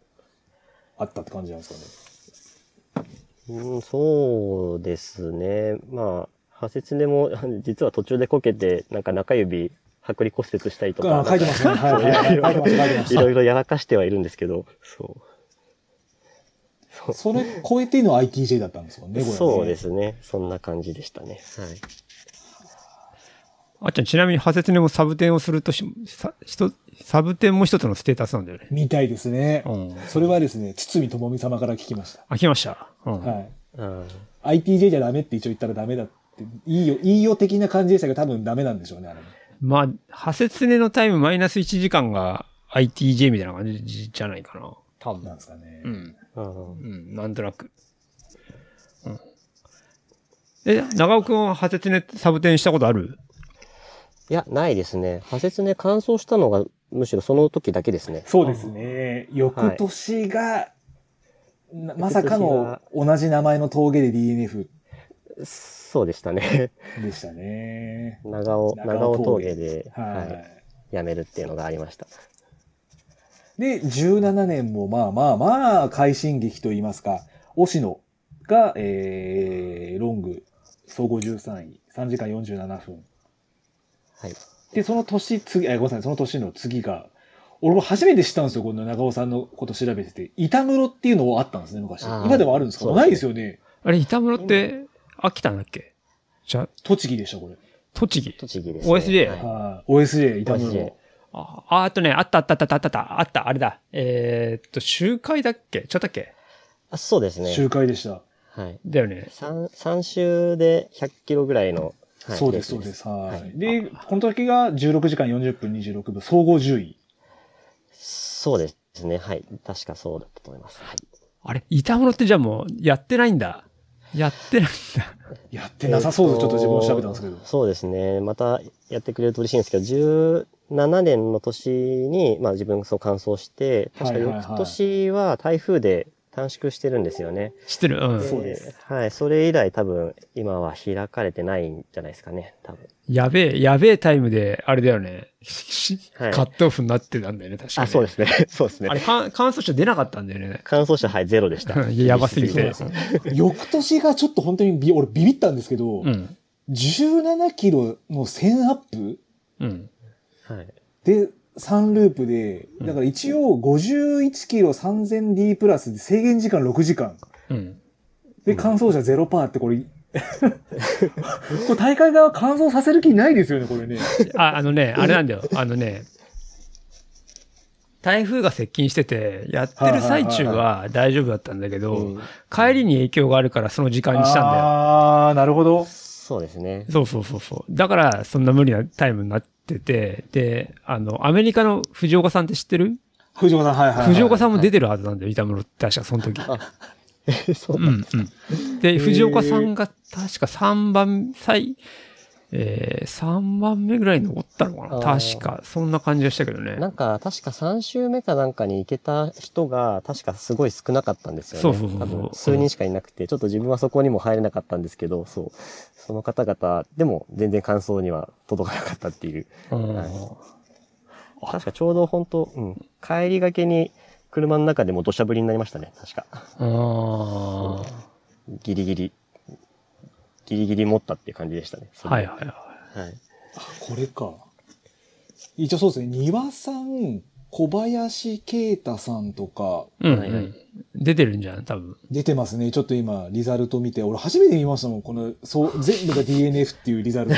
B: あったって感じなんですかね。
C: うん、そうですね。まあ、派切でも、 実は途中でこけて、なんか中指、剥離骨折したりとか
B: あ、書いてますね。はいはいはい。書いてました、書いてま
C: い
B: し
C: ろいろやらかしてはいるんですけど、そう。
B: た。それ超えての ITJ だったんですもんね、これ、ね。
C: そうで。すね。そんな感じでしたね。はい。
D: あっちゃん、ちなみに、ハセツネもサブテンをするとし、さひとサブテンも一つのステータスなんだよね。
B: みたいですね。
D: うん。
B: それはですね、堤智美様から聞きました。
D: あ、来ました。うん。
B: はい。
C: あ
B: ITJ じゃダメって一応言ったらダメだって、いいよ、いいよ的な感じでしたけど、多分ダメなんでしょうね、あれね。
D: まあ、ハセツネのタイムマイナス1時間が ITJ みたいな感じじゃないかな。多
B: なん
D: 分。
B: ですかね。
D: うん。
C: あ
D: うん。なんとなく。うん。え、長尾くんはハセツネサブテンしたことある
C: いや、ないですね。派切ね、乾燥したのが、むしろその時だけですね。
B: そうですね。翌年が、なまさかの同じ名前の峠で DNF
C: そうでしたね。
B: でしたね。
C: 長尾、
B: 長
C: 長
B: 尾
C: 尾
B: 峠
C: 峠で、は、
B: はい
C: やめるっていうのがありました。
B: い。で、17年もまあまあまあ、快進撃といいますか、押野が、えー、ロング、総合13位、3時間47分。
C: はい。
B: で、その年、次、あ、ごめんなさい、その年の次が、俺も初めて知ったんですよ、この長尾さんのこと調べてて。板室っていうのはあったんですね、昔。
C: あー
B: 今でもあるんですか
C: そうですね
B: ないですよね。
D: あれ、板室って、秋田なんだっけじゃ、
B: 栃木でした、これ。
D: 栃木
C: 栃木です、ね。
D: OSJ
C: はい
B: はい。OSJ、板室。
C: OSJ
D: あ、ああとね、あったあったあったあったあった、あった、あれだ。えーっと、集会だっけちょっとだっけ
C: あそうですね。
B: 集会でした。
C: はい。
D: だよね。
C: 三三周で100キロぐらいの、はい、
B: そうです、そう
C: レース
B: です。は
C: はい
B: い。で、この時が16時間40分26分、総合10位。
C: そうですね。はい。確かそうだったと思います。はい。
D: あれ、板室ってじゃあもう、やってないんだ。やってないん だ。
B: やってなさそうで、
C: えー
B: ちょっと自分も調べたんですけど。
C: そうですね。またやってくれると嬉しいんですけど、17年の年に、まあ自分そう完走して、確
B: は
C: か
B: いはいはい
C: 翌年は台風で短縮してるんですよね。
D: 知ってるうん。
B: そうです
C: はい。それ以来多分今は開かれてないんじゃないですかね。多分。
D: やべえ、やべえタイムで、あれだよね。
C: はい
D: カットオフになってたんだよね、確かに。
C: あ、そ うですね。そうです
D: あ
C: ね。
D: れ、乾燥者出なかったんだよね。
C: 乾燥者、 はい、ゼロでし た。
D: いややばすぎて。
B: 翌年がちょっと本当にビ、俺ビビったんですけど、
D: うん。
B: 17キロの1000アップ
D: うん。
C: はい。
B: で、3ループで、だから一応51キロ 3000D プラスで制限時間6時間。
D: うん。
B: で、乾燥車0%パーってこれ、 これ大会側乾燥させる気ないですよね、これね。
D: あ、あのね、あれなんだよ。あのね、台風が接近してて、やってる最中は大丈夫だったんだけど、帰りに影響があるからその時間にしたんだよ。
B: ああ、なるほど。
C: そうで すね。
D: そうそうそうそう。だから、そんな無理なタイムになってて、で、あの、アメリカの藤岡さんって知ってる
E: 藤岡さん、はいはいはい。
D: 藤岡さんも出てるはずなんだよ、板室って確かその時。
C: そう
D: うんうん。で、藤岡さんが確か3番、最、えー、3番目ぐらいに残ったのかな
C: あー
D: 確か。そんな感じがしたけどね。
C: なんか、確か3週目かなんかに行けた人が、確かすごい少なかったんですよね。
D: そうそうそうそう
C: 多分数人しかいなくて、ちょっと自分はそこにも入れなかったんですけど、そう。その方々、でも全然感想には届かなかったっていう。
D: うん
C: はい確かちょうど本当、うん、帰りがけに車の中でも土砂降りになりましたね、確か。
D: あ
C: ギリギリ、ギリギリ持ったっていう感じでしたね。。
D: あ。はいいはいはい。
C: はい。
B: あこれか。一応そうですね。庭さん、小林慶太さんとか
D: うん、うん
C: はいはい
D: 出てるんじゃん、多分。
B: 出てますね。ちょっと今、リザルト見て。俺初めて見ましたもん。この、そう、全部が DNF っていうリ ザルト。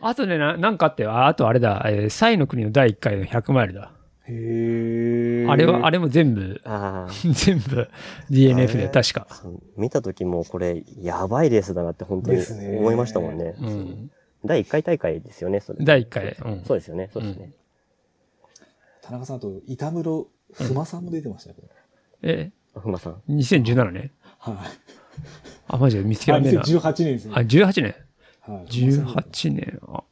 D: あとね、ななんかあって、ああとあれだ、えー、サイの国の第1回の100マイルだ。
B: へえ。
D: あれは、あれも全部、
C: ああ。
D: 全部 DNF で、確か。
C: そう見た時もこれ、やばいレースだなって本当に
B: ですね
C: 思いましたもんね。
D: う。
C: そうん第1回大会ですよね、それ。
D: 第1回。うん。
C: そうですよね、そうですね。
B: 田中さんと、板室まさんも出てましたね。
D: え、
C: ふまさん。
D: 2017年
B: はい。
D: あ、マジで見つけ
B: あ
D: られねえな。
B: 2018年です
D: あ、
B: ね。
D: 18年。
B: はい
D: 18年。あ、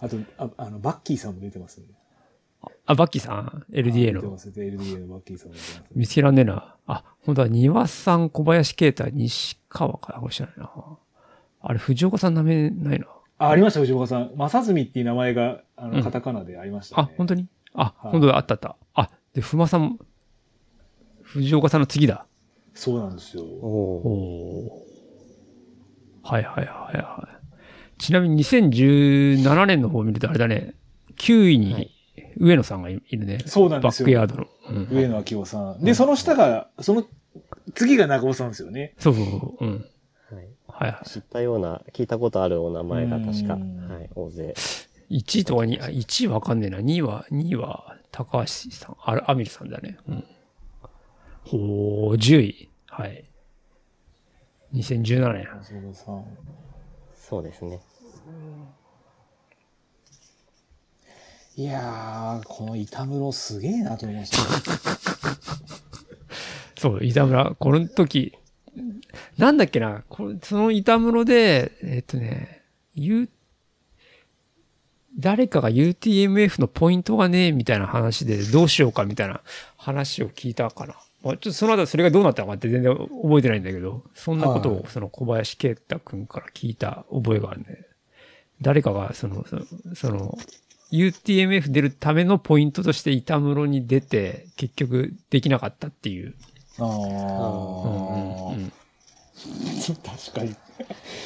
B: あと、ああの、バッキーさんも出てますね。
D: あバッキーさん ?LDA
B: 出てま
D: の。
B: すね。LDA のバッキーさんも出てますね。
D: 見つけらんねえな。あ、本当は、庭さん、小林慶太、西川かな。これ知らないな。あれ、藤岡さんなめないな。
B: あ、ありました、藤岡さん。正純っていう名前が、あの、カタカナでありました
D: あ
B: ね。、
D: 本当にあ、
B: はい
D: 本当だ、あったあった。あ、で、ふまさんも、藤岡さんの次だ。
B: そうなんですよ。
C: おー
D: おはいはいはいはい。ちなみに2017年の方を見るとあれだね、9位
C: は
D: に
C: い
D: 上野さんがいいるね。
B: そうなんで
D: バッ
B: すよ
D: クヤードの。うん
B: 上野明夫さん。で、その下が、その、次が中尾さんですよね。
D: そうそうそう。うん。
C: はい
D: はいは
C: 知ったような、聞いたことあるお名前が確か、
B: うん
C: はい、大勢。
D: い。1位とか2位、あ、1位わかんねえな。2位は、2位は高橋さん、あれ、アミルさんだね。うん。ほー、10位。はい。2017年。
B: 中尾さん。
C: そうですね。
B: いやー、この板室すげえなと思いました。
D: そう、板村、この時、なんだっけな、これその板室で、えっとね、U、誰かが UTMF のポイントがね、みたいな話でどうしようかみたいな話を聞いたかな。まあ、ちょっとその後それがどうなったのかって全然覚えてないんだけど、そんなこと
B: は
D: をその小林慶太くんから聞いた覚えがあるね。誰かがその、その、その UTMF 出るためのポイントとして板室に出て、結局できなかったって いう
B: あ
D: うん
B: ー。確かに。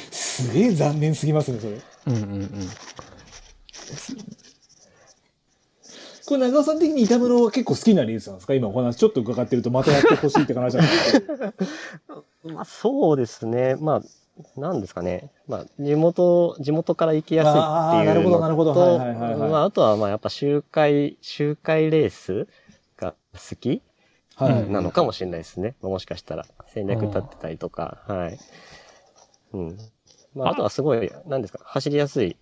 B: すげえ残念すぎますね、それ。
D: うんうんうん。
B: これ中尾さん的に板室は結構好きなレースなんですか今お話ちょっと伺ってるとまたやってほしいって話なんですけど。
C: まあ、そうですね。まあ、なんですかね。まあ、地元、地元から行きやすいっていうのと、
B: あーなるほどなるほどはいはいはいはい
C: まあ、あとは、まあ、やっぱ周回、周回レースが好き
B: はい。
C: なのかもしれないですね。もしかしたら。戦略立ってたりとか、はい。うん。まあ、あとはすごい、なんですか、走りやすい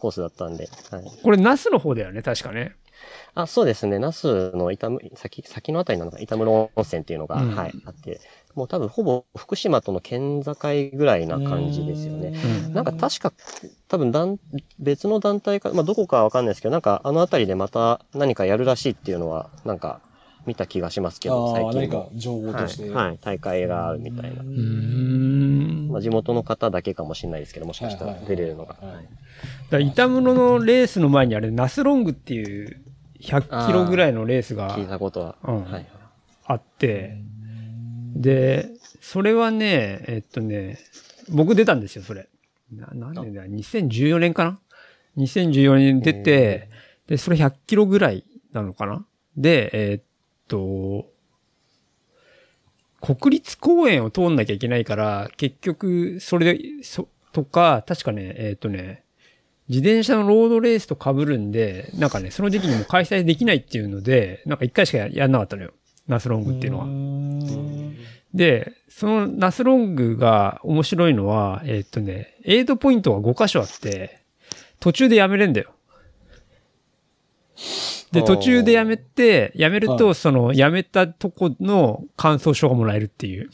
C: コースだったんで、はい。
D: これ、ナスの方だよね、確かね。
C: あ、そうですね。那須の板む、先、先のあたりなのか、板室温泉っていうのが、
D: うん
C: はい、あって、もう多分ほぼ福島との県境ぐらいな感じですよね。
D: う
C: なんか確か、多分団、別の団体か、まあどこかはわかんないですけど、なんかあのあたりでまた何かやるらしいっていうのは、なんか見た気がしますけど、
B: ああ、何
C: 最
B: か
C: 近も。
B: 情報として。
C: はい、はい、大会があるみたいな。
D: うーん。
C: まあ、地元の方だけかもしれないですけど、もしかしたら
B: はいはい
C: 出れるのが。
B: はい
D: だから板室のレースの前にあれ、ナスロングっていう100キロぐらいのレースが
C: 聞いたことは。
D: うん
C: はい。
D: あって、で、それはね、えっとね、僕出たんですよ、それ。な何年だ ?2014 年かな ?2014 年出て、で、それ100キロぐらいなのかなで、えっと、国立公園を通んなきゃいけないから、結局、それで、そ、とか、確かね、えっとね、自転車のロードレースと被るんで、なんかね、その時期にも開催できないっていうので、なんか一回しかややんなかったのよ。ナスロングっていうのは。
B: ん
D: で、そのナスロングが面白いのは、えーっとね、エイドポイントが5箇所あって、途中でやめれんだよ。で、
C: あー
D: 途中でやめて、やめる
B: は
D: と、その、やめたとこの感想書がもらえるっていう。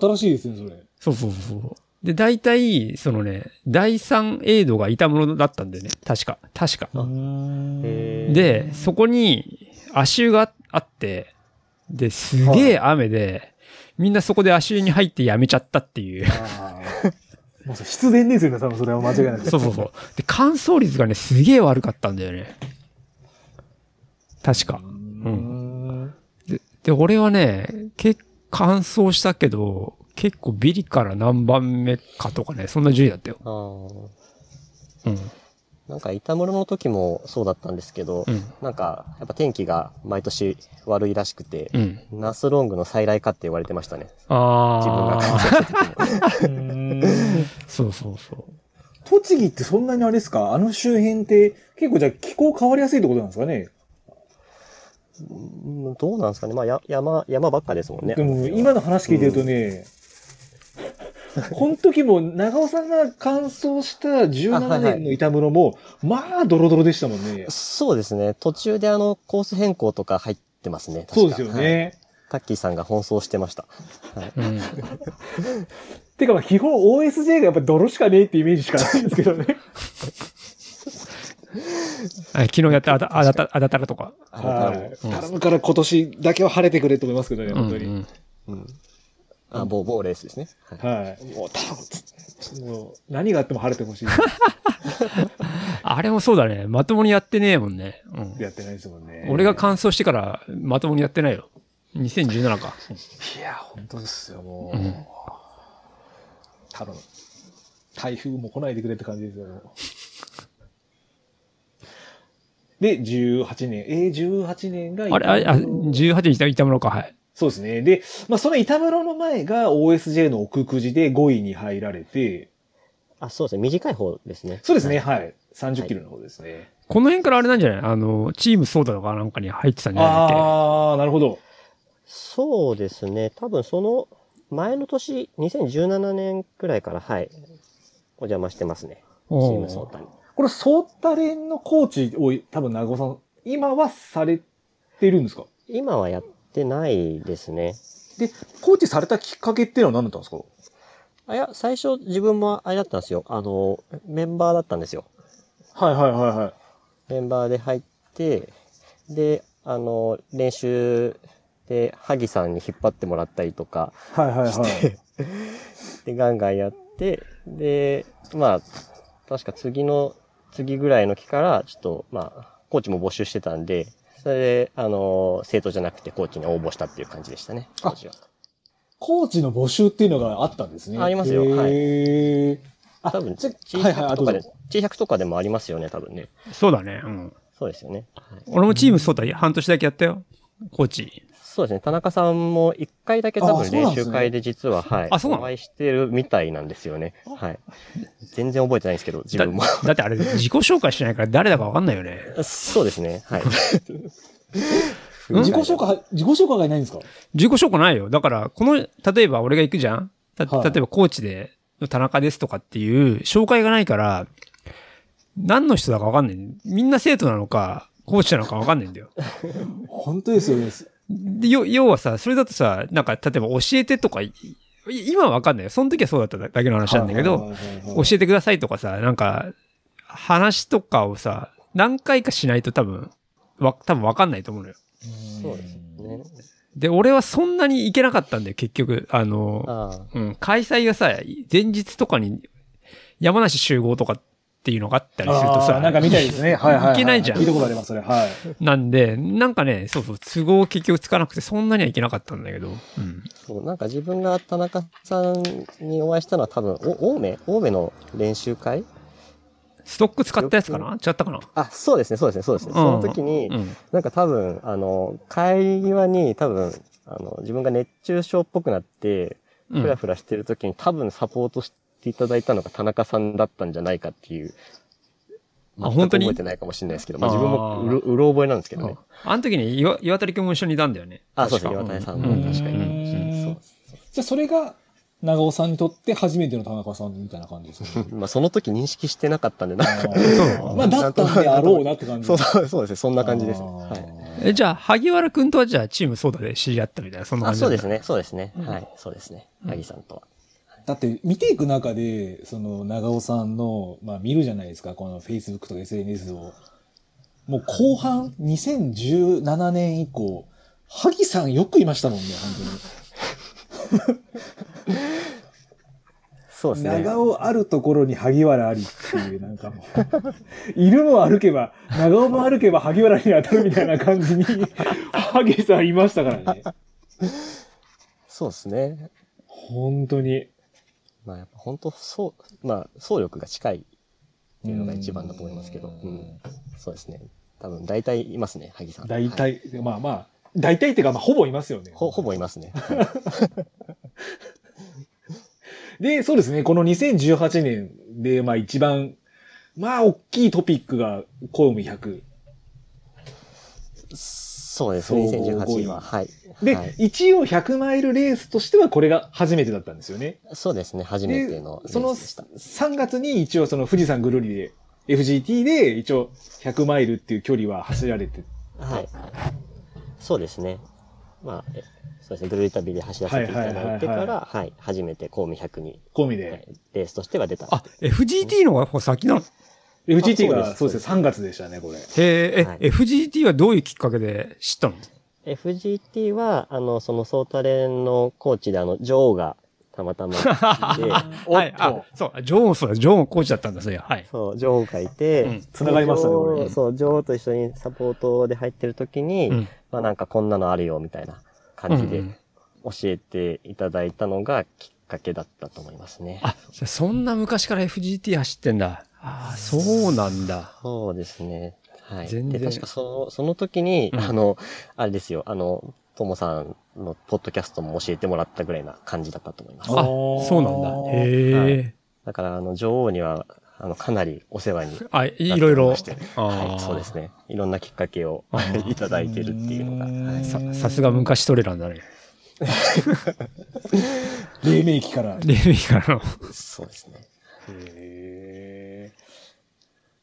B: 新しいですね、それ。
D: そうそうそうそう。で、大体、そのね、第3エイドがいたものだったんだよね。確か。確か。
C: へー
D: で、そこに足湯があって、で、すげえ雨で、みんなそこで足湯に入ってやめちゃったっていう。
B: あーも うそれ必然ですよね、多分それは間違いな く。
D: そうそうそう。で、乾燥率がね、すげえ悪かったんだよね。確か。
B: うん。
D: で、で俺はね、結乾燥したけど、結構ビリから何番目かとかね、そんな順位だったよ。
C: あー
D: うん。
C: なんか、板室の時もそうだったんですけど、
D: うん。
C: なんか、やっぱ天気が毎年悪いらしくて、
D: うん。
C: ナスロングの再来かって言われてましたね。自分が
D: あ
C: 感
D: あ。
C: じた時も。
D: そうそうそう。
B: 栃木ってそんなにあれですかあの周辺って結構じゃあ気候変わりやすいってことなんですかね
C: うん どうなんですかね。まあ、や山、山ばっかですもんね。
B: でも今の話聞いてるとね、この時も長尾さんが乾燥した
C: あは
B: 17
C: いはい
B: 年の板室も、まあドロドロでしたもんね。
C: そうですね。途中であの、コース変更とか入ってますね。確か
B: そうですよ
C: はい
B: ね。
C: タッキーさんが奔走してました。
D: うん。
B: てかまあ基本 OSJ がやっぱ泥しかねえってイメージしかないんですけどね。
D: あ昨日やったあだ、あだた、あだたらとか。
C: あれから
B: は
C: も。
B: い。頼むから今年だけは晴れてくれと思いますけどね、本当に。
D: うんうん
C: うん。あ、某、某レースですね。は
B: はい。
C: い
B: もう頼むっつってもう何があっても晴れてほしいっ
D: あれもそうだね。まともにやってねえもんね。うん。
B: てやってないですもんね
D: 俺が乾燥してからまともにやってないよ。2017か。
B: いや、本当ですよ、もう。
D: うん
B: 多分、台風も来ないでくれって感じですよ。もう で、18年。えー、18年が
D: あれ、あれ、あ、18日いたものか、はい。
B: そうですね。で、まあ、その板室の前が OSJ の奥くじで5位に入られて、
C: あ、そうですね。短い方ですね。
B: そうですね、はい。30キロの方ですね。
D: この辺からあれなんじゃないあの、チームソーダとかなんかに入ってたんじゃないっ
B: あー、なるほど。
C: そうですね。多分その前の年、2017年くらいから、はい。お邪魔してますね。チームソー
D: け
C: タに。
B: これ、ソータレンのコーチを多分、長尾さん、今はされてるんですか
C: 今はやってないですね。
B: で、コーチされたきっかけっていうのは何だったんですか
C: あ、いや、最初自分もあれだったんですよ。あの、メンバーだったんですよ。
B: はいはいはいはい。
C: メンバーで入って、で、あの、練習で、萩さんに引っ張ってもらったりとか、
B: はいはいはい。
C: で、ガンガンやって、で、まあ、確か次の、次ぐらいの期から、ちょっと、まあ、コーチも募集してたんで、それで、あの、生徒じゃなくてコーチに応募したっていう感じでしたね。
B: あ
C: 当時は
B: コーチの募集っていうのがあったんですね。
C: ありますよはい
B: へーあ
C: 多分、
B: じゃ
C: T100 とか
B: ど
C: で、
B: うぞ
C: T100 とかでもありますよね、多分ね。
D: ど。そうだね。うん。
C: そうですよね。
D: 俺もチームソーダ半年だけやったよ。コーチ。
C: そうですね。田中さんも一回だけ多
B: あ
C: 分
B: そうな
C: 練
B: んです
C: 習
B: ね
C: 会で実は、はい。
D: あそうなの
C: お会いしてるみたいなんですよね。はい。全然覚えてないんですけど、自
D: だ
C: 分も。
D: だってあ れ、自己紹介してないから誰だかわかんないよね。
C: そうですね。はい。
B: 自己紹介、自己紹介がいないんですか
D: 自己紹介ないよ。だから、この、例えば俺が行くじゃんた
B: はい
D: 例えばコーチで、の田中ですとかっていう紹介がないから、何の人だかわかんない。みんな生徒なのか、コーチなのかわかんないんだよ。
B: 本当ですよね。
D: で、よ要はさ、それだとさ、なんか、例えば教えてとか、いい今はわかんないよ。その時はそうだっただけの話なんだけ
B: はい
D: ど、
B: はいはいはい
D: 教えてくださいとかさ、なんか、話とかをさ、何回かしないと多分、わ、多分わかんないと思うのよ。
C: そうですね。
D: で、俺はそんなに行けなかったんだよ、結局。あの、
C: ああ。
D: うん、開催がさ、前日とかに山梨集合とかっていうのがあったりすると
B: あ
D: さ、
B: ーなんか見たいですね。はいはいは。
D: いけないじゃん
B: 聞いたことあります、それ。はい。
D: なんで、なんかね、そうそう、都合結局つかなくて、そんなにはいけなかったんだけど、うん。
C: そう、なんか自分が田中さんにお会いしたのは多分、お、青梅青梅の練習会
D: ストック使ったやつかな違ったかな
C: あ、そうですね、そうですね、そうですね。その時に、
D: うん。
C: なんか多分、あの、帰り際に多分、あの、自分が熱中症っぽくなって、
D: うん
C: ふらふらしてる時に多分サポートしていただいたのが田中さんだったんじゃないかっていう全く
D: 本当に
C: 覚えてないかもしれないですけど、まあ自分もうろうろ覚えなんですけどね。
D: あの時に岩岩谷君も一緒にいたんだよね。
C: あ、そうですね。
D: 確
C: 岩
D: か
C: 谷さん
D: う
C: も
D: ん
C: 確か
B: う
C: に。
B: ん
C: そう。
B: じゃあそれが、長尾さんにとって初めての田中さんみたいな感じですね
C: まあその時認識してなかったんで、なんか、
B: まあ、だったんであろうなって感じ。
C: そうそうそうですね。そんな感じですね。
B: あ
C: はい。
B: ー
D: えじゃあ、萩原君とはじゃあ、チームソーダで知り合ったみたいな、そんな感
C: あ、
D: じ
C: そ
D: なん
C: う
D: だ
C: ですね。そうですね。
D: うん
C: はい。そうですね。萩さんとは。
B: だって見ていく中で、その長尾さんの、まあ見るじゃないですか、この Facebook とか SNS を。もう後半、2017年以降、萩さんよくいましたもんね、本
C: そうです
B: 当に。
C: ね。
B: 長尾あるところに萩原ありっていう、なんかもう、いるも歩けば、長尾も歩けば萩原に当たるみたいな感じに、萩さんいましたからね。
C: そうですね。
B: 本当に。
C: まあやっぱ本当、そう、まあ、総力が近いっていうのが一番だと思いますけど。うん。そうですね。多分大体いますね、萩さん。
B: 大
C: はい。
B: 体、まあまあ、大体っていうか、まあ、ほぼいますよね。
C: ほ、ほぼいますね。
B: で、そうですね、この2018年で、まあ一番、まあ大きいトピックが、コウム100。
C: そうです
B: 総合
C: ね、
B: 5位
C: 2018は。はい。
B: で、
C: はい
B: 1を100マイルレースとしてはこれが初めてだったんですよね。
C: そうですね、初めて
B: で
C: の、レ
B: そ
C: ー
B: の
C: スでした。
B: 3月に一応その富士山ぐるりで、FGT で一応100マイルっていう距離は走られて、
C: はい。そうですね。まあ、えそうですね、ぐるり旅で走らせていただいて
B: はい
C: か
B: はいはい
C: ら、はい、初めて神戸100に、
B: 込み
C: はい
B: で。
C: レースとしては出た。
D: あ、FGT の方が先なのへ
B: FGT が、そ
C: そうう
B: で
C: です
B: すね、3月でしたね、これ。
D: え、え、
C: はい
D: FGT はどういうきっかけで知ったの
C: FGT は、あの、そのソータレンのコーチで、あの、女王がたまたまい て、
D: はい、あ、そう、ジョーン、そうだ、ジョーンコーチだったんだ、それは。はい。
C: そう、女王がいて、
D: うん
B: 繋がりましたね
C: その女王
B: これ
C: そう、女王と一緒にサポートで入ってる時に、
D: うん
C: まあなんかこんなのあるよ、みたいな感じ
D: う
C: で
D: んうん
C: 教えていただいたのがきっかけだったと思いますね。
D: あ、じゃあそんな昔から FGT 走ってんだ。ああ、そうなんだ。
C: そうですね。はい。
D: 全
C: で、
D: 然
C: 確かその、その時に、
D: うん
C: あの、あれですよ、あの、ともさんのポッドキャストも教えてもらったぐらいな感じだったと思います。
D: あ、
B: おー
D: そうなんだ。へえ。
C: だから、あの、女王には、あの、かなりお世話に。
D: あ、 いいろいろ
C: なっておりまして。
D: あー
C: はい、そうですね。いろんなきっかけを
D: あー
C: いただいてるっていうのが。はい
D: さ、さすが昔トレランだね。
B: 黎明期から。
D: レミからの。
C: そうですね。
B: へ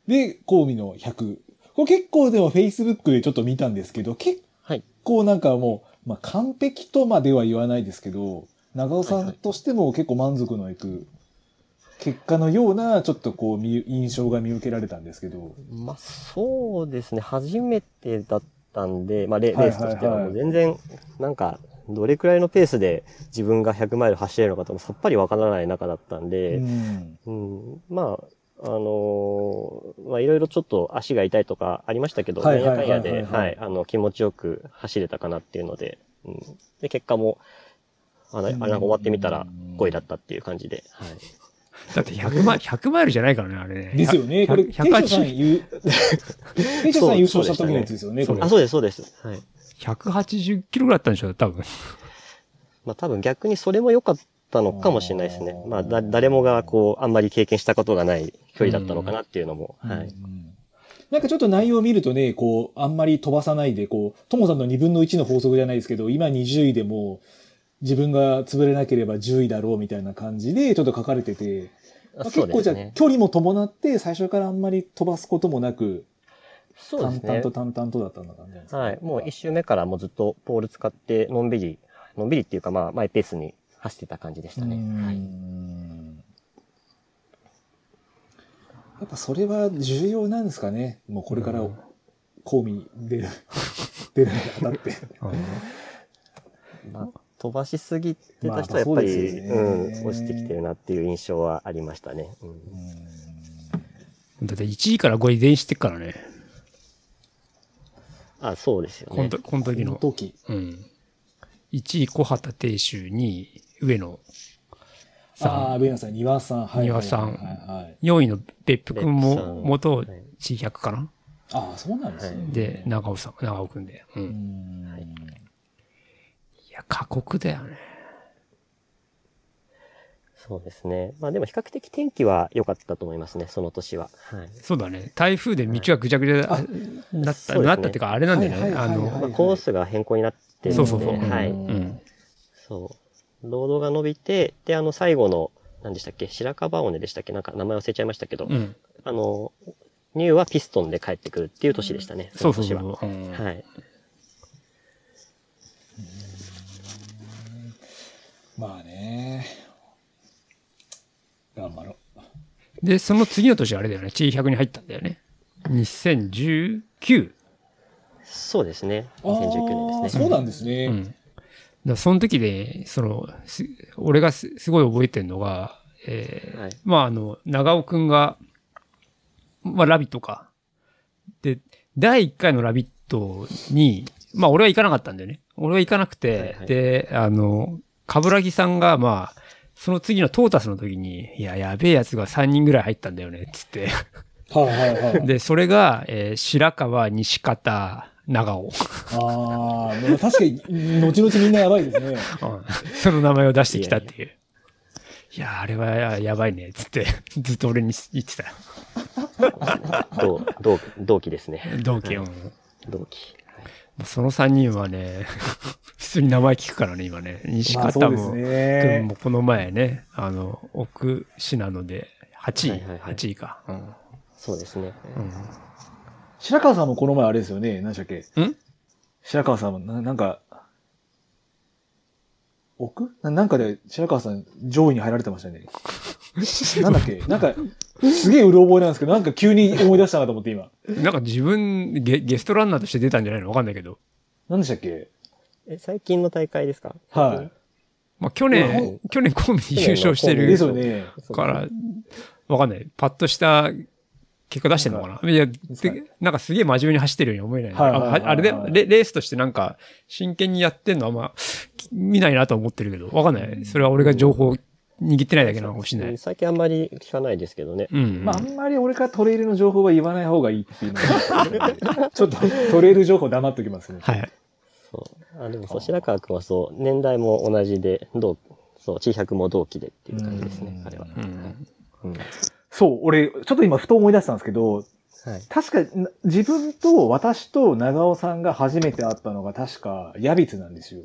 B: ーで、神戸の100。これ結構でも Facebook でちょっと見たんですけど、結
C: はい。
B: 構なんかもう、まあ完璧とまでは言わないですけど、長尾さんとしても結構満足のいく結果のような、ちょっとこう見、印象が見受けられたんですけど。
C: まあ、そうですね。初めてだったんで、まあ、レレ
B: はいはい
C: ースとしては
B: はい
C: もう全然、なんか、どれくらいのペースで自分が100マイル走れるのかともさっぱりわからない中だったんで、
B: うん。
C: うん、まあ、あのーまあ、いろいろちょっと足が痛いとかありましたけど、
B: は
C: ないん
B: は
C: や
B: い
C: か
B: はい
C: ん
B: はいは
C: や
B: い
C: で、はい、あの、気持ちよく走れたかなっていうので、うん、で、結果も、あの、あ
B: ん
C: なんか終わってみたら
B: うん
C: 5位だったっていう感じで、はい。
D: だって100マイル、100マイルじゃないからね、あれね。
B: ですよね。これ、
D: 100
B: テイショさん優、 テイショさん優勝した時のやつですよね、こ
D: そう
B: れ
C: あ、。そうです、そうです。はい。
D: 180キロぐらいあったんでしょ、多分。
C: まあ、多分逆にそれも良かったのかもしれないですね
B: あ。ー
C: まあ、だ、誰もが、こう、あんまり経験したことがない距離だったのかなっていうのも、は
B: う
C: い。
B: んなんかちょっと内容を見るとね、こう、あんまり飛ばさないで、こう、ともさんの2分の1の法則じゃないですけど、今20位でも、自分が潰れなければ10位だろうみたいな感じで、ちょっと書かれてて、まあ
C: あ
B: 結
C: そうで
B: 構じ
C: す
B: ゃあ
C: ね。
B: 距離も伴って、最初からあんまり飛ばすこともなく、
C: そうで
B: 淡
C: すね
B: 々と。淡々とだったんだ感じなんですか
C: はい。もう一周目からもうずっとポール使って、のんびり、のんびりっていうかまあ、マイペースに走ってた感じでした
B: う
C: ね。はい。
B: んやっぱそれは重要なんですかね。もうこれから、公民出る、出るにあたって。
C: まあ、飛ばしすぎて
B: まあ
C: た人はやっぱ
B: そうで
C: り、
B: すよね
C: うん、落ちてきてるなっていう印象はありましたね。うん
D: だって1位から5位全員知ってっからね。
C: あ、そうですよ
D: こ
C: ね
D: の。とこの時
B: この
D: の。
B: 時。
D: うん。1位、小畑亭主、2位、上野
B: あ
D: さ
B: あ、上野さん、庭さん。はい、
D: 丹羽さん
B: はいはいはい。
D: ん、4位の別府君
C: 別府さ
D: も
C: ん
D: 元地100かな。
B: ああ、そうなんですね。
D: で、長尾さん、長尾君で。う。
B: うんん
D: いや、過酷だよね。
C: そうですね。まあでも比較的天気は良かったと思いますね、その年は。はい。
D: そうだね。台風で道がぐちゃぐちゃだなった、
C: そうですね
D: なったっていうか、あれなんだよ
B: はい
D: ね。
B: はい
D: あ
B: はいはい
D: の、
C: まあ、コースが変更になってる
D: そ
C: の
D: う
C: で、
D: そうそう。
C: は
D: う
C: い。
D: ん。
C: そう。ロードが伸びて、で、あの、最後の、何でしたっけ白樺尾根でしたっけなんか名前忘れちゃいましたけど、
D: うん。
C: あの、ニューはピストンで帰ってくるっていう年でしたね。
D: そうそう
C: の年
D: そ
C: は
D: う。うん
C: はい。
B: まあね。頑張ろ
D: で、その次の年あれだよね。T100 に入ったんだよね。2019。
C: そうですね。
B: う。
C: 2019年です
B: あーそ
C: ね
B: う。なんですね。
D: うん。だからその時で、その、す俺がすすごい覚えてるのが、えー
C: はい
D: まああの、長尾くんが、まあラビットか。で、第1回のラビットに、まあ俺は行かなかったんだよね。俺は行かなくて、
C: はいはい
D: で、あの、カブラギさんが、まあ、その次のトータスの時に、いや、やべえやつが3人ぐらい入ったんだよね、つって。
B: はいはいは い。
D: で、それが、えー白川、西方、長尾。
B: ああ、でも確かに、後々みんなやばいです ね。
D: その名前を出してきたっていう。いやあれはややばいね、つって、 ずっと俺に言ってたよ。
C: 同同同期ですね。
D: 同期を。
C: 同期。
D: その3人はね、 普通に名前聞くからね、今ね。西
B: ま
D: 方
B: あそ
D: も、
B: う
D: 君
B: ですね
D: もこの前ね、あの、奥市なので、8位、
C: はいはいはい
D: 8位か。うん
C: そうですね。
B: 白川さんもこの前あれですよね。何でしたっけ
D: ん
B: 白川さんもな、なんか、奥ななんかで白川さん上位に入られてまし たね。なんだっけなんか、すげえうる覚えなんですけど、なんか急に思い出したなと思って今。
D: なんか自分ゲ、ゲストランナーとして出たんじゃないのわかんないけど。
B: 何でしたっけ
C: え、最近の大会ですか
B: は
D: まあ、去
B: いやほ
D: 年、去年コンビ優勝して
B: い。
D: る
B: で
C: です
B: よ
C: すよ
B: ね。
D: から、わかんない。パッとした結果出してんのかないや、でなんかすげえ真面目に走ってるように思えない。
B: はいはいはいはい
D: ああれでレ、レースとしてなんか真剣にやってんのあんまき見ないなとは思ってるけど、わかんない。それは俺が情報握ってないだけなのかもしれ
C: う
D: なんい。
C: 最近あんまり聞かないですけどね。
D: うん。
B: まあ、あんまり俺からトレイルの情報は言わない方がいいっていうの はちょっとトレイル情報黙っときますね。
D: はい。
C: そう。あ、でもそう、白川くんはそう、年代も同じで、同、そう、千百も同期でっていう感じですね、
B: うん
C: あれは。
D: うん。
C: うん。は
B: そう、俺、ちょっと今ふと思い出したんですけど、
C: い。
B: 確か、な自分と私と長尾さんが初めて会ったのが確か、ヤビツなんですよ。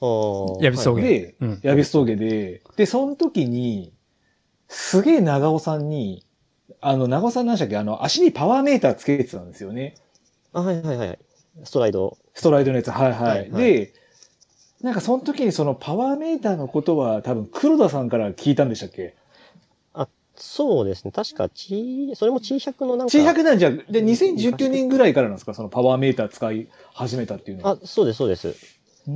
C: おー
D: やびそう
C: はい
B: で
D: うん、
B: ヤビツ峠で、で、その時に、すげえ長尾さんに、あの、長尾さんなんでしたっけあの、足にパワーメーターつけてたんですよね。
C: あ、はいはいはい。ストライド。
B: ストライドのやつ、はいはい。
C: はいはい
B: で、なんかその時にそのパワーメーターのことは多分黒田さんから聞いたんでしたっけ
C: あ、そうですね。確か、ち、それもち百のなんか。
B: 千100なんじゃ、で、2019年ぐらいからなんですかそのパワーメーター使い始めたっていうのは。
C: あ、そうです、そうです。
B: うー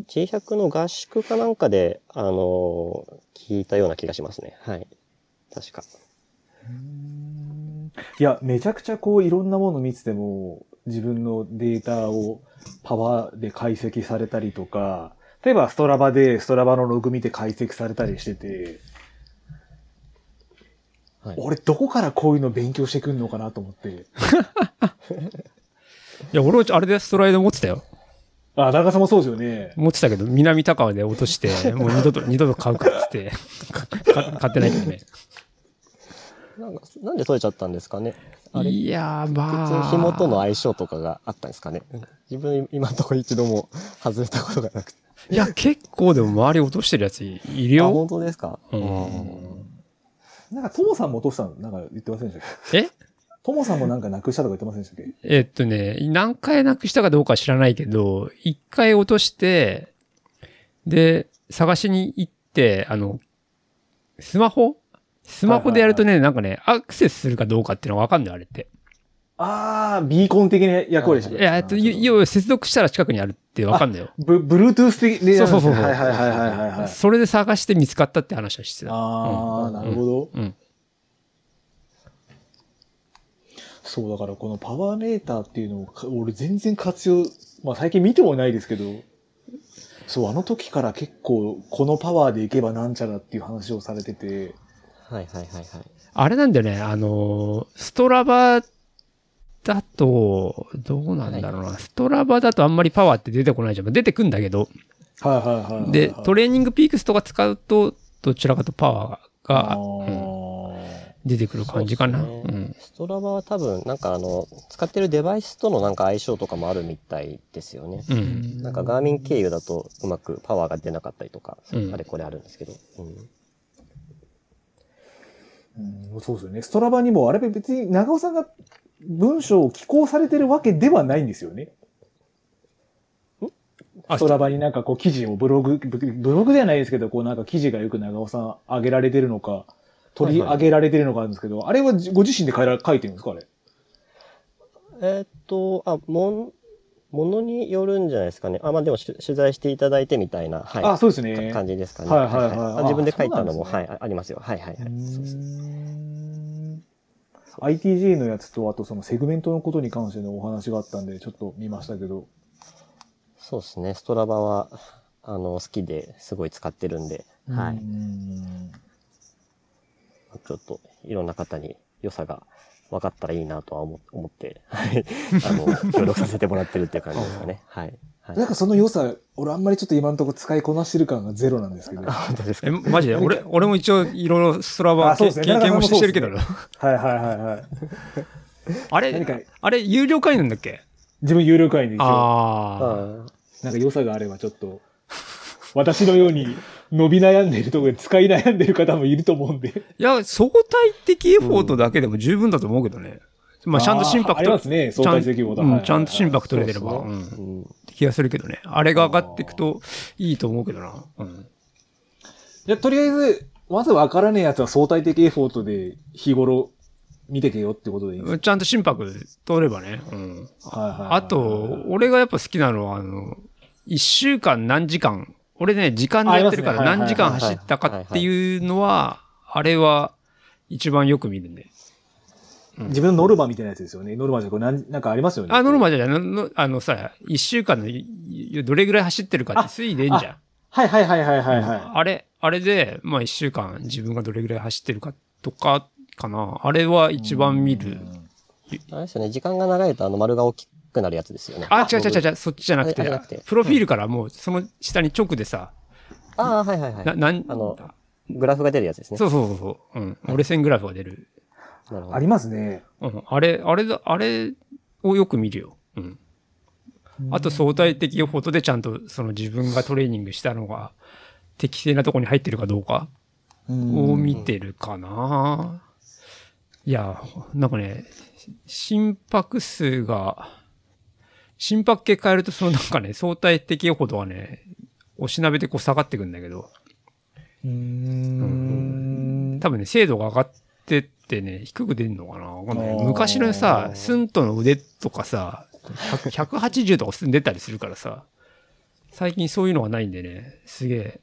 B: ん。
C: ち百の合宿かなんかで、あのー聞いたような気がしますね。はい。確か。
B: いや、めちゃくちゃこういろんなもの見てても、自分のデータをパワーで解析されたりとか、例えばストラバでストラバのログ見て解析されたりしてて、
C: はい
B: 俺どこからこういうの勉強してくんのかなと思って。
D: いや、俺はあれでストライド持ってたよ。
B: あ、田中さんもそうですよね。
D: 持ってたけど、南高尾で落として、もう二度と、二度と買うからっつって、か買ってないけどね。
C: なんかなんで取れちゃったんですかね。あれ、
D: いやー、ま
C: 靴
D: あ。
C: 紐との相性とかがあったんですかね。自分、今のところ一度も 外れたことがなくて。
D: いや、結構でも周り落としてるやついいる
C: あ、
D: よ
C: 本。当ですか
D: うん
B: なんか、ともさんも落としたの、なんか言ってませんでしたっけ
D: え
B: ともさんもなんかなくしたとか言ってませんでしたっけ
D: えっとね、何回なくしたかどうかは知らないけど、一回落として、で、探しに行って、あの、スマホスマホでやるとね、なんかね、アクセスするかどうかっていうのがわかんない、あれって。
B: あー、ビーコン的な役割でし
D: い
B: た
D: や、えっと、い要は接続したら近くにあるってわかんないよ。
B: ブ、ブルートゥース的で、
D: そうそうそう
B: はいはいはいはいはいはい。
D: それで探して見つかったって話はしてた。
B: ああ、なるほど。
D: うん。
B: そう、だからこのパワーメーターっていうのをか、俺全然活用、まあ最近見てもないですけど、そう、あの時から結構、このパワーでいけばなんちゃらっていう話をされてて、
C: はいはいはいはい。
D: あれなんだよね、あのー、ストラバだと、どうなんだろうな、ストラバだとあんまりパワーって出てこないじゃん。まあ出てくんだけど、
B: はいはいはいはい。
F: で、ト
B: れ
F: レーニングピークスとか使うと、どちらかとパワーが、うん出てくる感じかな。
C: そうですね
F: うん
C: ストラバは多分、なんかあの、使ってるデバイスとのなんか相性とかもあるみたいですよね。
F: うん。
C: なんかガーミン経由だとうまくパワーが出なかったりとか、
F: うん
C: あれこれあるんですけど。うん
B: うん、そうですよね。ストラバにも、あれ別に長尾さんが文章を寄稿されてるわけではないんですよね。
F: あ
B: ストラバになんかこう記事をブログ、ブブログではないですけど、こうなんか記事がよく長尾さん上げられてるのか、取り上げられてるのかあるんですけど、あれはじご自身で書いら書いてるんですかあれ。
C: えーっと、あ、もん、ものによるんじゃないですかね。あ、まあでもし取材していただいてみたいな、はい。
B: あ、そうです
C: か
B: ね。
C: 感じですかね。
B: はいはいはい
C: あ
B: あ
C: 自分で書いたの
B: そ
C: も、
B: うなんですね
C: はい、あありますよ。はいはいはい。そうです
B: ITJ のやつと、あとそのセグメントのことに関してのお話があったんで、ちょっと見ましたけど。
C: そうですね。ストラバは、あの、好きですごい使ってるんで、は
B: う
C: い。
B: ん
C: ちょっと、いろんな方に良さが分かったらいいなとは思思って、 はい。あの、協力させてもらってるっていう感じですかね。はい。はい
B: なんかその良さ、俺あんまりちょっと今のところ使いこなしてる感がゼロなんですけど。はい
C: 本当ですか
D: え、マジで俺、俺も一応いろいろストラバ
B: あそう
D: 経
B: ですね
D: 経験もしてるけどな。
B: はいはいはい。
D: あ
B: 何か
D: れ、あれ、有料会員なんだっけ
B: 自分有料会員で一応、
D: ああ。
C: あ
B: なんか良さがあればちょっと、私のように伸び悩んでるところで使い悩んでる方もいると思うんで。
D: いや、相対的エフォートだけでも十分だと思うけどね。まあ、ちゃんと心
B: あ
D: 拍
B: り
D: と
B: ますね、
D: ち
B: 相
D: ゃん
B: 対性規模だ。
D: うん
B: はい
D: ちゃんと心拍取れてれ
C: あ
D: ば、うんっ
C: ーうん
D: て気がするけどね。あれが上がっていくといいと思うけどな。うん
B: じゃあ、とりあえず、まず分からねえやつは相対的エフォートで日頃見てけよってことでいいんです
D: ちゃんと心拍取ればね。うん
B: か、はいはいはい
D: あと、俺がやっぱ好きなのは、あの、一週間何時間、俺ね、時間でやってるか
B: あ
D: ら
B: り
D: 何
B: ます
D: 時
B: ねは
D: 間
B: いはい
C: はいはい
D: 走ったかっていうのは、あれは一番よく見るんで。
B: 自分のノルマみたいなやつですよね。ノルマじゃなくなんなんかありますよね。
D: あ、ノルマじゃない、のあのさ、一週間のいいどれぐらい走ってるかって推移でんじゃん。
B: はいはいはいはいはいはい。
D: あれ、あれで、まあ一週間自分がどれぐらい走ってるかとか、かな。あれは一番見る。
C: あれですよね。時間が長いと、あの、丸が大きくなるやつですよね。
D: あ、違う違う違う、そっちじゃなく
C: あれあれじゃなく
D: て
C: て、
D: プロフィールからもうその下に直でさ、
C: ああ、はいはいはい
D: な、。なん、
C: あのグラフが出るやつですね。
D: そうそうそうそう。うん。折れ線グラフが出る。
C: なるほ
B: あ
C: ど。
B: りますね。
D: うん。あれ、あれだ、あれをよく見るよ。うん。あと相対的予報とでちゃんとその自分がトレーニングしたのが適正なとこに入ってるかどうかを見てるかな。いや、なんかね、心拍数が、心拍計変えるとそのなんかね、相対的予報とはね、おしなべてこう下がってくんだけど、
B: うん。
D: 多分ね、精度が上がってってね、低く出んのかなわかんない
B: あー
D: 昔のさ、スントの腕とかさ、100 180とか進んでたりするからさ、最近そういうのがないんでね、すげえ、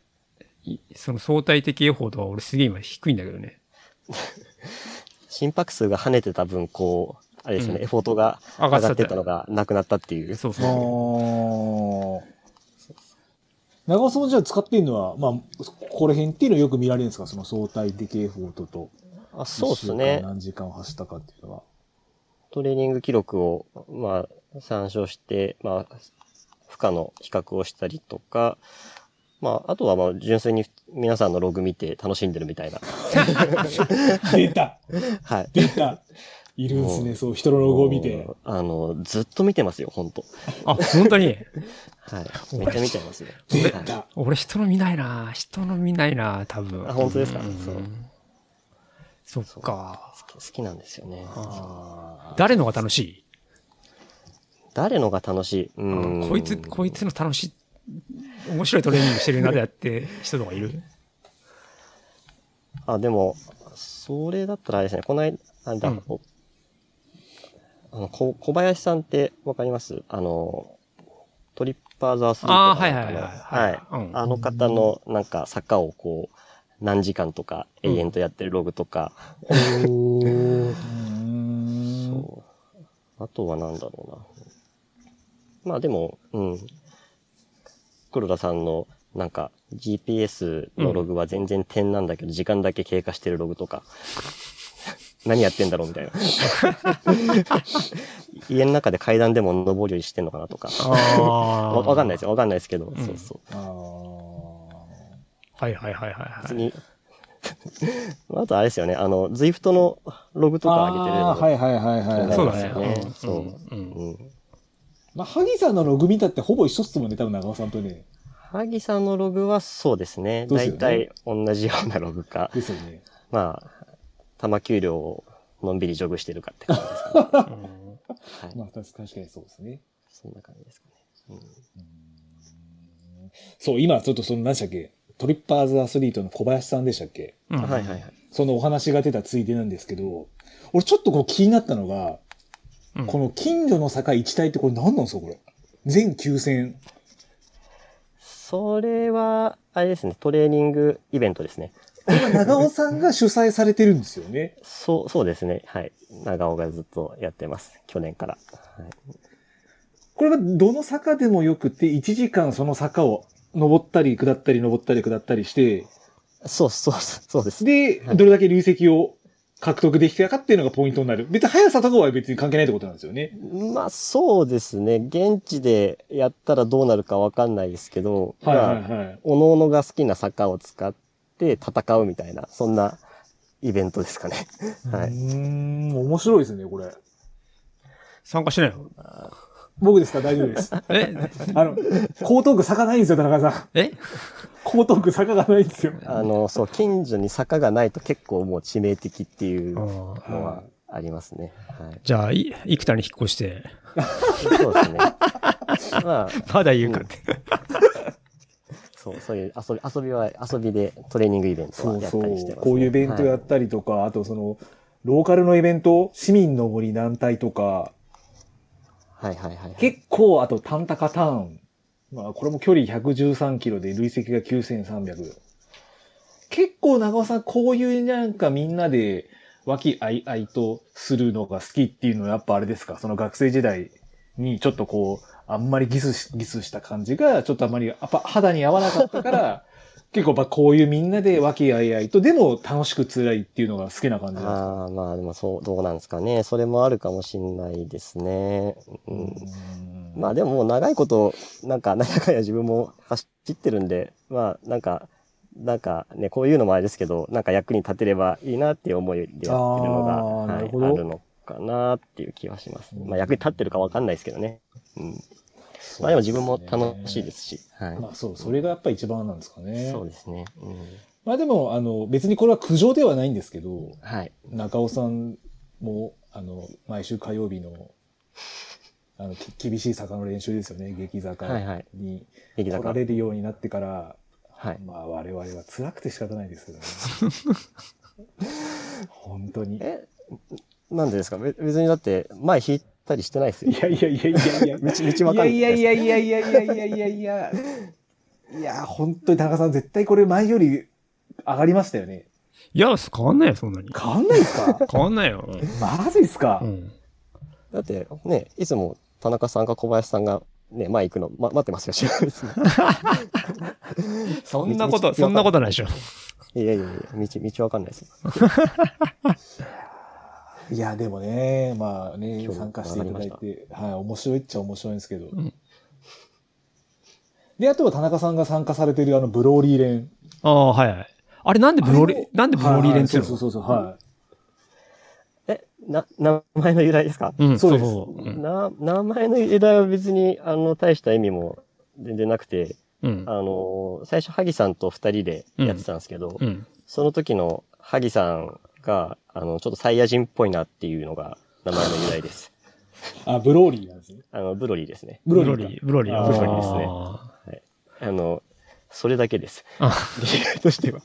D: いその相対的予報とは俺すげえ今低いんだけどね。
C: 心拍数が跳ねてた分、こう、あれですよね、
D: うん
C: エフォートが
D: 上
C: 上
D: がっちゃった
C: がってたのがなくなったっていう。
D: そうそう。
B: あ長尾さんもじゃあ使っているのは、まあ、ここら辺っていうのをよく見られるんですかその相対的エフォートと。
C: あそうです
B: 一週間
C: ね。
B: 何時間走ったかっていうのは。
C: トレーニング記録を、まあ、参照して、まあ、負荷の比較をしたりとか、まあ、あとは、まあ、純粋に皆さんのログ見て楽しんでるみたいな。
B: 出た
C: はい。
B: 出たいるんすね、そう、人のロゴを見て。
C: もう。あの、ずっと見てますよ、ほんと。
D: あ、本当に。
C: はい。めっちゃ見ちゃいますね。
B: 出
C: はい
B: た
D: 俺人の見ないな人の見ないな多分。
C: あ、本当ですか
D: うん
C: そう。
D: そっか。
C: 好き好きなんですよね。
B: あ
D: 誰のが楽しい
C: 誰のが楽しいうん。
D: こいつ、こいつの楽しい、面白いトレーニングしてるなでやって人とかいる
C: あ、でも、それだったらあれですね、この間、あだ、
D: うん
C: おあのこ小林さんってわかりますあの、トリッパーズアスリート
D: ああ、
C: か
D: はい
C: な
D: はいはい。
C: はい
D: うん
C: あの方のなんか坂をこう、何時間とか永遠とやってるログとか、
B: ーうーん
C: そう。あとはなんだろうな。まあでも、うん。黒田さんの、なんか、GPS のログは全然点なんだけど、時間だけ経過してるログとか。 何やってんだろうみたいな。 家の中で階段でも上り下りしてんのかなとか。
D: あ
C: わわかんない
D: い。
C: ですよ。わかんないですけど。
D: ん
C: そうそう。
B: あ
D: はいはいはいはいは
C: 別
D: い。
C: に。あとあれですよね。あの、Zwift のログとか上げてる
B: あ
C: の
B: ー、はいはいはいはいはい。
D: そうだ
C: そうですよ
D: ね
C: ね。そう
D: うんうん
C: うん。
B: まあ、萩さんのログ見たってほぼ一緒っすもんね、多分長尾さんとね。
C: 萩さんのログはそうですね。
B: そうですよ
C: 大
B: ね
C: 体同じようなログか。
B: ですよね。
C: まあ、玉給料をのんびりジョグしてるかって 感じですかね。はい
B: まあ、確かにそうですね。
C: そんな感じですかね。
B: そう、今ちょっとその何でしたっけトリッパーズアスリートの小林さんでしたっけ
D: うん
C: はいはいはい。
B: そのお話が出たついでなんですけど、俺ちょっとこう気になったのが、
D: うん
B: この近所の坂一帯ってこれ何なんですかこれ。全9戦。
C: それは、あれですね、トレーニングイベントですね。
B: 今長尾さんが主催されてるんですよね。
C: そう、そうですね。はい。長尾がずっとやってます。去年から。はい、
B: これはどの坂でもよくて、1時間その坂を登ったり下ったり登ったり下ったりして、
C: そうそう、そうです。
B: で、
C: はい
B: どれだけ累積を獲得できたかっていうのがポイントになる。別に速さとかは別に関係ないってことなんですよね。
C: まあそうですね。現地でやったらどうなるかわかんないですけど、
B: はいは
C: まあ、
B: いはい。
C: おののが好きな坂を使って戦うみたいな、そんなイベントですかね。 は
B: う
C: い。
B: ーん、面白いですね、これ。
D: 参加しないの
B: 僕ですか大丈夫です。 あ
D: え
B: の、江東区坂ないんですよ、田中さん。
D: え
B: 江東区坂がないんですよ。
C: あの、そう、近所に坂がないと結構もう致命的っていうの
D: あー
C: はありますね。はい。
D: じゃあ、い幾田に引っ越して、
C: そうですね。 まあ、
D: まだ言うかって。
C: そう、そういう遊び、遊びは遊びでトレーニングイベント
B: そ
C: は
B: う
C: やっ
B: そ
C: た
B: う
C: りしてます、ね。
B: こういうイベントや
C: は
B: っ
C: い
B: たりとか、あとその、ローカルのイベント、市民の森団体とか、
C: はいはいはいはい。
B: 結構、あと、タンタカターン。まあ、これも距離113キロで、累積が9300。結構、長尾さん、こういうなんかみんなで、和気あいあいとするのが好きっていうのはやっぱあれですかその学生時代にちょっとこう、あんまりギスし、ギスした感じが、ちょっとあんまり、やっぱ肌に合わなかった から、結構やっぱこういうみんなで和気あいあいと、でも楽しく辛いっていうのが好きな感じなん
C: ああ、まあでもそう、どうなんですかね。それもあるかもしんないですね。う
B: です
C: ん。
B: かうん
C: まあでももう長いこと、なんか、なんやかんや自分も走ってるんで、まあなんか、なんかね、こういうのもあれですけど、なんか役に立てればいいなっていう思いでやってるのが、
B: あー
C: はい
B: な
C: あ
B: る
C: る
B: ほど
C: のかなっていう気はします。まあ役に立ってるかわかんないですけどね。うん。まあでも自分も楽しいですし、はい。
B: まあそう、それがやっぱ一番なんですかね。
C: そうですね。うん。
B: まあでも、あの、別にこれは苦情ではないんですけど、
C: はい。
B: 中尾さんも、あの、毎週火曜日の、あの、き厳しい坂の練習ですよね、激坂
C: はいはい
B: に
C: 激
B: 来
C: 坂
B: られるようになってから、
C: はい。
B: まあ我々は辛くて仕方ないですけどね。 本当に。い
C: え、なんでですかべ別にだって、前引いたりしてないですよ。
B: やいやいやいやいや。
C: 道、道わかんない
B: いやいやいやいやいやいやいやいやいや。いや、本当に田中さん絶対これ前より上がりましたよね。
D: いや、変わんないよ、そんなに。
B: 変わんないですか
D: 変わんないよ。
B: マジです か、
D: うん。
C: だって、ね、いつも田中さんか小林さんが、ね、前行くの、ま、待ってますよ、知らないですね
D: そんなこと、そんなことないでしょ。
C: いやいやいや、道、道わかんないですよ。
B: いや、でもね、まあね、
C: 今日
B: 参加していただいて、はい、面白いっちゃ面白いんですけど。で、あとは田中さんが参加されてるあの、ブローリー連。
D: ああ、はいはい。あれ、なんでブローリー、なんでブローリー連っていう
B: はい
D: の
B: はいそうそうそうそう、は
C: え、な、名前の由来ですか、
D: うん、
B: そうです
D: そう。うん
C: な、名前の由来は別に、あの、大した意味も全然なくて、
D: うん
C: あ。の、最初、萩さんと二人でやってたんですけど、
D: うん。
C: その時の萩さんが、あの、ちょっとサイヤ人っぽいなっていうのが名前の由来です。
B: い。あ、ブローリーなんですね。
C: あの、ブロリーですね。
B: ブ
D: ブ
B: ロ
D: ロ
B: リーか
D: リー、ブロリー。
B: あーブロリー
C: ですね
D: あ
C: あの、それだけです。
D: あ
C: 理由としては。
D: ー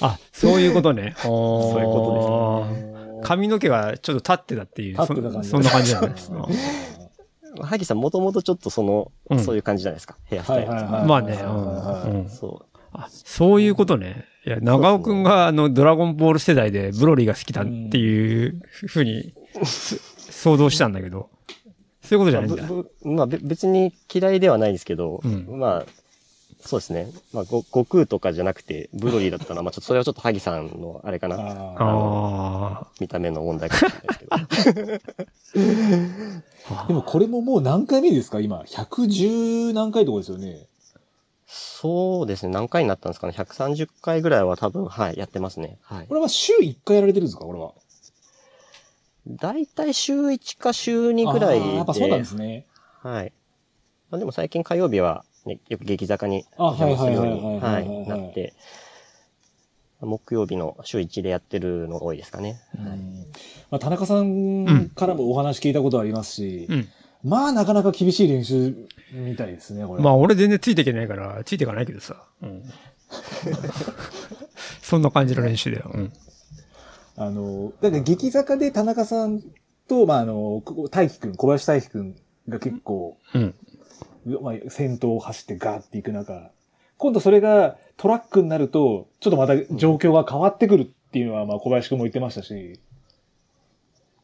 D: あ、そういうことね。そ
C: そういうこと
D: です。髪の毛がちょっと立ってたっていう、
B: 立ってた感じ
D: そそんな感じなんで
B: うん
D: す。
C: 萩さん、もともとちょっとその、
D: うん
C: そういう感じじゃないですか。ヘアス
B: は
C: タイ
B: い
C: ルが。
B: はいはい。
D: まあね、
B: はいうはい
D: ん
B: はい
D: うん
C: そう。
D: あそういうことね。いや、長尾くんが、あの、ドラゴンボール世代でブロリーが好きだっていうふうに、す想像したんだけど、そういうことじゃないんだ。
C: ぶぶまあ、べ別に嫌いではないですけど、
D: うん
C: まあ、そうですね。まあ、ご悟空とかじゃなくて、ブロリーだったのは、まあ、ちょっと、それはちょっと萩さんの、あれかな、
B: あー
D: あ
C: 見た目の問題かもしれないですけど。
B: でもこれももう何回目ですか今、110何回とかですよね。
C: そうですね。何回になったんですかね。130回ぐらいは多分、はい、やってますね。はい
B: こ。れは週1回やられてるんですかこれは。
C: 大体週1か週2ぐらい
B: あ
C: で。
B: ーやっぱそうなんですね。
C: はい。まあ、でも最近火曜日は、ね、よく劇坂に
B: あ
C: お邪魔するように、
B: はいは
C: は
B: は
C: い
B: いはいはい
C: い、なって、木曜日の週1でやってるのが多いですかね。
B: うんまあ、田中さんからもお話聞いたことありますし、
D: うん
B: まあなかなか厳しい練習みたいですね、こ
D: あ。
B: れ
D: ま
B: は。
D: あ俺全然ついていけないから、ついていかないけどさ。うん、 そんな感じの練習だよ。うん、
B: あの、だから劇坂で田中さんと、まああの、こ大輝くん、小林大輝くんが結構、
D: うん
B: まあ、先頭を走ってガーっていく中、今度それがトラックになると、ちょっとまた状況が変わってくるっていうのは、まあ小林くんも言ってましたし、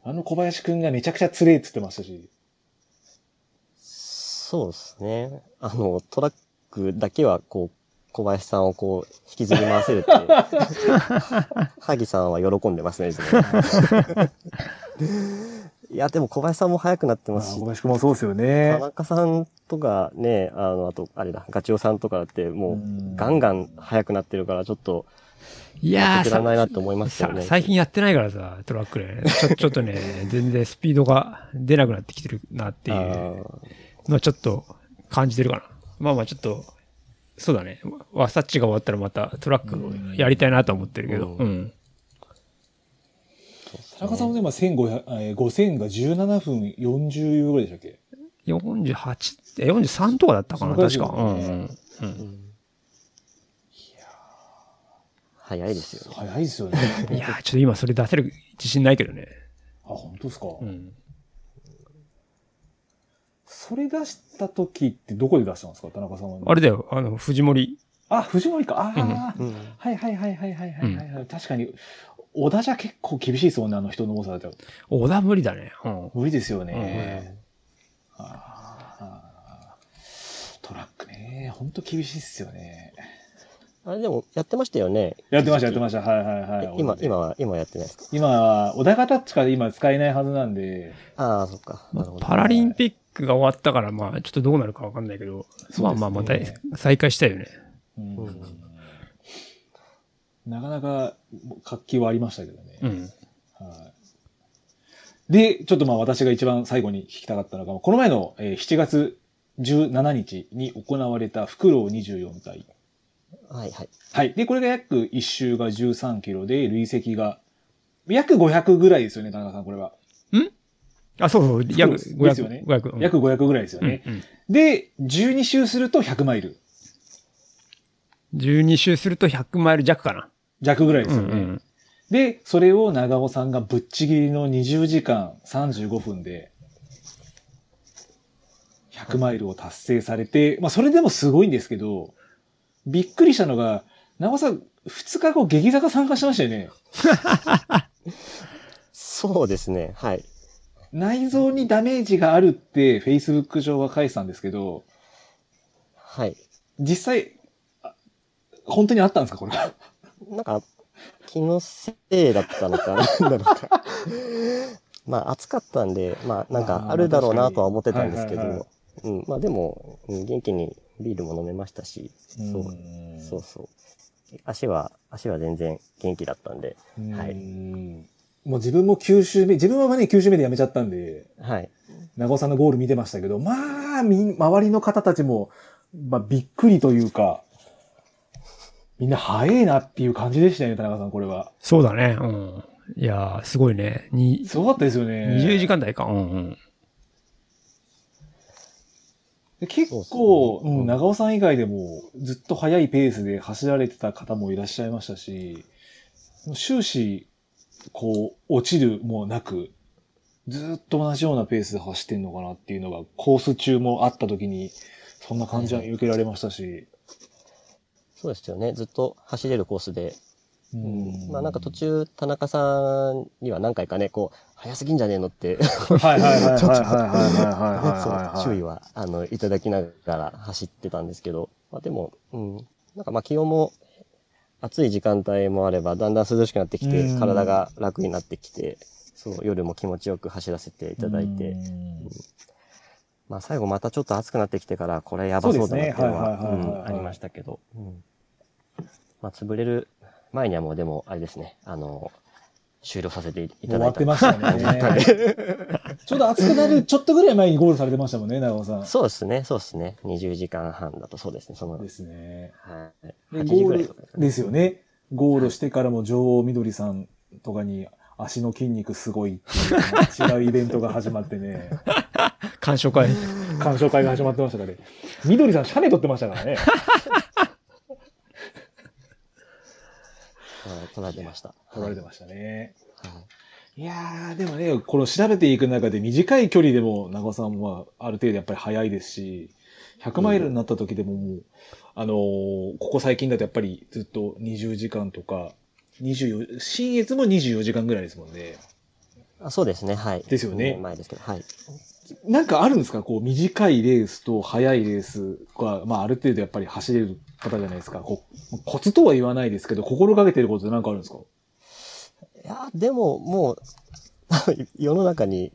B: あの小林くんがめちゃくちゃつれえって言ってましたし、
C: そうですね。あの、トラックだけは、こう、小林さんをこう、引きずり回せるっていう。 萩さんは喜んでますね、いつもねいや、でも小林さんも速くなって
B: まあ
C: ますし
B: 小、林くんもそうですよ
C: 田
B: ね。
C: 中さんとかね、あの、あと、あれだ、ガチオさんとかだって、
B: う
C: も
B: ん
C: う、ガンガン速くなってるから、ちょっと、
D: いやー
C: 負けられないなって思いますよ
D: さ
C: ね。
D: 最近やってないからさ、トラックで。ちょちょっ とね、全然スピードが出なくなってきてるなっていう
C: あ
D: の
C: ー
D: はちょっと感じてるかな。まあまあちょっと、そうだね。わさっちが終わったらまたトラックをやりたいなとは思ってるけど。
C: う
D: うん
B: 田中さんもね、今1500、えー5000が17分40秒ぐらいでしたっけ
D: 48え43とかだったかな
B: そのぐらい
D: 確か、
B: です
D: う
B: よ
D: ん
B: ね
D: うん
C: 早いですよね。
B: 早いですよね。
D: うんいやーちょっと今それ出せる自信ないけどね、
B: あ、本当ですか、
D: うん、
B: それ出した時ってどこで出したんですか田中さんは。
D: あれだよあの藤森
B: あ、藤森か。ああ、
C: うん
B: はいはいはいはいはいはい、はい確かに、小田じゃ結構厳しいですもんね、あの人の多さだと。
D: 小田無理だね、うん
B: 無理ですよね。ああトラックね、本当厳しいっすよね。
C: あれでも、やってましたよね。
B: やってました、やってました。はいはいはい。
C: え今、今は、今はやってないですか
B: 今は、小田型しか今使えないはずなんで、
C: ああ、そっか。なるほど。
D: パラリンピックが終わったからまあちょっとどうなるかわかんないけど、まあまあまた再開したいよね
B: うんなかなか活気はありましたけどね。
D: うん
B: はいで、ちょっとまあ私が一番最後に聞きたかったのが、この前のえー7月17日に行われたフクロウ24体。
C: はいはい。
B: はい。で、これが約1周が13キロで、累積が約500ぐらいですよね、田中さん、これは。
D: あそうそう約
B: そうです
D: 500、
B: よね
D: 500うん
B: 約500ぐらいですよね。
D: うん
B: で、12周すると100マイル
D: うん、12周すると100マイル弱かな、
B: 弱ぐらいです
D: う
B: よ
D: ん
B: ね。
D: うん、
B: で、それを長尾さんがぶっちぎりの20時間35分で、100マイルを達成されて、まあそれでもすごいんですけど、びっくりしたのが、長尾さん、2日後劇坂参加しましたよね。
C: そうですね。はい。
B: 内臓にダメージがあるって、Facebook 上は書いてたんですけど、
C: はい。
B: 実際、あ本当にあったんですかこれは。
C: なんか、気のせいだった のか、なんだろうか。まあ、暑かったんで、まあ、なん
B: あー
C: か、あるだろうなとは思ってたんですけ
B: はいはいはい
C: ど、うん、まあでも、うん元気にビールも飲めましたし、そう、そうそう。足は、足は全然元気だったんで、はい
B: うんもう自分も9周目、自分はね、9周目でやめちゃったんで、
C: はい。
B: 名護さんのゴール見てましたけど、まあ、み、周りの方たちも、まあ、びっくりというか、みんな早いなっていう感じでしたよね、田中さん、これは。
D: そうだね、うん、いやーすごいねに
B: すごかったですよね。
D: 20時間台か、うんうん、
B: で結
C: そ
B: 構、
C: うそう
B: うん、長尾さん以外でも、ずっと早いペースで走られてた方もいらっしゃいましたし、終始、こう、落ちるもなく、ずっと同じようなペースで走ってんのかなっていうのが、コース中もあった時に、そんな感じは見受けられましたし。
C: そうですよね。ずっと走れるコースで。
B: う
C: まあなんか途中、田中さんには何回かね、こう、早すぎんじゃねえのって、
B: はいはいはいはいはいはいはいはいは
C: そ
B: い。
C: う注意は、あの、いただきながら走ってたんですけど、まあでも、うん、なんかまあ気温も、暑い時間帯もあれば、だんだん涼しくなってき
B: う
C: て、
B: ん
C: 体が楽になってきて、そう、夜も気持ちよく走らせていただいて、
B: うん
C: まあ最後またちょっと暑くなってきてから、これやばそうだなっていうのは、
B: そうですねはいはいはいはいはいうはい
C: んありましたけど、うんまあ潰れる前にはもうでも、あれですね、あの、終了させて
B: も
C: いた
B: う終
C: だ
B: わ
C: い
B: ったてましたね。ちょうど暑くなるちょっとぐらい前にゴールされてましたもんね、長尾さん。
C: そうですね、そうですね。20時間半だとそうですね、その、
B: ですね。
C: はい。
B: で、
C: 8時
B: ゴー
C: ぐらい
B: ル
C: とかですかね
B: ですよね。ゴールしてからも女王みどりさんとかに足の筋肉すごいっていう違うイベントが始まってね。
D: 鑑賞会。
B: 鑑賞会が始まってましたからね。みどりさん、シャネ撮ってましたからね。
C: はい撮られてました。
B: 撮られてましたね。
C: はい
B: いやー、でもね、この調べていく中で短い距離でも長尾さんはある程度やっぱり速いですし、100マイルになった時でももう、あのーここ最近だとやっぱりずっと20時間とか、24、新越も24時間ぐらいですもんね。
C: あそうですね、はい。
B: ですよね
C: 二年前ですけど、はい。
B: なんかあるんですかこう、短いレースと速いレースが、まあ、ある程度やっぱり走れる方じゃないですか。こう、コツとは言わないですけど、心がけてることってなんかあるんですか
C: いや、でも、もう、 世の中に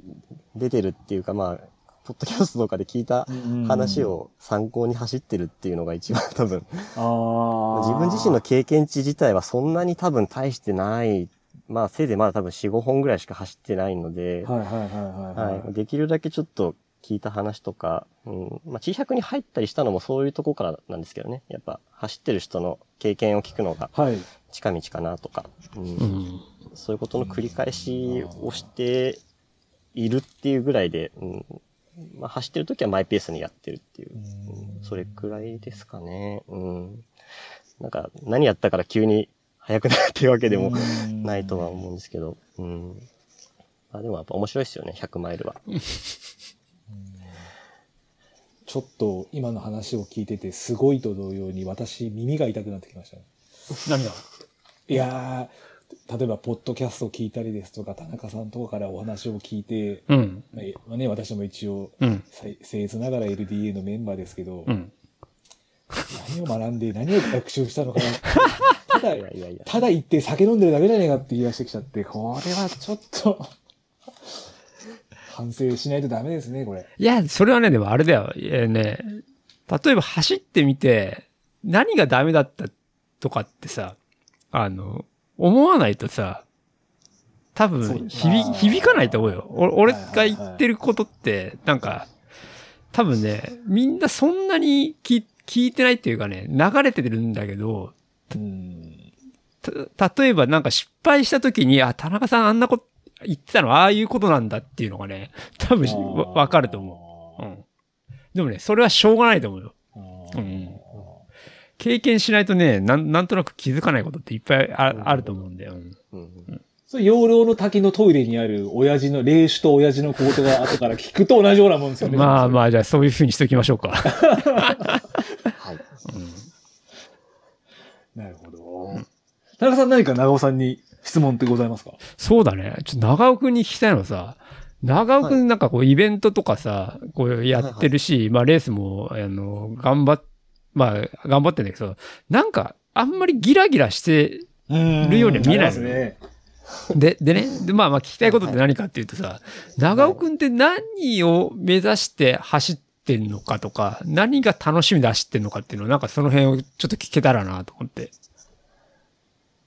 C: 出てるっていうか、まあ、ポッドキャストとかで聞いた話。を参考に走ってるっていうのが一番多分、
B: ああ。
C: 自分自身の経験値自体はそんなに多分大してない、まあ、せいぜいまだ多分4、5本ぐらいしか走ってないので、
B: はいはいはいはい、はい。
C: はい。できるだけちょっと聞いた話とか、うん、まあ、小さくに入ったりしたのもそういうとこからなんですけどね。やっぱ、走ってる人の経験を聞くのが
B: はい。
C: 近道かなとか、うんそういうことの繰り返しをしているっていうぐらいで、うんまあ、走ってる時はマイペースにやってるっていう、うんそれくらいですかね。うん。なんか、何やったから急に速くなるっていうわけでもないとは思うんですけど、うん。あ、でもやっぱ面白いですよね、100マイルは。
B: ちょっと今の話を聞いてて、すごいと同様に私耳が痛くなってきましたね。
D: 涙。
B: いやー、例えば、ポッドキャストを聞いたりですとか、田中さんとかからお話を聞いて、
D: うん。
B: まあえまあね、私も一応、
D: うん。
B: せ僭越ながら LDA のメンバーですけど、
D: うん。
B: 何を学んで、何を学習したのか な。ただ
C: い、やいやいや。
B: ただ言って酒飲んでるだけじゃねえかって気がしてきちゃって、これはちょっと、反省しないとダメですね、これ。
D: いや、それはね、でもあれだよ。えーね、例えば走ってみて、何がダメだったとかってさ、あの、思わないとさ、多
B: そう
D: 分
B: です
D: 響
B: あー
D: 響かないと思うよ。お俺
B: はい
D: が
B: はいはい
D: 言ってることって、なんか、多分ね、みんなそんなに聞聞いてないっていうかね、流れてるんだけど、
B: うん。
D: た例えばなんか失敗した時に、あ、田中さんあんなこと言ってたの、ああいうことなんだっていうのがね、多分わわかると思う。う
B: 思
D: ん。でもね、それはしょうがないと思うよ。
B: う
D: うんん。経験しないとね、なんなんとなく気づかないことっていっぱいあ,、
C: うん
D: あると思うんだよ。うん
C: うん
B: それ養老の滝のトイレにある親父の、霊酒と親父のコートが後から聞くと同じようなもんですよね。
D: まあまあ、じゃあそういうふうにしときましょうか。
C: はい。
B: なるほど。田中さん何か長尾さんに質問ってございますか
D: そうだね。ちょっと長尾くんに聞きたいのはさ、長尾くんなんかこうイベントとかさ、こうやってるし、まあレースも、あの、頑張っ、まあ頑張ってんだけど、なんかあんまりギラギラして
B: うん
D: るようには見えない
B: ですね。
D: で、でね、でまあまあ聞きたいことって何かっていうとさ、長尾くんって何を目指して走ってるのかとか、何が楽しみで走ってるのかっていうのを、なんかその辺をちょっと聞けたらなと思って。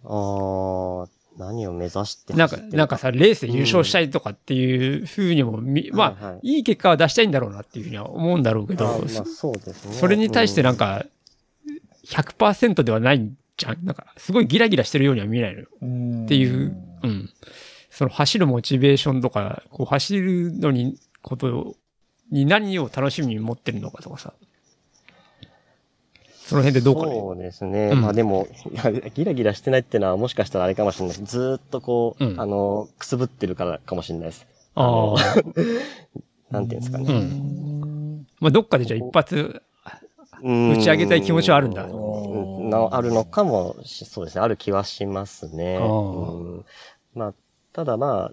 C: あー、何を目指して
D: なん
C: 走
D: か、
C: ってる
D: なんかさ、レースで優勝したいとかっていうふうにもみ、
C: ん
D: まあ、
C: はいはい
D: いい、結果は出したいんだろうなっていうふうには思うんだろうけ
C: あ
D: ど、
C: ーまあそうですね。
D: それに対してなん
C: か、
D: か、100%ではないんじゃんなんか、すごいギラギラしてるようには見えないのよ。
B: っ
D: っていう、うん。その走るモチベーションとか、こう走るのに、ことに何を楽しみに持ってるのかとかさ。その辺でどうかね。
C: そうですね。
D: うん
C: まあでも、いやギラギラしてないってのはもしかしたらあれかもしれないです。ずーっとこう、
D: うん
C: あの、くすぶってるからかもしれないです。
D: ああ。
C: なんていうんですか
D: う
C: ね。
D: ん。まあ、どっかでじゃあ一発、
C: うん
D: 打ち上げたい気持ちはあるんだ
C: うんなあるのかもし、そうですね。ある気はしますね。
D: あー
C: うんまあ、ただまあ、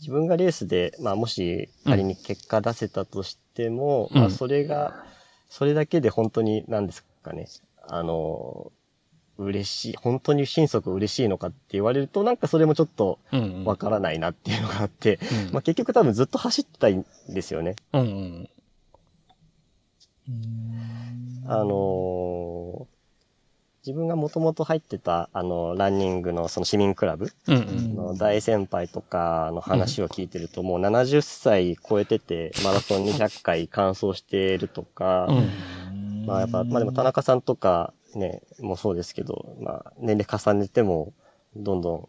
C: 自分がレースで、まあ、もし仮に結果出せたとしても、
D: うん
C: まあ、それが、それだけで本当に何ですかね、あの、嬉しい、本当に心底嬉しいのかって言われると、なんかそれもちょっと
D: うんうん。
C: わからないなっていうのがあって、
D: うん
C: まあ、結局多分ずっと走ってたいんですよね。
D: うんうん。
C: あの自分がもともと入ってた、あの、ランニングのその市民クラブ
D: うんう
B: うん
D: ん。
C: あの大先輩とかの話を聞いてると、もう70歳超えてて、マラソン200回完走してるとか、
D: うん
C: まあやっぱ、まあでも田中さんとかね、もうそうですけど、まあ年齢重ねても、どんどん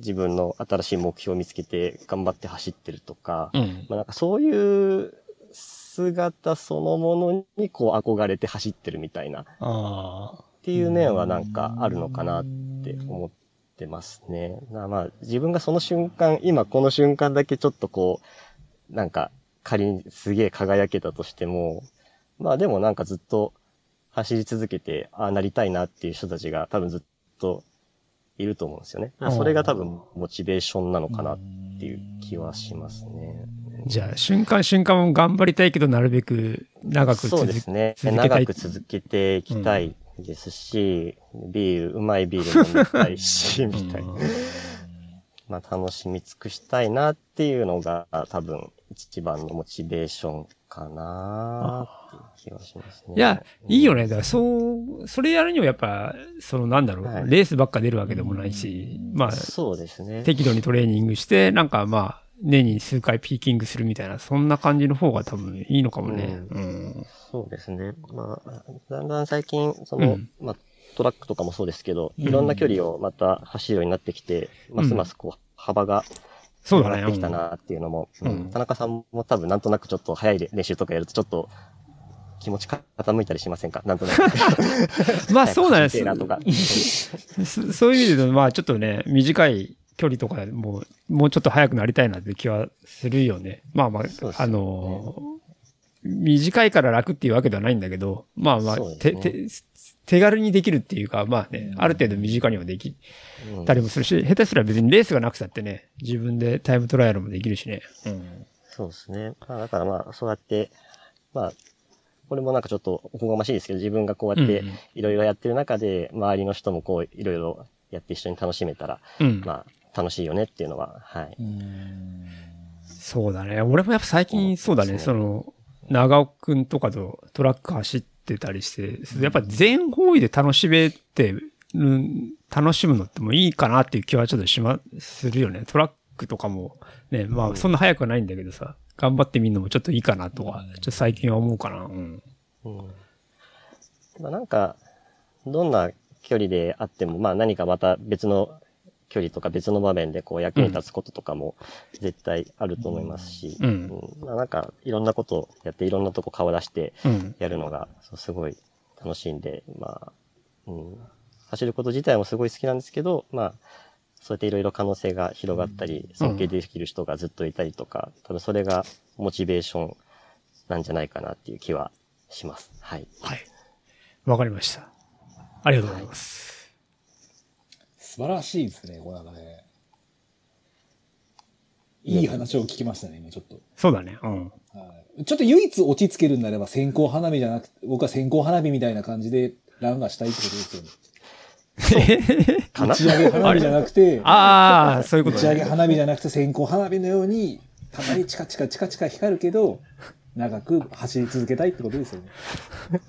C: 自分の新しい目標を見つけて頑張って走ってるとか、
D: うん。
C: まあなんかそういう姿そのものにこう憧れて走ってるみたいな、っ
D: ああ。
C: ていう面はなんかあるのかなって思ってますね。まあまあ自分がその瞬間、今この瞬間だけちょっとこう、なんか仮にすげえ輝けたとしても、まあでもなんかずっと走り続けて、ああなりたいなっていう人たちが多分ずっといると思うんですよね。それが多分モチベーションなのかなっていう気はしますね。
A: じゃあ、瞬間瞬間も頑張りたいけど、なるべく長く
C: そう
A: 続
C: で
A: け
C: すね。
A: 続けたい
C: 長く続けていきたいですし、ビール、うまいビール飲みたいし、みたいな。まあ、楽しみ尽くしたいなっていうのが、多分、一番のモチベーションかなっていう気がしますね。
A: いや、いいよね。だから、そう、それやるにはやっぱ、そのなんだろう、
C: はい
A: レースばっか出るわけでもないし、まあ、
C: そうですね。
A: 適度にトレーニングして、なんかまあ、年に数回ピーキングするみたいな、そんな感じの方が多分いいのかもね。
D: うん。
C: そうですね。まあ、だんだん最近、その、
D: うん
C: まあ、トラックとかもそうですけど、
B: うん
C: いろんな距離をまた走るようになってきて、ますますこう、幅が
D: そうだね。
C: 上がってきたなっていうのも、
D: うん
C: うん田中さんも多分なんとなくちょっと早い練習とかやるとちょっと気持ち傾いたりしませんかなんとなく。
D: まあそうだね。
C: 走りてえなとか。
D: そ そういう意味で言うと、まあちょっとね、短い距離とかでもう、もうちょっと早くなりたいなって気はするよね。まあまあ、
C: そうですね
D: あのー、短いから楽っていうわけではないんだけど、まあまあ、
C: そうです
D: て
C: ね
D: て手軽にできるっていうか、まあね、ある程度身近にはでき
C: うん
D: たりもするし、下手すら別にレースがなくたってね、自分でタイムトライアルもできるしね。うん。
C: そうですね。まあだからまあ、そうやって、まあ、これもなんかちょっとおこがましいですけど、自分がこうやって
D: うんうん
C: いろいろやってる中で、周りの人もこういろいろやって一緒に楽しめたら、
D: うん。
C: まあ、楽しいよねっていうのは、はい。
D: そうだね。俺もやっぱ最近そうだね。その、長尾くんとかとトラック走ってたりして、やっぱ全方位で楽しめてる、楽しむのってもいいかなっていう気はちょっとしま、するよね。トラックとかも、ね、まあそんな早くはないんだけどさ、頑張ってみるのもちょっといいかなとか、ちょっと最近は思うかな。うん。
C: まあ、なんか、どんな距離であっても、まあ何かまた別の距離とか別の場面でこう役に立つこととかも絶対あると思いますし、
D: うん
C: うんまあ、なんかいろんなことをやっていろんなとこ顔出して
D: うん。
C: やるのがそうすごい楽しいんで、まあ、うん、走ること自体もすごい好きなんですけど、まあ、そうやっていろいろ可能性が広がったり、尊敬できる人がずっといたりとか、多分それがモチベーションなんじゃないかなっていう気はします。はい。
D: はい。わかりました。ありがとうございます。
B: 素晴らしいですね、これなんかね。いい話を聞きましたね、今ちょっと。
D: そうだね。うん。
B: はいちょっと唯一落ち着けるんならば線香花火じゃなくて、僕は線香花火みたいな感じでランがしたいってことですよね。
C: かな
B: 打ち上げ花火じゃなくて、
D: ああ、そういうこ
B: 打
D: と
B: ち
D: ね。
B: 上げ花火じゃなくて線香花火のように、たまにチカチカチカチカ光るけど、長く走り続けたいってことですよ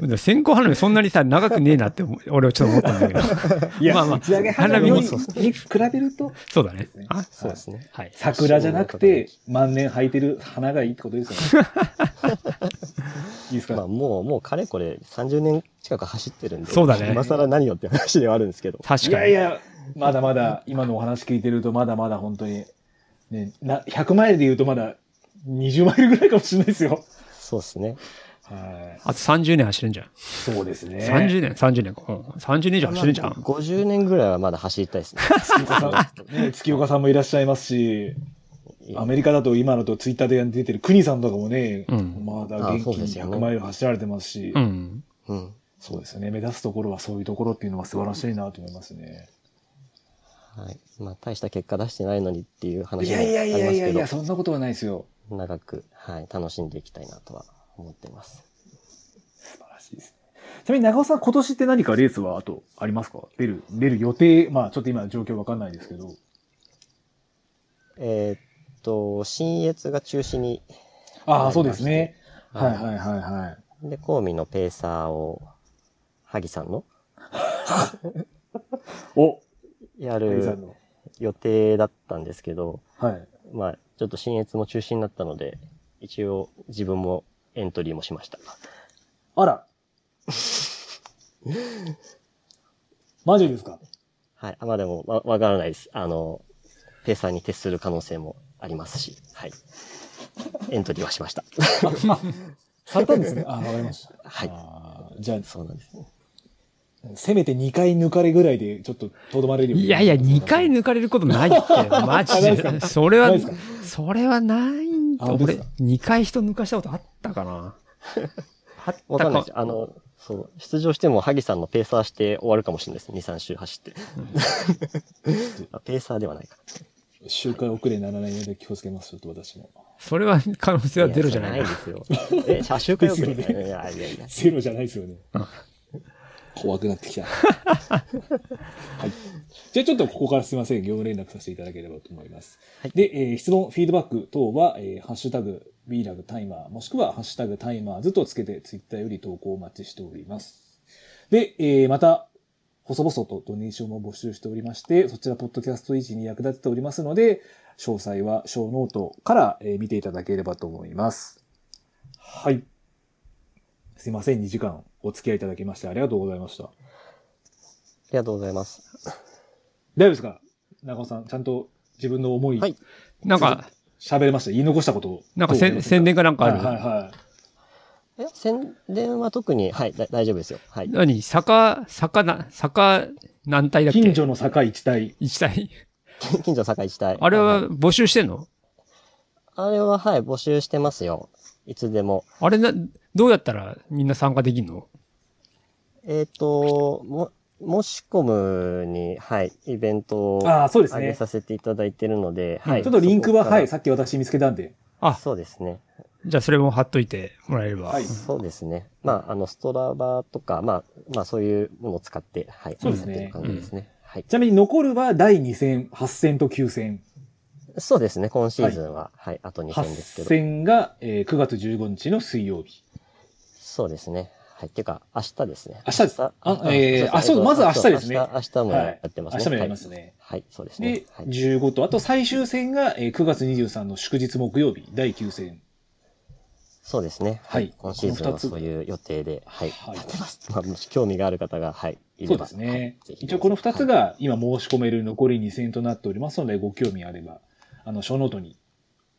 B: ね。
D: 線香花火そんなにさ、長くねえなって思う、 俺はちょっと思ったんだけど。
B: いや、
D: まあまあ
B: 打ち上げ花火
D: 花
B: に
D: 火も
B: に比べると、
D: そうだね。あ、
C: そうですね。
D: はい。
B: 桜じゃなくて、万年咲いてる花がいいってことです よね。いいですか、
C: まあ、もう、もう、かれこれ、30年近く走ってるんで、
D: そうだね
C: 今更何よって話ではあるんですけど、
D: 確
B: い
D: か
B: や
D: に。
B: いや、まだまだ、今のお話聞いてると、まだまだ本当に、ね、な、100マイルで言うとまだ20マイルぐらいかもしれないですよ。
C: そうですね。
B: は
D: あと30年走れんじゃん。
B: い。そうですね。
D: 30年、30年か。うん30年以上走れんじゃん。
C: 50年ぐらいはまだ走りたいですね。
B: 月岡さん、ね、月岡さんもいらっしゃいますし、アメリカだと今のとツイッターで出てる国さんとかもね、
D: うん
B: まだ元
C: あそう
B: 気
C: で
B: に
C: すよね
B: 100マイル走られてますし、
D: うん。
C: うん。
B: そうですよね。目指すところはそういうところっていうのは素晴らしいなと思いますね。
C: はい。まあ、大した結果出してないのにっていう話
B: い
C: もあ
B: やいやい
C: り
B: や
C: ま
B: い
C: す
B: や
C: け
B: い
C: ど
B: や、、そんなことはないですよ。
C: 長く、はい、楽しんでいきたいなとは思ってます。
B: 素晴らしいですね。ちなみに長尾さん、今年って何かレースはあとありますか出る、出る予定、まあちょっと今状況わかんないですけど。
C: えーっと、新越が中止に、
B: あ
C: は
B: あ、
C: い
B: そうですね。
C: は
B: はいいはいはいはい。
C: で、コーミのペーサーを、萩さんの
B: お、
C: や
B: ペイさん
C: る
B: の。
C: 予定だったんですけど、
B: はい。
C: まあ、ちょっと新越も中止になったので、一応自分もエントリーもしました。
B: あ ら。マジですか
C: はい。あまあでも、わ、わからないです。あの、ペーサーに徹する可能性もありますし、はい。エントリーはし ました。
B: されたんです ね。ああ、わかりました。
C: はい
B: あーじゃあ、
C: そうなんですね。
B: せめて2回抜かれぐらいで、ちょっととどまれるように
D: いやいや、2回抜かれることないって、 マジ
B: あない
D: で。それは
B: ないですか、
D: それはないんだ。
B: あ本当
D: 俺
B: ですか、
D: 2回人抜かしたことあったかな。あっ
C: わか
D: た
C: んないで
D: か
C: す。。あの、そう、出場しても、萩さんのペーサーして終わるかもしれないです。2、3周走って。 あペーサーではないか。
B: 周回遅れならないので気をつけます、ちょっと私も。
D: それは可能性はゼロじゃ
C: や
D: な
C: そ
D: い
C: れ
D: な。
C: ですよ。 え、車周回遅れ。い
B: ですよね
C: やいやいや。
B: ゼロじゃないですよね。 怖くなってきた。はい。じゃあちょっとここからすいません。業務連絡させていただければと思います。
C: はい
B: で、えー質問、フィードバック等は、えーハッシュタグ、b ラグタイマー、もしくはハッシュタグタイマーズとつけて、ツイッターより投稿をお待ちしております。で、えーまた、細々とドネーションも募集しておりまして、そちら、ポッドキャスト維持に役立てておりますので、詳細は小ノートから、えー見ていただければと思います。はい。すいません、2時間お付き合いいただきましてありがとうございました。
C: ありがとうございます。
B: 大丈夫ですか中尾さん、ちゃんと自分の思い
C: はい
D: なんか、
B: 喋れました、言い残したことを。
D: なんかせん宣伝
B: 伝
D: かなんか
B: はいはい
D: ある。
B: は
C: え、宣伝は特に、はい、だ大丈夫ですよ。はい。
D: 何坂、坂な、坂何体だっ
B: い。
D: け
B: 近所の坂一帯。
D: 一体。
C: 近所の坂一帯。
D: あれは募集してんの
C: あれは、はい、募集してますよ。いつでも。
D: あれな、どうやったらみんな参加できるの
C: えっ、と、も、もしこむに、はい、イベントを
B: ああ、そうです
C: 上げ
B: ね。
C: させていただいてるので、
D: うん
C: はい。
B: ちょっとリンクは、
C: そこか
B: は
C: ら
B: い、さっき私見つけたんで。
D: あ
C: そうですね。
D: じゃあそれも貼っといてもらえれば。
B: はい
C: そうですね。まあ、あの、ストラバとか、まあ、まあ、そういうものを使って、はい。
B: そうですね
C: やってる感じですね。はい。
B: ちなみに残るは第2戦、8戦と9戦。
C: そうですね。今シーズンは、はい、あと2
B: 8
C: 戦ですけど。
B: 戦が、えー9月15日の水曜日。
C: そうですね。はい。っていうか、明日ですね。
B: 明日です
C: あ
B: あえーあそうまず明日ですね
C: 明日、明日も
B: は
C: や
B: い
C: ってま
B: 明
C: すね。
B: 日もやりますね。
C: はい。はい、そうですね
B: で。、
C: はい。
B: 15と、あと最終戦が、えー9月23の祝日木曜日、第9戦。
C: そうですね。
B: はい
C: 今シーズン
B: この
C: は
B: 二つ
C: そういう予定で、はい。
B: はい
C: やってます。まあ、もし興味がある方が、はい。い
B: そ
C: れ
B: う
C: ば
B: ですね。
C: はいぜひ
B: 一応この2つが今申し込める残り2戦となっておりますので、ご興味あれば、あの、小ノートに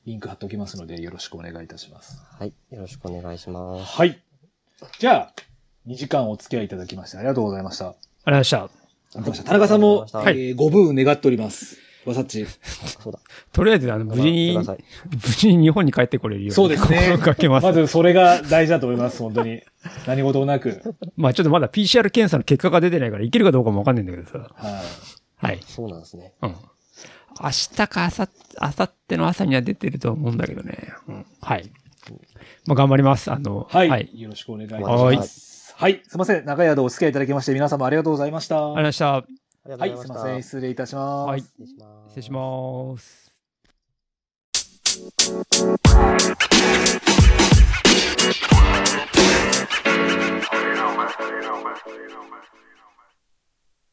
B: リンク貼っておきますので、よろしくお願いいたします。
C: はい。よろしくお願いします。
B: はい。じゃあ、2時間お付き合いいただきましてありがとうございました。あ
D: ありがとうございました。
B: りがとうございました。田中さんも、
C: はい
B: えーご分願っております。わさっち。
C: そうだ。
D: とりあえず、あの、無事に、
C: くだ
D: 無
C: さい
D: 事に日本に帰ってこれるように。
B: そうですね
D: 心がけます
B: ま。ずそれが大事だと思います、本当に。何事もなく。
D: まあちょっとまだ PCR 検査の結果が出てないから、いけるかどうかもわかんないんだけどさ。
B: はい。
D: はい。
C: そうなんですね。
D: うん。明日か明後明後日の朝には出てると思うんだけどね。うん。はい。まあ頑張ります。あの、
B: はい。
D: はい。あり
B: よろしくお願いいたします。はい。すいません。長い間お付き合いいただきまして、皆様ありがとうございました。
D: がとうございました。
C: ありが
B: は
C: と
B: い、
C: うご
B: す
C: ざ
B: い
C: い
B: ま
C: ました。
B: せん。失礼いたします。
D: はい。
C: 失礼します
D: 失礼します。